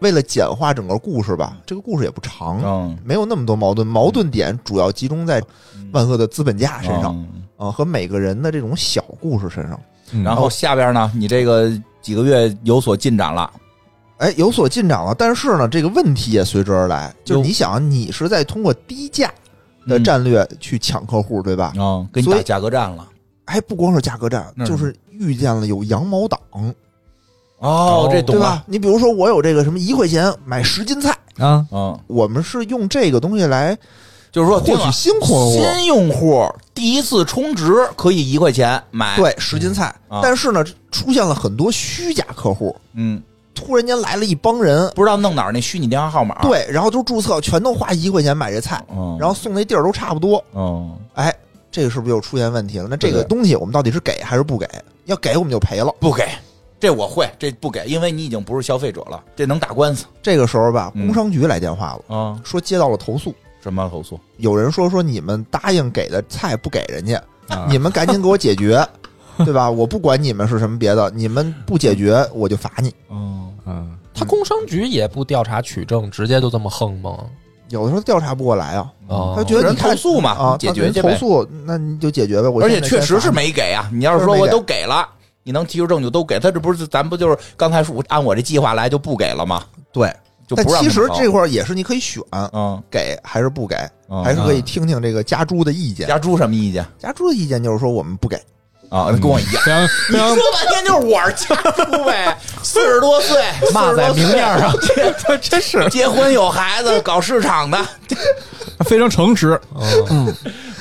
S6: 为了简化整个故事吧，这个故事也不长，
S9: 嗯
S6: 没有那么多矛盾，矛盾点主要集中在万恶的资本家身上啊、
S9: 嗯
S6: 和每个人的这种小故事身上。
S9: 然
S6: 哦
S9: 后下边呢，你这个几个月有所进展了，
S6: 哎，有所进展了，但是呢，这个问题也随之而来，就是你想，你是在通过低价的
S9: 嗯
S6: 战略去抢客户，对吧？
S9: 嗯，跟你
S6: 所
S9: 打
S6: 以
S9: 价格战了。
S6: 还不光是价格战，
S9: 那是
S6: 就是遇见了有羊毛党，
S9: 哦这懂
S6: 对
S9: 了。
S6: 吧？你比如说，我有这个什么一块钱买十斤菜，
S7: 啊，
S9: 嗯，
S6: 我们是用这个东西来
S9: 就是说，
S6: 获
S9: 听
S6: 取
S9: 啊
S6: 新客户，
S9: 新用户第一次充值可以一块钱买，，
S6: 对十斤菜。
S9: 哎啊
S6: 但是呢，出现了很多虚假客户，
S9: 嗯，
S6: 突然间来了一帮人，
S9: 不知道弄哪儿那虚拟电话号码，，
S6: 对，然后都注册，全都花一块钱买这菜，
S9: 啊嗯，
S6: 然后送那地儿都差不多，
S9: 嗯，
S6: 哎。这个是不是又出现问题了？那这个
S9: 对对
S6: 东西我们到底是给还是不给？要给我们就赔了。
S9: 不给，这我会，这不给，因为你已经不是消费者了，这能打官司
S6: 这个时候吧，
S9: 嗯
S6: 工商局来电话了，
S9: 啊？
S6: 说接到了投诉，
S9: 什么投诉？
S6: 有人说说你们答应给的菜不给人家，
S7: 啊
S6: 你们赶紧给我 解决，对吧？我不管你们是什么别的，你们不解决我就罚你。
S9: 嗯，
S7: 嗯，
S8: 他工商局也不调查取证，直接就这么横吗？
S6: 有的时候调查不过来啊，
S8: 啊，
S6: 他觉
S9: 哦
S6: 得
S9: 人
S6: 你看
S9: 投诉嘛
S6: 啊，
S9: 解
S6: 他
S9: 决
S6: 人
S9: 去
S6: 投
S9: 呗
S6: 诉，那你就解决呗。我
S9: 而且
S6: 现在
S9: 确
S6: 先
S9: 实
S6: 罚
S9: 是
S6: 你
S9: 没给啊！你要是说
S6: 确实
S9: 我
S6: 没给
S9: 都给了，你能提出证据都给他，这不是咱不就是刚才说按我这计划来就不给了吗？
S6: 对，
S9: 就
S6: 但
S9: 不让
S6: 其实
S9: 他们
S6: 这块儿也是你可以选，
S9: 嗯，
S6: 给还是不给，
S9: 嗯
S6: 还是可以听听这个家猪的意见。
S9: 家猪什么意见
S6: 家猪的意见就是说我们不给，
S9: 啊？跟我一 样。
S7: 非常非常
S9: 说半天就是我是家猪 呗，四十多岁，
S7: 骂在明面上，
S9: 这真是 结婚有孩子，搞市场的
S7: 非常诚实。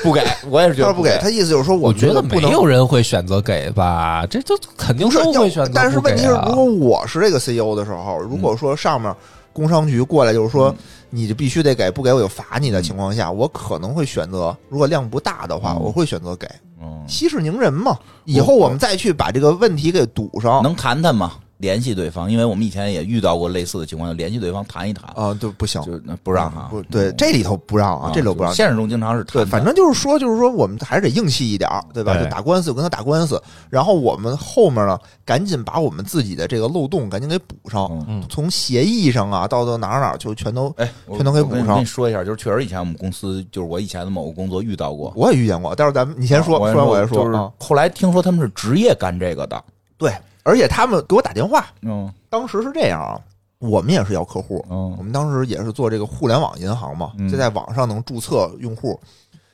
S9: 不给，我也是觉
S6: 他
S9: 得
S6: 是不给，他意思就是说
S8: 我
S6: 我
S8: 觉得
S6: 不
S8: 没
S6: 能。
S8: 有人会选择给吧，这这肯定
S6: 不是
S8: 都会选
S6: 要
S8: 择，不给啊。嗯
S6: 但是问题是，如果我是这个 CEO 的时候，如果说上面工商局过来就是说，你就必须得给，不给我就罚
S8: 嗯
S6: 你的情况下，我可能会选择，如果量不大的话，
S9: 嗯
S6: 我会选择给，
S9: 嗯
S6: 息事宁人嘛。以后我们再去把这个问题给堵上，
S9: 能谈谈吗？联系对方，因为我们以前也遇到过类似的情况，就联系对方谈一谈，
S6: 啊，对，不行，啊
S9: 就那不让
S8: 啊
S9: 哈，嗯
S6: 不对，
S8: 嗯
S6: 这里头不让啊，这里头不让，
S9: 现实中经常是
S6: 对，
S9: 谈，
S6: 反正就是说，就是说，我们还是得硬气一点儿，对吧？
S7: 对
S6: 就打官司，就跟他打官司。然后我们后面呢，赶紧把我们自己的这个漏洞赶紧给补上，
S9: 嗯
S6: 从协议上啊，到到哪儿哪儿就全都。
S9: 哎，我
S6: 全都可以
S9: 我跟
S6: 补
S9: 你
S6: 上
S9: 跟你说一下，就是确实以前我们公司，就是我以前的某个工作遇到过。
S6: 我也遇见过，待会儿咱们你先说，
S9: 啊我
S6: 说完我再说
S9: 就是
S6: 啊。
S9: 后来听说他们是职业干这个的，
S6: 对，而且他们给我打电话，
S9: 嗯
S6: 当时是这样啊，我们也是要客户，我
S9: 嗯
S6: 们当时也是做这个互联网银行嘛
S9: 嗯，
S6: 就在网上能注册用户，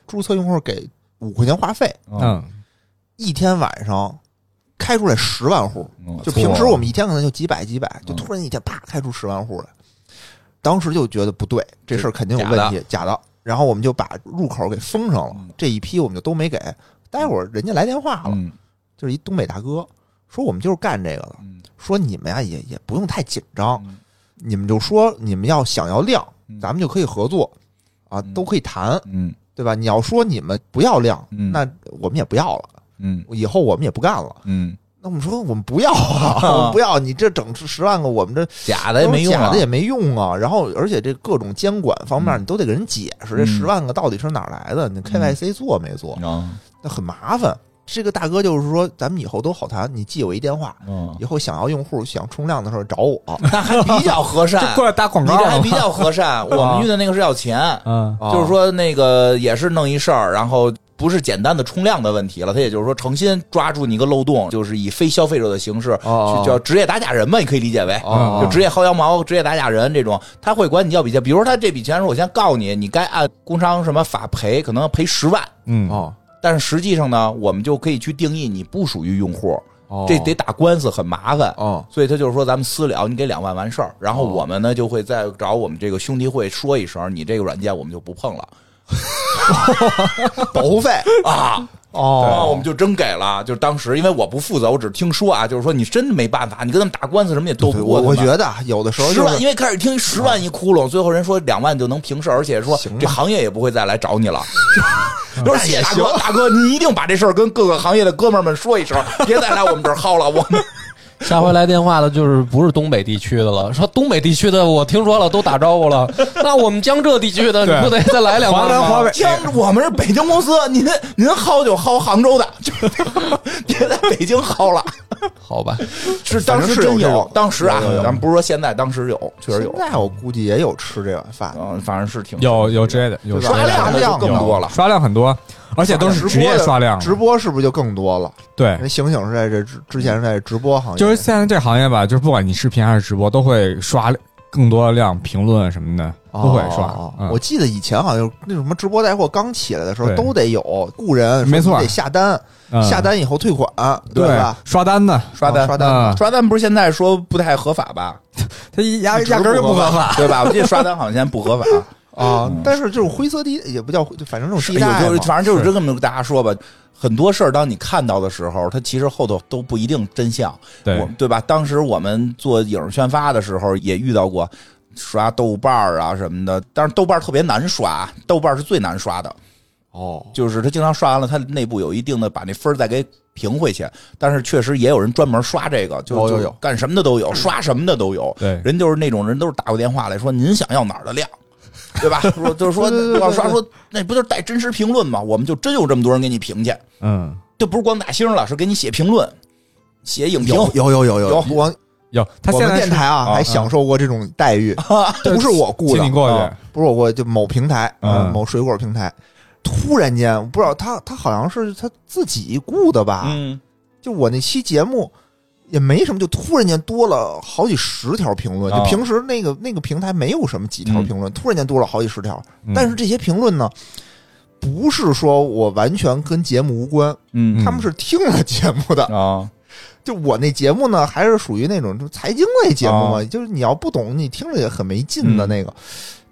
S6: 注册用户给五块钱话费，
S7: 嗯，
S6: 一天晚上开出来十万户。
S9: 嗯
S6: 就平时我们一天可能就几百几百，就
S9: 嗯
S6: 突然一天啪开出十万户来，当时就觉得不对，这事儿肯定有问题，假的。然后我们就把入口给封上了
S9: 嗯，
S6: 这一批我们就都没给。待会儿人家来电话了，
S9: 嗯
S6: 就是一东北大哥说我们就是干这个的，
S9: 嗯
S6: 说你们呀也也不用太紧张
S9: 嗯，
S6: 你们就说你们要想要量，
S9: 嗯
S6: 咱们就可以合作啊，
S9: 嗯
S6: 都可以谈，
S9: 嗯
S6: 对吧？你要说你们不要量，
S9: 嗯
S6: 那我们也不要了，
S9: 嗯
S6: 以后我们也不干了。
S9: 嗯，
S6: 那我们说我们不 要啊，我们不要你这整十万个，我们这
S9: 假的也没用啊，
S6: 假的也没用啊。然后而且这各种监管方面，
S9: 嗯
S6: 你都得给人解释
S9: 嗯
S6: 这十万个到底是哪儿来的，你 KYC 做没做，
S9: 嗯
S6: 那很麻烦。这个大哥就是说，咱们以后都好谈，你记我一电话，
S9: 嗯，
S6: 以后想要用户想冲量的时候找我。
S9: 那还比较和 善，
S7: 嗯过来打广
S9: 你
S7: 告
S9: 这还
S7: 了
S9: 比。哦较和善。我们遇的那个是要钱，
S7: 嗯，
S9: 就是说那个也是弄一事儿，然后不是简单的冲量的问题了，他也就是说诚心抓住你一个漏洞，就是以非消费者的形式去叫职业打假人嘛，你可以理解为。
S7: 哦
S9: 就职业薅羊毛、职业打假人这种，他会管你要笔钱。比如说，他这笔钱是我先告你，你该按工商什么法赔，可能要赔十万。
S7: 嗯，
S6: 哦
S9: 但是实际上呢，我们就可以去定义你不属于用户，
S6: 哦
S9: 这得打官司，很麻烦。
S6: 哦
S9: 所以他就是说，咱们私了，你给两万完事儿，然后我们呢就会再找我们这个兄弟会说一声，你这个软件我们就不碰 了
S6: 保护费
S9: 啊。然后我
S6: 哦
S9: 们就真给了，就是当时因为我不负责，我只听说啊，就是说你真没办法，你跟他们打官司什么也斗
S6: 对
S9: 不过
S6: 我
S9: 他
S6: 我
S9: 们。
S6: 觉得啊有的时候
S9: 十
S6: 就
S9: 万，
S6: 是啊
S9: 因为开始听十万一窟窿，最后人说两万就能平事，而且说
S6: 行吧啊
S9: 这行业也不会再来找你 了。就说谢谢大
S6: 那也
S9: 哥，大哥，你一定把这事儿跟各个行业的哥们儿们说一 声，别再来我们这儿薅了。我们
S8: 下回来电话的就是不是东北地区的了，说东北地区的我听说了，都打招呼了，那我们江浙地区的
S7: 对
S8: 你不得再来两
S7: 华
S8: 万
S7: 南、
S8: 吗？
S7: 华北，
S9: 江，啊我们是北京公司，您您薅就薅杭州的， 就别在北京薅了。
S8: 好吧，
S9: 是
S6: 反
S9: 当
S6: 正
S9: 时
S6: 是有
S9: 真
S6: 这种
S9: 当时啊
S6: 有有，有
S9: 咱们不是说现在，当时有，确实有
S6: 现，在我啊估计也有吃这碗饭的，
S9: 嗯，反正是挺
S7: 有有职业的，有
S6: 对
S7: 职
S6: 吧
S7: 业
S9: 刷
S7: 的
S9: 量的就更
S6: 有
S9: 多了。
S7: 刷量很多，而且都是
S6: 直
S7: 职
S6: 播
S7: 业
S6: 的
S7: 刷量的。
S6: 直播是不是就更多了？
S9: 哎
S7: 对，
S6: 那醒醒是在这之之前是在直播行业，
S7: 就是现在这行业吧，就是不管你视频还是直播，都会刷更多的量评论什么的，都会刷。
S6: 哦
S7: 嗯
S6: 我记得以前好像那什么直播带货刚起来的时候，
S7: 对
S6: 都得有雇人，
S7: 没错
S6: 说你得下单，
S7: 嗯
S6: 下单以后退款，
S7: 对
S6: 吧？
S7: 刷单呢，
S9: 刷单
S6: 啊刷单，
S7: 啊，
S9: 刷单不是现在说不太合法 吧？
S7: 他压压根儿就不合法。
S9: 对吧？我记得刷单好像现在不合法。
S6: 啊，
S7: 哦
S6: 但是这种灰色地也不叫，灰，反正这种地带
S9: 哎呦就是
S6: 嘛
S9: 反正就是这么跟大家说吧，很多事儿当你看到的时候，它其实后头都不一定真相，
S7: 对
S9: 我对吧？当时我们做影视宣发的时候也遇到过。刷豆瓣儿啊什么的，但是豆瓣儿特别难刷，豆瓣儿是最难刷的。
S1: 哦，
S9: 就是他经常刷完了，他内部有一定的把那分儿再给平回去。但是确实也有人专门刷这个，就
S6: 有有
S9: 就
S6: 有
S9: 干什么的都有，刷什么的都有。
S7: 对
S9: 人就是那种人，都是打过电话来说您想要哪儿的量。对吧？说就是说，
S6: 对对对对
S9: 要刷说那不就是带真实评论吗？我们就真有这么多人给你评去，
S7: 嗯，
S9: 这不是光打星了，是给你写评论、写影评。
S6: 有有有有
S9: 有
S6: 我
S7: 有他
S6: 我
S7: 现
S6: 们
S7: 在
S6: 电
S7: 是
S6: 台啊
S7: 啊
S6: 还享受过这种待 遇，
S7: 对
S6: 不是我雇
S7: 请
S6: 的，
S7: 你过去
S6: 啊不是我雇的，就某平台，
S7: 嗯
S6: 啊某水果平台，突然间我不知道他他好像是他自己雇的吧，
S9: 嗯，
S6: 就我那期节目也没什么，就突然间多了好几十条评论。
S7: 啊
S6: 就平时那个那个平台没有什么几条评
S9: 嗯
S6: 论，突然间多了好几十条。
S7: 嗯
S6: 但是这些评论呢，不是说我完全跟节目无关，
S9: 嗯
S6: 他们是听了节目的。
S9: 啊，
S6: 就我那节目呢，还是属于那种就财经类节目嘛，
S9: 啊
S6: 就是你要不懂，你听着也很没劲
S9: 嗯
S6: 的那个。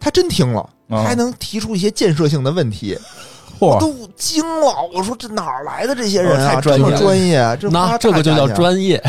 S6: 他真听了，
S9: 啊
S6: 他还能提出一些建设性的问题，我
S7: 嚯，
S6: 都惊了。我说这哪儿来的这些人啊？
S9: 哦太专
S6: 这么
S9: 业了，
S6: 专业啊，这花
S1: 那这
S6: 大
S1: 个就叫
S6: 价钱
S1: 专业。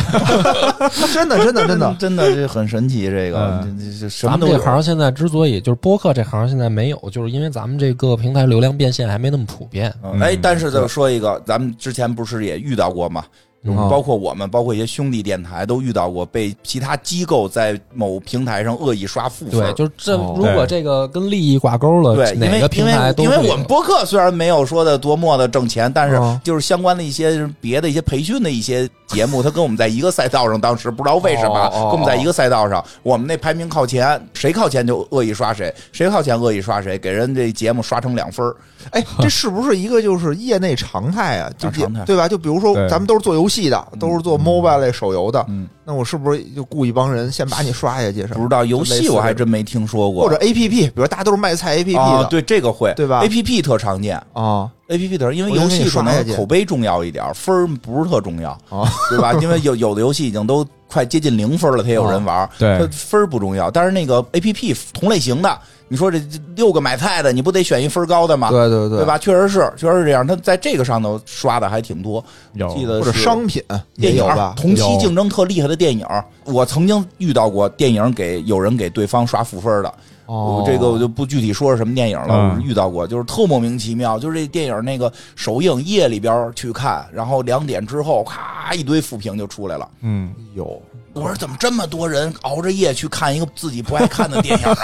S6: 真的，真的，真 的
S9: 真的这很神奇，这个
S7: 嗯
S9: 这这这什
S8: 咱
S9: 么
S8: 们
S9: 都
S8: 这
S9: 有。
S8: 行现在之所以就是播客这行现在没有，就是因为咱们这个平台流量变现还没那么普遍。
S7: 嗯
S9: 哎，但是再说一个，咱们之前不是也遇到过吗？
S8: 嗯
S9: 包括我们，包括一些兄弟电台都遇到过被其他机构在某平台上恶意刷负分
S8: 对，
S9: 儿。
S8: 就是这
S1: 哦
S8: 如果这个跟利益挂钩了，
S9: 对，因
S8: 呃哪
S9: 为
S8: 个平
S9: 因为
S8: 台都
S9: 因
S8: 会
S9: 为
S8: 有
S9: 我们播客虽然没有说的多么的挣钱，但是
S6: 嗯
S9: 就是相关的一些别的一些培训的一些节目，它跟我们在一个赛道上，当时不知道为什么
S1: 哦哦
S9: 跟我们在一个赛道上，我们那排名靠前，谁靠前就恶意刷谁，谁靠前恶意刷谁，给人这节目刷成两分儿
S6: 哎，这是不是一个就是业内常 态啊？就
S9: 啊
S6: 是
S9: 常态
S6: 对吧？就比如说
S7: 对
S6: 咱们都是做游戏的，都是做 mobile 类手游的
S9: 嗯，
S6: 那我是不是就雇一帮人先把你刷下去？是吧
S9: 不知道游戏我还真没听说过，
S6: 或者 A P P，比如大家都是卖菜 A P P
S9: 啊，
S6: 的，
S9: 对这个会
S6: 对吧
S9: ？A P P 特常见。
S6: 啊，
S9: A P P 特因为
S6: 我就
S9: 游
S6: 跟你
S9: 戏
S6: 说
S9: 可
S6: 那
S9: 能
S6: 件
S9: 口碑重要一点，分儿不是特重要，
S6: 哦
S9: 对吧？因为有有的游戏已经都快接近零分了，它也有
S6: 哦
S9: 人玩，
S7: 对
S9: 它分儿不重要。但是那个 A P P 同类型的，你说这这六个买菜的，你不得选一分高的吗？
S6: 对对对
S9: 对？吧？确实是，确实是这样。它在这个上头刷的还挺多，
S7: 有
S9: 记得
S6: 或者
S9: 是
S6: 商品
S9: 电
S6: 也
S9: 影
S6: 有
S9: 儿
S6: 吧？
S9: 同期
S7: 有
S9: 竞争特厉害的电影儿，我曾经遇到过电影给有人给对方刷负分儿的。
S6: 哦
S9: 这个我就不具体说是什么电影了，
S7: 嗯
S9: 我遇到过，就是特莫名其妙，就是这电影那个首映夜里边儿去看，然后两点之后，咔一堆负评就出来了。
S7: 嗯，
S6: 有
S9: 我说怎么这么多人熬着夜去看一个自己不爱看的电影啊？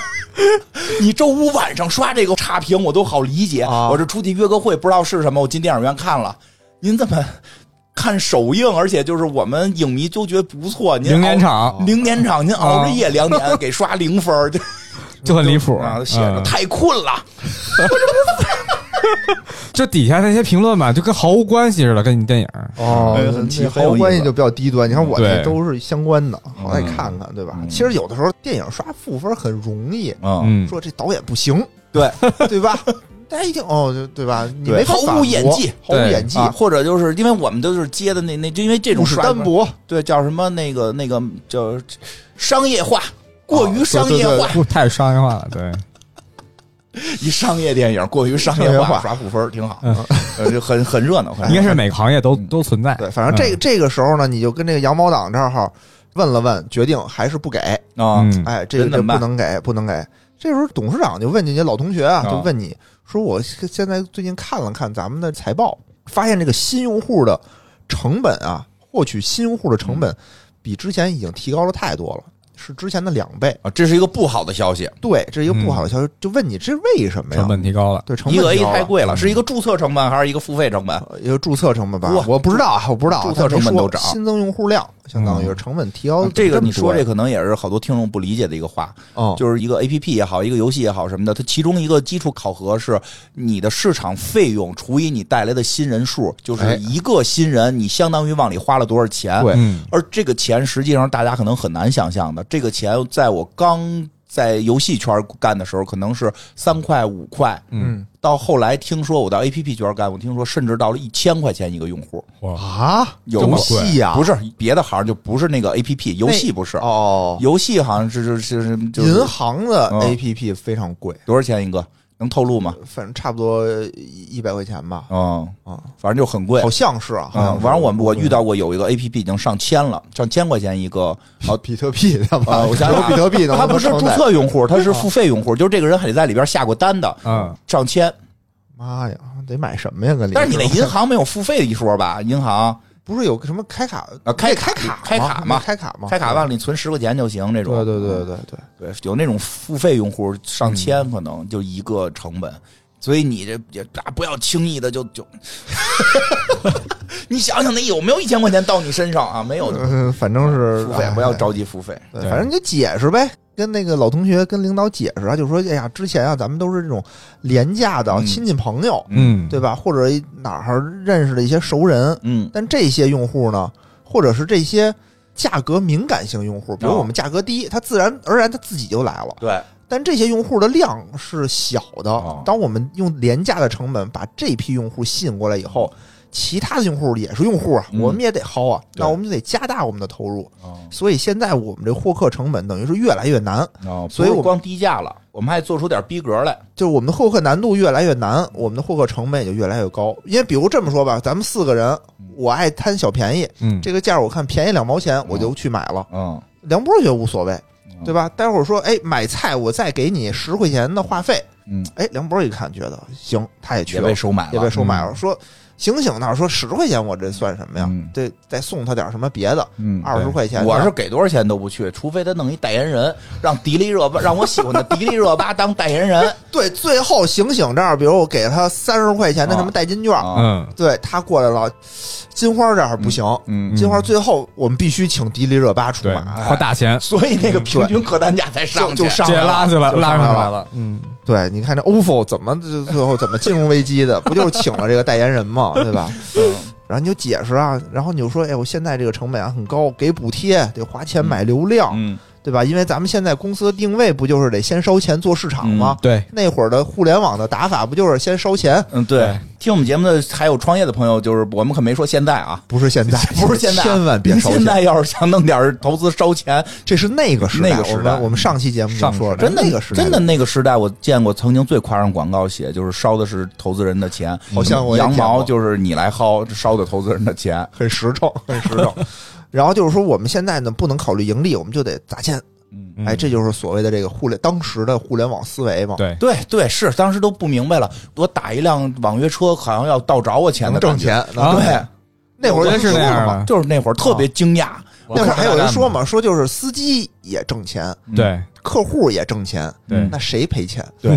S9: 你周五晚上刷这个差评，我都好理解。
S6: 啊
S9: 我这出去约个会，不知道是什么，我进电影院看了。您怎么看首映？而且就是我们影迷都觉得不错。您
S7: 零
S9: 熬
S7: 点
S6: 哦
S7: 场
S9: 零点场，您熬着夜两点给刷零分儿，就
S7: 就很离谱
S9: 啊，写着
S7: 嗯
S9: 太困了。
S7: 这底下那些评论吧，就跟毫无关系似的，跟你电影儿
S6: 哦
S9: 哎很奇
S6: 那
S9: 很有
S6: 毫无
S9: 意思
S6: 关系就比较低端。你
S9: 嗯
S6: 看我这
S7: 对
S6: 都是相关的，好歹看看对吧？其实有的时候电影刷负分很容易，
S9: 嗯，
S7: 嗯，
S6: 哦说这导演不行，
S9: 对
S6: 对 吧？大家一听哦，就对吧？你
S9: 对
S6: 没法反
S9: 毫无
S6: 驳
S9: 演技，
S6: 毫无
S7: 对
S6: 演技，
S9: 啊，或者就是因为我们都是接的那那，就因为这
S6: 故
S9: 种
S6: 事
S9: 刷
S6: 单 薄，
S9: 对，叫什么那个那个叫商业化，过于商
S7: 哦对
S9: 业
S7: 对
S9: 化，
S7: 对不太商业化了，对，
S9: 一商业电影过于商
S6: 商
S9: 业
S6: 业
S9: 化，
S6: 化
S9: 刷负分儿挺好，呃，就很很热闹，很
S7: 应
S9: 热
S7: 该
S9: 闹
S7: 是每个行业都都存在。
S6: 哎嗯对，反正这个
S7: 嗯
S6: 这个时候呢，你就跟这个羊毛党这儿哈问了问，决定还是不给。
S9: 啊，
S7: 嗯
S6: 哎，这个
S9: 人
S6: 这
S9: 怎么办
S6: 不能给，不能给。这时候董事长就问你，你老同学啊，
S9: 啊
S6: 就问你说，我现在最近看了看咱们的财报，发现这个新用户的成本啊，获取新用户的
S7: 嗯
S6: 成本比之前已经提高了太多了，是之前的两倍。
S9: 啊，这是一个不好的消息，
S6: 对，这是一个不
S7: 嗯
S6: 好的消息，就问你这为什么呀？
S7: 成本提高了，
S6: 对，成
S9: 一
S6: 本
S9: 额一
S6: 提高
S9: 太
S6: 了，
S9: 贵了，是一个注册成本还是一个付费成本？
S6: 一个注册成本吧
S9: 哇，
S6: 我不知道啊，我不知道啊，
S9: 注册
S6: 他没
S9: 成本
S6: 说
S9: 都涨啊
S6: 新增用户量相当于是
S7: 嗯
S6: 成本提高。
S9: 这个
S6: 哦么
S9: 你说
S6: 多
S9: 这可能也是好多听众不理解的一个话，
S6: 哦，
S9: 就是一个 A P P 也好，一个游戏也好什么的，它其中一个基础考核是你的市场费用除以你带来的新人数，就是
S6: 哎
S9: 一个新人你相当于往里花了多少钱。
S6: 对
S7: 嗯，
S9: 而这个钱实际上大家可能很难想象的，这个钱在我刚在游戏圈干的时候，可能是三块五块，
S6: 嗯
S9: 到后来听说我到 A P P 圈干，我听说甚至到了一千块钱一个用户。
S7: 哇，
S6: 啊，
S9: 游
S6: 游
S9: 戏
S6: 戏呀，
S9: 不是别的行，就不是那个 A P P 游戏不是，啊
S6: 哦，
S9: 游戏好像是是是就是
S6: 银行的
S9: 嗯
S6: APP 非常贵，
S9: 多少钱一个？能透露吗？
S6: 反正差不多一百块钱吧，
S9: 嗯
S6: 啊
S9: 反正就很贵
S6: 好。像是啊，好像
S9: 嗯，
S6: 是
S9: 反正我我遇到过有一个 A P P 已经上千了，上千块钱一 个。
S6: 啊，比特币的
S9: 啊
S6: 吧，
S9: 我想想啊
S6: 有比特币的，
S9: 他
S6: 啊
S9: 不是注册用户，他是付费用户，就是这个人还得在里边下过单的。
S7: 嗯，
S9: 上千
S6: 妈呀，得买什么呀？跟里边
S9: 但是你那银行没有付费的一说吧？银行
S6: 不是有个什么开卡
S9: 啊开
S6: 可以开卡
S9: 开
S6: 吗
S9: 卡
S6: 可以
S9: 嘛
S6: 开卡吗？
S9: 开卡往里存十块钱就行，这种
S6: 对对对对对，
S9: 对，有那种付费用户
S6: 嗯
S9: 上千，可能就一个成本，所以你这也啊不要轻易的就就， 你想想那有没有一千块钱到你身上啊？没有就
S6: 嗯，反正是
S9: 付费，不要着急付费。
S6: 对，反正你就解释呗，跟那个老同学、跟领导解释啊，就说哎呀，之前啊，咱们都是这种廉价的
S9: 嗯
S6: 亲戚朋友，
S7: 嗯，
S6: 对吧？或者哪儿认识的一些熟人，
S9: 嗯，
S6: 但这些用户呢，或者是这些价格敏感性用户，比如
S9: 哦
S6: 我们价格低，他自然而然他自己就来了。
S9: 对，
S6: 但这些用户的量是小
S9: 哦
S6: 的，当我们用廉价的成本把这批用户吸引过来以后。其他的用户也是用户啊，
S9: 嗯
S6: 我们也得薅啊，
S9: 对
S6: 那我们就得加大我们的投入。
S9: 哦
S6: 所以现在我们这获客成本等于是越来越难，
S9: 哦，
S6: 所以
S9: 不是
S6: 我们
S9: 光低价了，我们还做出点逼格来。
S6: 就是我们的获客难度越来越难，我们的获客成本也就越来越高。因为比如这么说吧，咱们四个人，
S9: 嗯
S6: 我爱贪小便宜，
S7: 嗯，
S6: 这个价我看便宜两毛钱，
S9: 哦
S6: 我就去买了。
S9: 嗯，
S6: 梁波觉得无所谓，对吧？待会儿说，哎，买菜我再给你十块钱的话费，
S9: 嗯，
S6: 哎，梁波一看觉得行，他也去
S9: 也
S6: 了
S9: 被，收买
S6: 也
S9: 了
S6: 被。收买了，说醒醒那说十块钱我这算什么呀
S9: 嗯？
S6: 对，再送他点什么别的，
S9: 嗯
S6: 二十块钱的，
S11: 我是给多少钱都不去，除非他弄一代言人，让迪丽热巴，让我喜欢的迪丽热巴当代言 人。
S6: 对，最后醒醒这儿，比如我给他三十块钱的什么代金券，
S9: 啊
S7: 嗯，
S6: 对他过来了，金花这儿不行，
S9: 嗯
S6: 金花最后我们必须请迪丽热巴出
S7: 对，
S6: 马，
S7: 花大钱
S11: 所以那个平均客单价才上去，
S6: 嗯就就上
S7: 直接拉起来，
S6: 就上
S7: 拉
S6: 来
S7: 上
S6: 了
S7: 来了，嗯，
S6: 对，你看这 OFO 怎么这最后怎么金融危机 的，不就是请了这个代言人嘛，对吧？
S9: 嗯
S6: 然后你就解释啊，然后你就说，哎，我现在这个成本啊很高，给补贴得花钱买流量，
S9: 嗯
S6: 对吧？因为咱们现在公司的定位不就是得先烧钱做市场吗？
S7: 对，
S6: 那会儿的互联网的打法不就是先烧钱？
S9: 嗯，对，听我们节目的还有创业的朋友，就是我们可没说现在啊，
S6: 不是现在，
S9: 不是现在啊，
S6: 千万别
S9: 您
S6: 烧
S9: 现
S6: 钱。
S9: 在要是想弄点儿投资烧钱，
S6: 这是那个时代，
S9: 那个时代
S6: 我们我们上期节目就说了，
S9: 真的
S6: 那个时代，
S9: 真的那个时代，我见过曾经最夸张广告写，就是烧的是投资人的钱，
S6: 嗯好像我也
S9: 羊
S6: 见
S9: 毛
S6: 过
S9: 就是你来薅，烧的投资人的钱，
S6: 很实诚，很实诚。 然后就是说，我们现在呢不能考虑盈利，我们就得砸钱。
S9: 嗯
S6: 哎，这就是所谓的这个互联当时的互联网思维嘛。
S7: 对，
S9: 对对，是当时都不明白了，我打一辆网约车好像要倒找我钱
S6: 能
S9: 的
S6: 挣
S9: 感觉，
S6: 钱，
S7: 啊
S6: 能挣钱
S9: 对，
S6: 那会儿就
S7: 真
S6: 是说
S7: 那
S6: 了
S7: 样
S6: 嘛，
S7: 的，
S9: 就是那会啊儿特别惊讶，
S6: 啊那会儿还有人说嘛，说就是司机也挣钱，
S7: 对
S6: 客户也挣钱，
S7: 对
S6: 那谁赔钱？
S7: 对，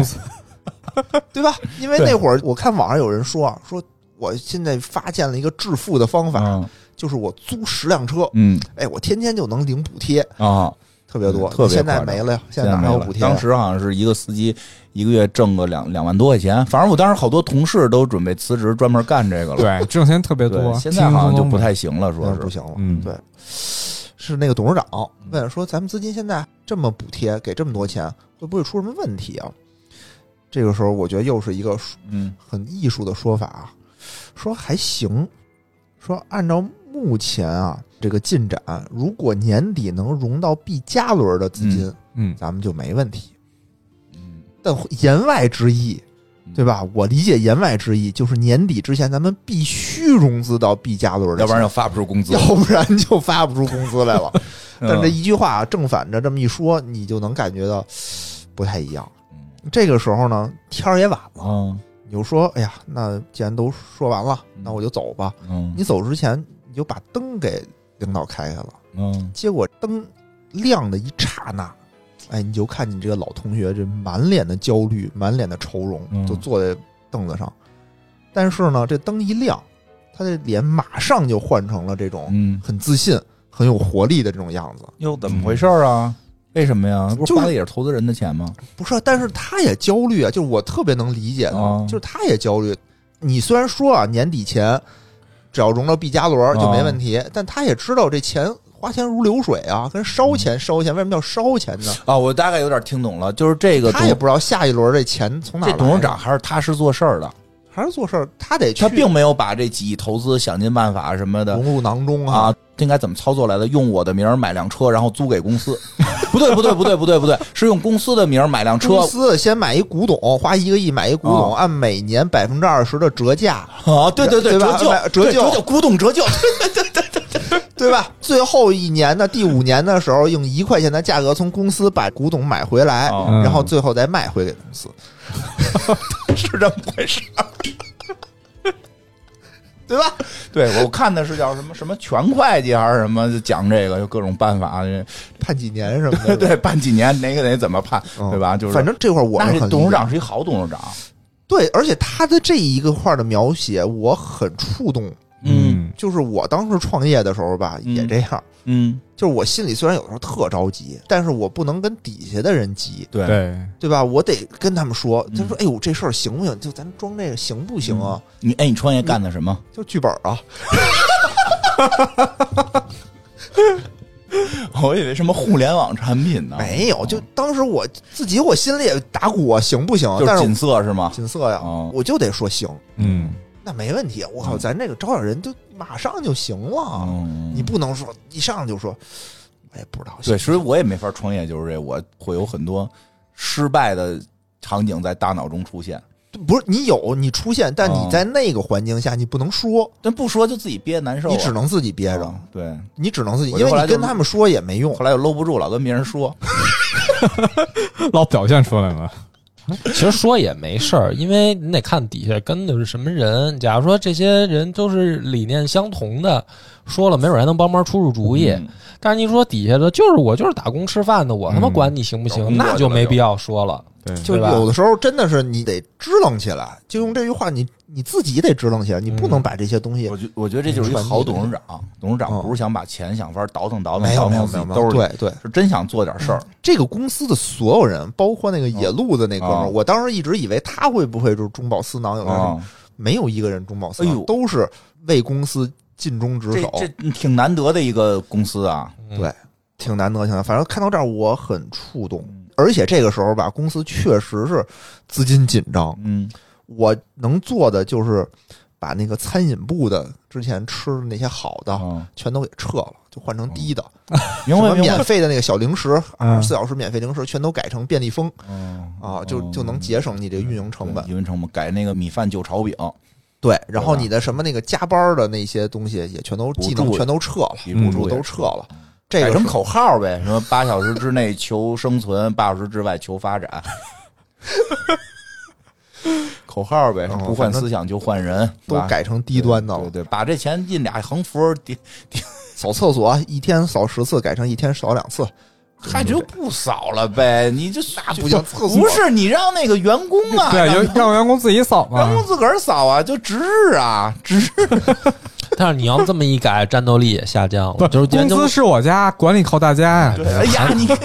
S6: 对吧？因为
S7: 对
S6: 那会儿我看网上有人说啊，说我现在发现了一个致富的方法，
S9: 嗯
S6: 就是我租十辆车，
S9: 嗯
S6: 哎，我天天就能领补贴，
S9: 啊，
S6: 特别多，
S9: 嗯特别
S6: 现在
S9: 夸张
S6: 没了呀，现
S9: 在
S6: 在哪还
S9: 没
S6: 有
S9: 了
S6: 补贴啊？
S9: 当时好像是一个司机一个月挣个两两万多块钱，反正我当时好多同事都准备辞职，专门干这个了。
S7: 对，挣钱特别
S9: 对
S7: 多，
S9: 现在好像就不
S7: 轻
S9: 太行了，说
S6: 那
S9: 是嗯
S6: 不行了，
S7: 嗯
S6: 对，是那个董事长问说，咱们资金现在这么补贴，给这么多钱，会不会出什么问题啊？这个时候，我觉得又是一个
S9: 嗯
S6: 很艺术的说法啊，说还行，说按照目前啊这个进展，如果年底能融到 B 加轮的资金，
S7: 松嗯，
S6: 咱们就没问题。
S9: 嗯
S6: 但言外之意，
S9: 嗯
S6: 对吧？我理解言外之意就是年底之前咱们必须融资到 B 加轮的钱，
S9: 要不然就发不出工资。
S6: 要不然就发不出工资来了。
S9: 嗯
S6: 但这一句话正反着这么一说，你就能感觉到不太一样。这个时候呢，天儿也晚了，
S9: 嗯
S6: 你就说：“哎呀，那既然都说完了，那我就走吧。”
S9: 嗯
S6: 你走之前，你就把灯给领导开开了。
S9: 嗯
S6: 结果灯亮的一刹那，哎，你就看你这个老同学这满脸的焦虑，满脸的愁
S9: 嗯
S6: 容，就坐在凳子上。但是呢，这灯一亮，他的脸马上就换成了这种
S9: 嗯，
S6: 很自信、很有活力的这种样子。
S9: 又怎么回事啊？为什么呀？不是
S6: 就是
S9: 花的也是投资人的钱吗？
S6: 不是，但是他也焦虑啊，就是我特别能理解的，
S9: 啊
S6: 就是他也焦虑。你虽然说啊，年底前只要融到 B 加轮儿就没问题，
S9: 啊
S6: 但他也知道这钱花钱如流水啊，跟烧
S9: 嗯
S6: 钱烧钱，为什么叫烧钱呢？
S9: 啊，我大概有点听懂了，就是这个
S6: 他也不知道下一轮这钱从哪
S9: 这
S6: 来。
S9: 董事长还是踏实做事儿的，
S6: 还是做事儿，他得去
S9: 他并没有把这几亿投资想尽办法什么的
S6: 融入囊中啊。
S9: 啊，这应该怎么操作来的？用我的名儿买辆车，然后租给公司？不对，不对，不对，不对，不对，是用公司的名儿买辆车
S6: 公司先买一古董，花一个亿买一古董，
S9: 啊
S6: 按每年百分之二十的折价，
S9: 啊！对对对，
S6: 对吧
S9: 折旧
S6: 买折旧
S9: 对折旧，古董折旧，
S6: 对吧？最后一年的第五年的时候，用一块钱的价格从公司把古董买回来，
S2: 哦
S6: 然后最后再 卖回给公司，是这么回事儿，对吧？
S9: 对，我看的是叫什么什么全会计还是什么，就讲这个，就各种办法，
S6: 嗯判几年什么的，
S9: 对 对，办几年哪个得怎么判，
S6: 嗯
S9: 对吧？就是
S6: 反正这块儿我
S9: 那
S6: 是
S9: 这
S6: 很
S9: 董事
S6: 理解
S9: 长是一好董事长，
S6: 对，而且他的这一个块儿的描写我很触动。
S7: 嗯
S6: 就是我当时创业的时候吧，也这样。
S9: 嗯，
S6: 就是我心里虽然有时候特着急，但是我不能跟底下的人急，
S9: 对
S7: 对，
S6: 对吧？我得跟他们说，
S9: 嗯
S6: 他说：“哎呦，这事儿行不行？就咱装这个行不行啊？
S9: 你哎，你创业干的什么？
S6: 就剧本啊，
S9: 我以为什么互联网产品呢，
S6: 嗯没有。就当时我自己，我心里也打鼓，我行不行？
S9: 就
S6: 但
S9: 是
S6: 是
S9: 锦瑟是吗
S6: 我？锦瑟呀，
S9: 哦
S6: 我就得说行，
S7: 嗯，
S6: 那没问题。我靠，
S9: 嗯
S6: 咱这个招点人就马上就行了，
S9: 嗯，
S6: 你不能说一上就说，我也不知道行
S9: 对，所以我也没法创业，就是这，我会有很多失败的场景在大脑中出现，
S6: 不是你有你出现，但
S9: 哦
S6: 你在那个环境下你不能说，
S9: 但不说就自己憋难受啊，
S6: 你只能自己憋着，
S9: 啊对，
S6: 你只能自己，
S9: 我就
S6: 因为
S9: 后来
S6: 你
S9: 就
S6: 跟他们说也没用
S9: 后。来又搂不住，老跟别人说，
S6: 嗯
S7: 老表现出来了，
S8: 其实说也没事儿，因为你得看底下跟的是什么人。假如说这些人都是理念相同的，说了没准还能帮忙出出主意。
S9: 嗯
S8: 但是你说底下的就是我就是打工吃饭的，我他妈
S7: 嗯
S8: 管你行不行，
S9: 有工作
S8: 那
S9: 就
S8: 就没
S9: 有
S8: 必要说了。
S7: 对，
S6: 就
S8: 对吧
S6: 有的时候真的是你得支棱起来，就用这句话，你你自己得支棱起来，你不能把这些东西
S9: 嗯我觉我觉得这就是一个好董事长，董事长
S6: 嗯
S9: 不是想把钱想法倒腾倒腾，
S6: 没有没有
S9: 倒腾自
S6: 没有没
S9: 己兜
S6: 有，
S9: 里，
S6: 对嗯对，
S9: 是真想做点事儿，
S6: 这个公司的所有人，包括那个野路子那哥们
S9: 哦
S6: 儿，我当时一直以为他会不会就是中饱私囊，有点什么
S9: 啊，
S6: 没有一个人中饱私
S9: 哎
S6: 囊
S9: 呦，
S6: 都是为公司尽忠职
S9: 这
S6: 守，
S9: 这嗯挺难得的一个公司啊，
S6: 挺难得，挺难。反正看到这儿我很触动，
S9: 嗯
S6: 而且这个时候吧，公司确实是资金紧张，
S9: 嗯
S6: 我能做的就是把那个餐饮部的之前吃的那些好的。
S9: 啊，
S6: 全都给撤了，就换成低的，
S9: 明
S6: 什
S9: 白
S6: 么
S9: 明
S6: 免
S9: 白，啊
S6: 费的那个小零食，二
S7: 嗯
S6: 十四小时免费零食全都改成便利蜂
S9: 嗯
S6: 啊，就就能节省你这个运营成本。嗯
S9: 因为成本改那个米饭就炒饼，
S6: 对，然后
S9: 对吧
S6: 你的什么那个加班的那些东西也全都
S9: 补
S6: 技能
S9: 助
S6: 全都撤了，
S9: 也
S6: 补
S7: 补
S6: 助
S9: 助也
S6: 都撤了。这
S9: 改
S6: 个
S9: 成
S6: 是
S9: 口号呗，什么八小时之内求生存，八小时之外求发展。口号呗，
S6: 嗯
S9: 不换思想就换人，
S6: 都
S9: 是吧
S6: 改成低端的
S9: 对
S6: 了。
S9: 对，把这钱印俩横幅，底
S6: 扫厕所一天扫十次，改成一天扫两 次，
S9: 那就不扫了呗。你就那
S6: 不行，厕所
S9: 不是你让那个员工啊，
S7: 对，
S9: 让
S7: 有让员工自己扫嘛
S9: 员，工自个儿扫啊，就值日啊，值日
S8: 但是你要这么一改，战斗力也下降 了。就是
S7: 公
S8: 研究
S7: 司是我家，管理靠大家呀。
S9: 哎呀，你看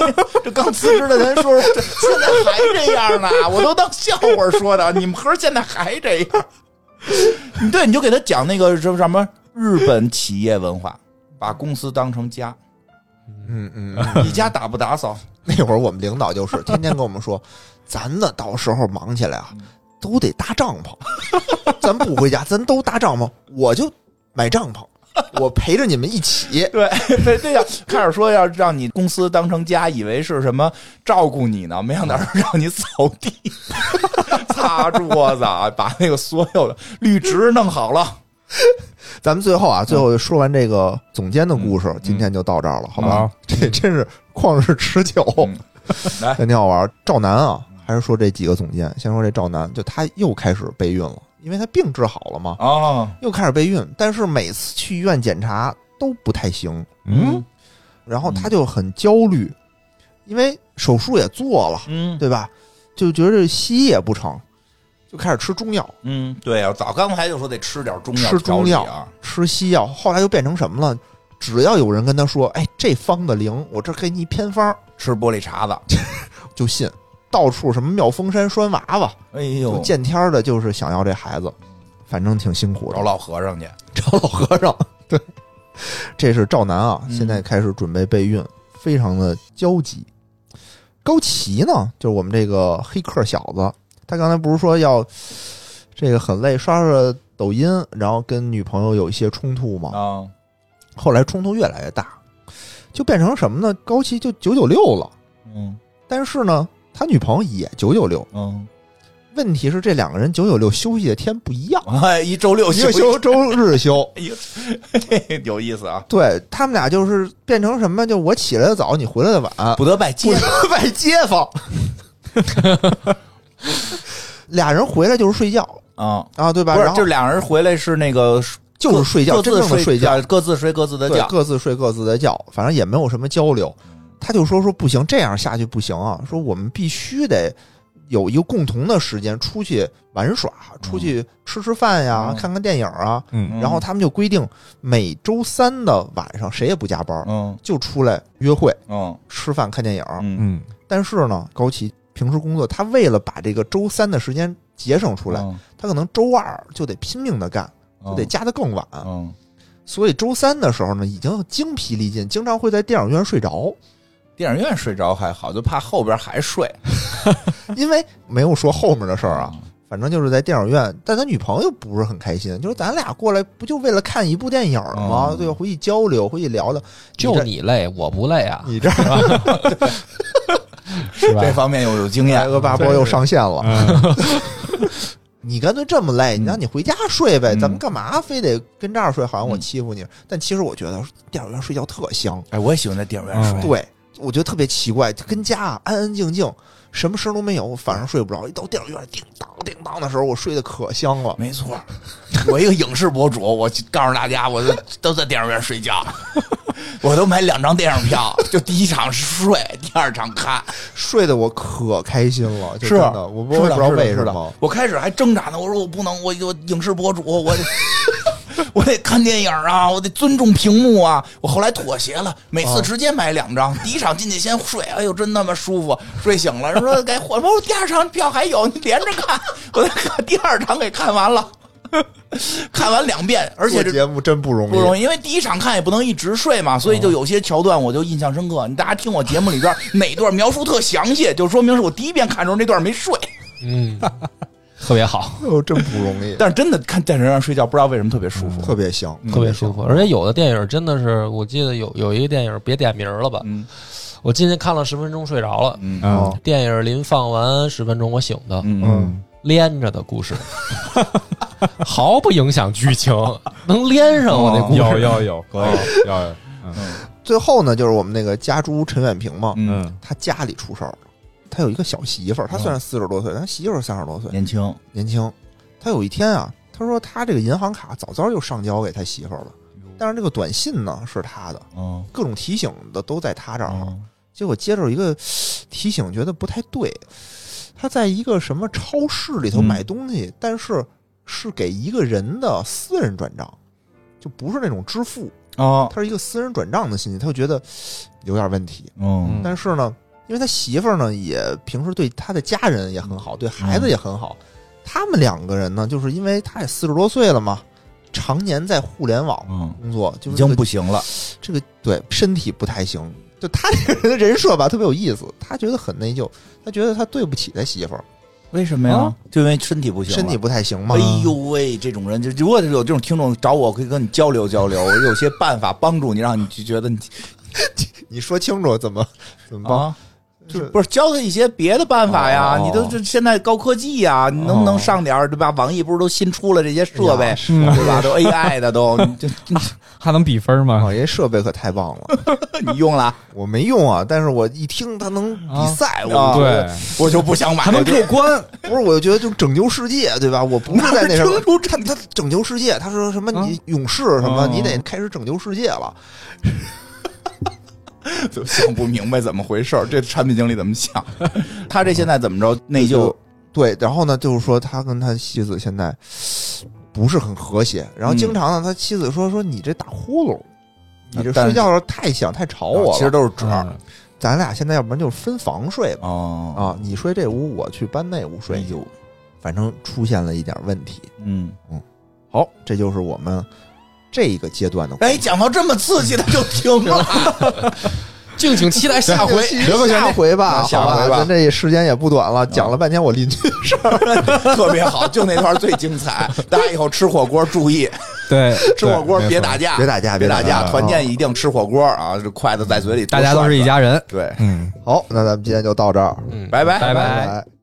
S9: 这刚辞职的人说，这现在还这样呢，我都当笑话说的。你们合着现在还这样？ 你对，你就给他讲那个什么什么日本企业文化，把公司当成家。
S6: 嗯嗯，
S9: 你家打不打扫？
S6: 那会儿我们领导就是天天跟我们说， 咱呢到时候忙起来啊，
S9: 嗯
S6: 都得搭帐篷，咱不回家，咱都搭帐篷，我就买帐篷，我陪着你们一起。
S9: 对对对呀，开始说要让你公司当成家，以为是什么照顾你呢，没想到是让你扫地、 擦桌子，啊，把那个所有的绿植弄好了。
S6: 咱们最后啊，最后说完这个总监的故事，
S9: 嗯
S6: 今天就到这儿了，好吧
S7: 好？
S6: 这真是旷日持久，
S9: 嗯来
S6: 真挺好玩。赵楠啊，还是说这几个总监，先说这赵楠，就他又开始备孕了，因为他病治好了嘛，
S9: 哦，
S6: 又开始备孕，但是每次去医院检查都不太行，
S7: 嗯，
S6: 然后他就很焦虑，因为手术也做了，
S9: 嗯，
S6: 对吧？就觉得这西医也不成，就开始吃中药，
S9: 嗯，对呀、早刚才就说得吃点中药，
S6: 吃中药
S9: 啊，
S6: 吃西药，后来又变成什么了？只要有人跟他说：“哎，这方子灵，我这给你一偏方儿
S9: 吃玻璃碴子。”
S6: 就信。到处什么妙峰山拴娃娃，
S9: 哎
S6: 就
S9: 呦，
S6: 见天儿的，就是想要这孩子，反正挺辛苦的
S9: 找。老和尚去。
S6: 找老和尚，对，这是赵楠啊，
S9: 嗯
S6: 现在开始准备备孕，非常的焦急。高奇呢，就是我们这个黑客小子，他刚才不是说要这个很累，刷刷抖音，然后跟女朋友有一些冲突吗？
S9: 啊，
S6: 后来冲突越来越大，就变成什么呢？高奇就九九六了，
S9: 嗯
S6: 但是呢，他女朋友也九九六，
S9: 嗯
S6: 问题是这两个人九九六休息的天不一样，
S9: 哎，一周六
S6: 一个
S9: 休
S6: 休周日休，
S9: 息有意思啊，
S6: 对他们俩就是变成什么？就我起来的早，你回来的晚，
S9: 不得拜
S6: 不
S9: 见。
S6: 得拜街坊。俩人回来就是睡觉
S9: 啊，
S6: 啊，对吧？
S9: 不是
S6: 然，后
S9: 就俩人回来是那个
S6: 就是睡觉，
S9: 各
S6: 真
S9: 自
S6: 正的睡觉，，
S9: 各自睡各自的
S6: 对，
S9: 觉。
S6: 各自睡各自的觉，反正也没有什么交流。他就说说不行，这样下去不行啊，说我们必须得有一个共同的时间出去玩耍，出去吃吃饭呀，
S9: 嗯
S6: 看看电影啊。
S7: 嗯
S6: 然后他们就规定每周三的晚上谁也不加班，
S9: 嗯
S6: 就出来约会、
S9: 嗯
S6: 吃饭、看电影。
S9: 嗯，
S7: 嗯
S6: 但是呢，高奇平时工作，他为了把这个周三的时间节省出来，
S9: 嗯
S6: 他可能周二就得拼命的干，就得
S9: 嗯
S6: 加的更晚。
S9: 嗯，
S6: 所以周三的时候呢，已经精疲力尽，经常会在电影院睡 着，
S9: 电影院睡着还好，就怕后边还睡。
S6: 因为没有说后面的事儿啊
S9: 嗯，
S6: 反正就是在电影院。但他女朋友不是很开心，就是咱俩过来不就为了看一部电影吗？
S9: 嗯
S6: 对吧，回去交流，回去聊聊。
S8: 就
S6: 这
S8: 你累，我不累啊，
S6: 你 这儿
S8: 是吧
S9: 这？方面又有经
S6: 白
S9: 验，
S6: 俄八波又上线了。
S7: 嗯
S6: 你干脆这么累，你让你回家睡呗，
S9: 嗯
S6: 咱们干嘛非得跟这儿睡？好像我
S9: 嗯
S6: 欺负你。但其实我觉得电影院睡觉特香，
S9: 哎，我也喜欢在电影院睡。
S7: 嗯
S6: 对我觉得特别奇怪，跟家啊安安静静，什么声都没有，我反正睡不着。一到电影院叮当叮当的时候，我睡得可香了。
S9: 没错，我一个影视博主， 我告诉大家，我都都在电影院睡觉， 我都买两张电影票，就第一场是睡，第二场看，
S6: 睡得我可开心了，就是真的，我我
S9: 是
S6: 也不
S9: 的
S6: 知道
S9: 是的
S6: 为
S9: 是
S6: 什
S9: 的
S6: 么。
S9: 我开始还挣扎呢，我说我不能，我我影视博主，我得我得 看电影啊，我得尊重屏幕啊。我后来妥协了，每次直接买两张，第一场进去先睡，哎呦真他妈舒服，睡醒了说该换，我说第二场票还有，你连着看，我把第二场给看完了， 看完两遍，而且
S6: 做
S9: 这
S6: 节目真不容易，
S9: 不容易，因为第一场看也不能一直睡嘛，所以就有些桥段我就印象深刻。你大家听我节目里边哪段描述特详细，就说明是我第一遍看的时候那段没睡。
S8: 嗯，特别好，
S6: 哦，真不容易，
S9: 但嗯是真的看电影院睡觉，不知道为什么特别舒服。
S6: 特别香，
S8: 特别舒服。而且有的电影真的是，我记得有有一个电影，别点名了吧，
S9: 嗯
S8: 我进去看了十分钟睡着了。
S9: 嗯
S7: 嗯
S8: 电影临放完十分钟我醒的，
S9: 嗯
S7: 嗯，
S8: 连着的故事，毫不影响剧情，能连
S9: 哦
S8: 上嗯我那故事。
S7: 有有有，有有，
S6: 最后呢，就是我们那个家猪陈远平嘛，
S7: 嗯
S6: 他家里出事儿了，他有一个小媳妇儿，他虽然四十多岁，但他媳妇儿三十多岁，
S9: 年轻，
S6: 年轻。他有一天啊，他说他这个银行卡早早就上交给他媳妇儿了，但是这个短信呢是他的，
S9: 嗯
S6: 各种提醒的都在他这儿。
S9: 嗯
S6: 结果接着一个提醒，觉得不太对。他在一个什么超市里头
S9: 嗯
S6: 买东西，但是是给一个人的私人转账，就不是那种支付，
S9: 哦
S6: 他是一个私人转账的信息，他就觉得有点问题。
S9: 嗯
S8: 嗯
S6: 但是呢，因为他媳妇儿呢也平时对他的家人也很好，
S9: 嗯
S6: 对孩子也很好。他们两个人呢，就是因为他也四十多岁了嘛，常年在互联网
S9: 嗯，
S6: 工作，就是
S9: 已
S6: 这
S9: 经
S6: 个
S9: 不行了。
S6: 这个对身体不太行。就他这个人的人设吧，特别有意思。他觉得很内疚，他觉得他对不起他媳妇儿，
S9: 为什么呀
S7: 啊？
S9: 就因为身体不行了，
S6: 身体不太行嘛
S9: 哎。呦喂，这种人就如果有这种听众找我，可以跟你交流交流，我有些办法帮助你，让你就觉得你
S6: 你说清楚怎么怎么帮？
S9: 啊就不是教他一些别的办法呀？
S6: 哦
S9: 你都这现在高科技呀，你能不能上点儿对吧？网易不是都新出了这些设备
S6: 哎呀
S9: 对吧？都 AI 的都，你就
S7: 还能比分吗
S9: 啊
S6: 老？爷哦设备可太棒了，
S9: 你用了，
S6: 我没用啊，但是我一听他能比赛，我
S9: 啊
S6: 就觉
S7: 对
S6: 得，
S9: 我就不想买了。就
S6: 关，不是？我就觉得就拯救世界，对吧？我不是在 那什么，他他拯救世界，他说什么
S7: 啊
S6: 你勇士什么，
S7: 哦
S6: 你得开始拯救世界了。
S9: 就想不明白怎么回事儿，这产品经理怎么想？他这现在怎么着内疚？
S6: 对，然后呢，就是说他跟他妻子现在不是很和谐，然后经常呢，他妻子说说你这打呼噜，你这
S9: 但
S6: 睡
S9: 是
S6: 觉的时候太响太吵我
S9: 嗯
S6: 了，
S9: 啊
S6: 啊
S9: 其实都是主儿
S7: 嗯
S6: 咱俩现在要不然就是分房睡吧，
S9: 哦
S6: 啊，你睡这屋，我去搬那屋睡，
S9: 疚，
S6: 反正出现了一点问题。
S9: 嗯。
S6: 好，这就是我们这个阶段的
S9: 哎，讲到这么刺激的就停了，
S8: 敬请期待下回。
S6: 留个下回吧，
S9: 啊下
S6: 好
S9: 回吧啊
S6: 咱这时间也不短了，讲了半天我邻居的事儿，
S9: 特别好，就那段最精彩。大家以后吃火锅注意，
S7: 对，
S9: 吃火锅
S7: 对
S9: 别
S7: 没错
S9: 打架，
S6: 别打架，
S9: 别打
S6: 打
S9: 架，团建
S6: 啊
S9: 一定吃火锅啊！这筷子在嘴里，
S7: 大家都是一。家人。
S9: 对，
S7: 嗯，
S6: 好，那咱们今天就到这儿，
S8: 嗯，
S9: 拜拜
S8: 拜
S6: 拜拜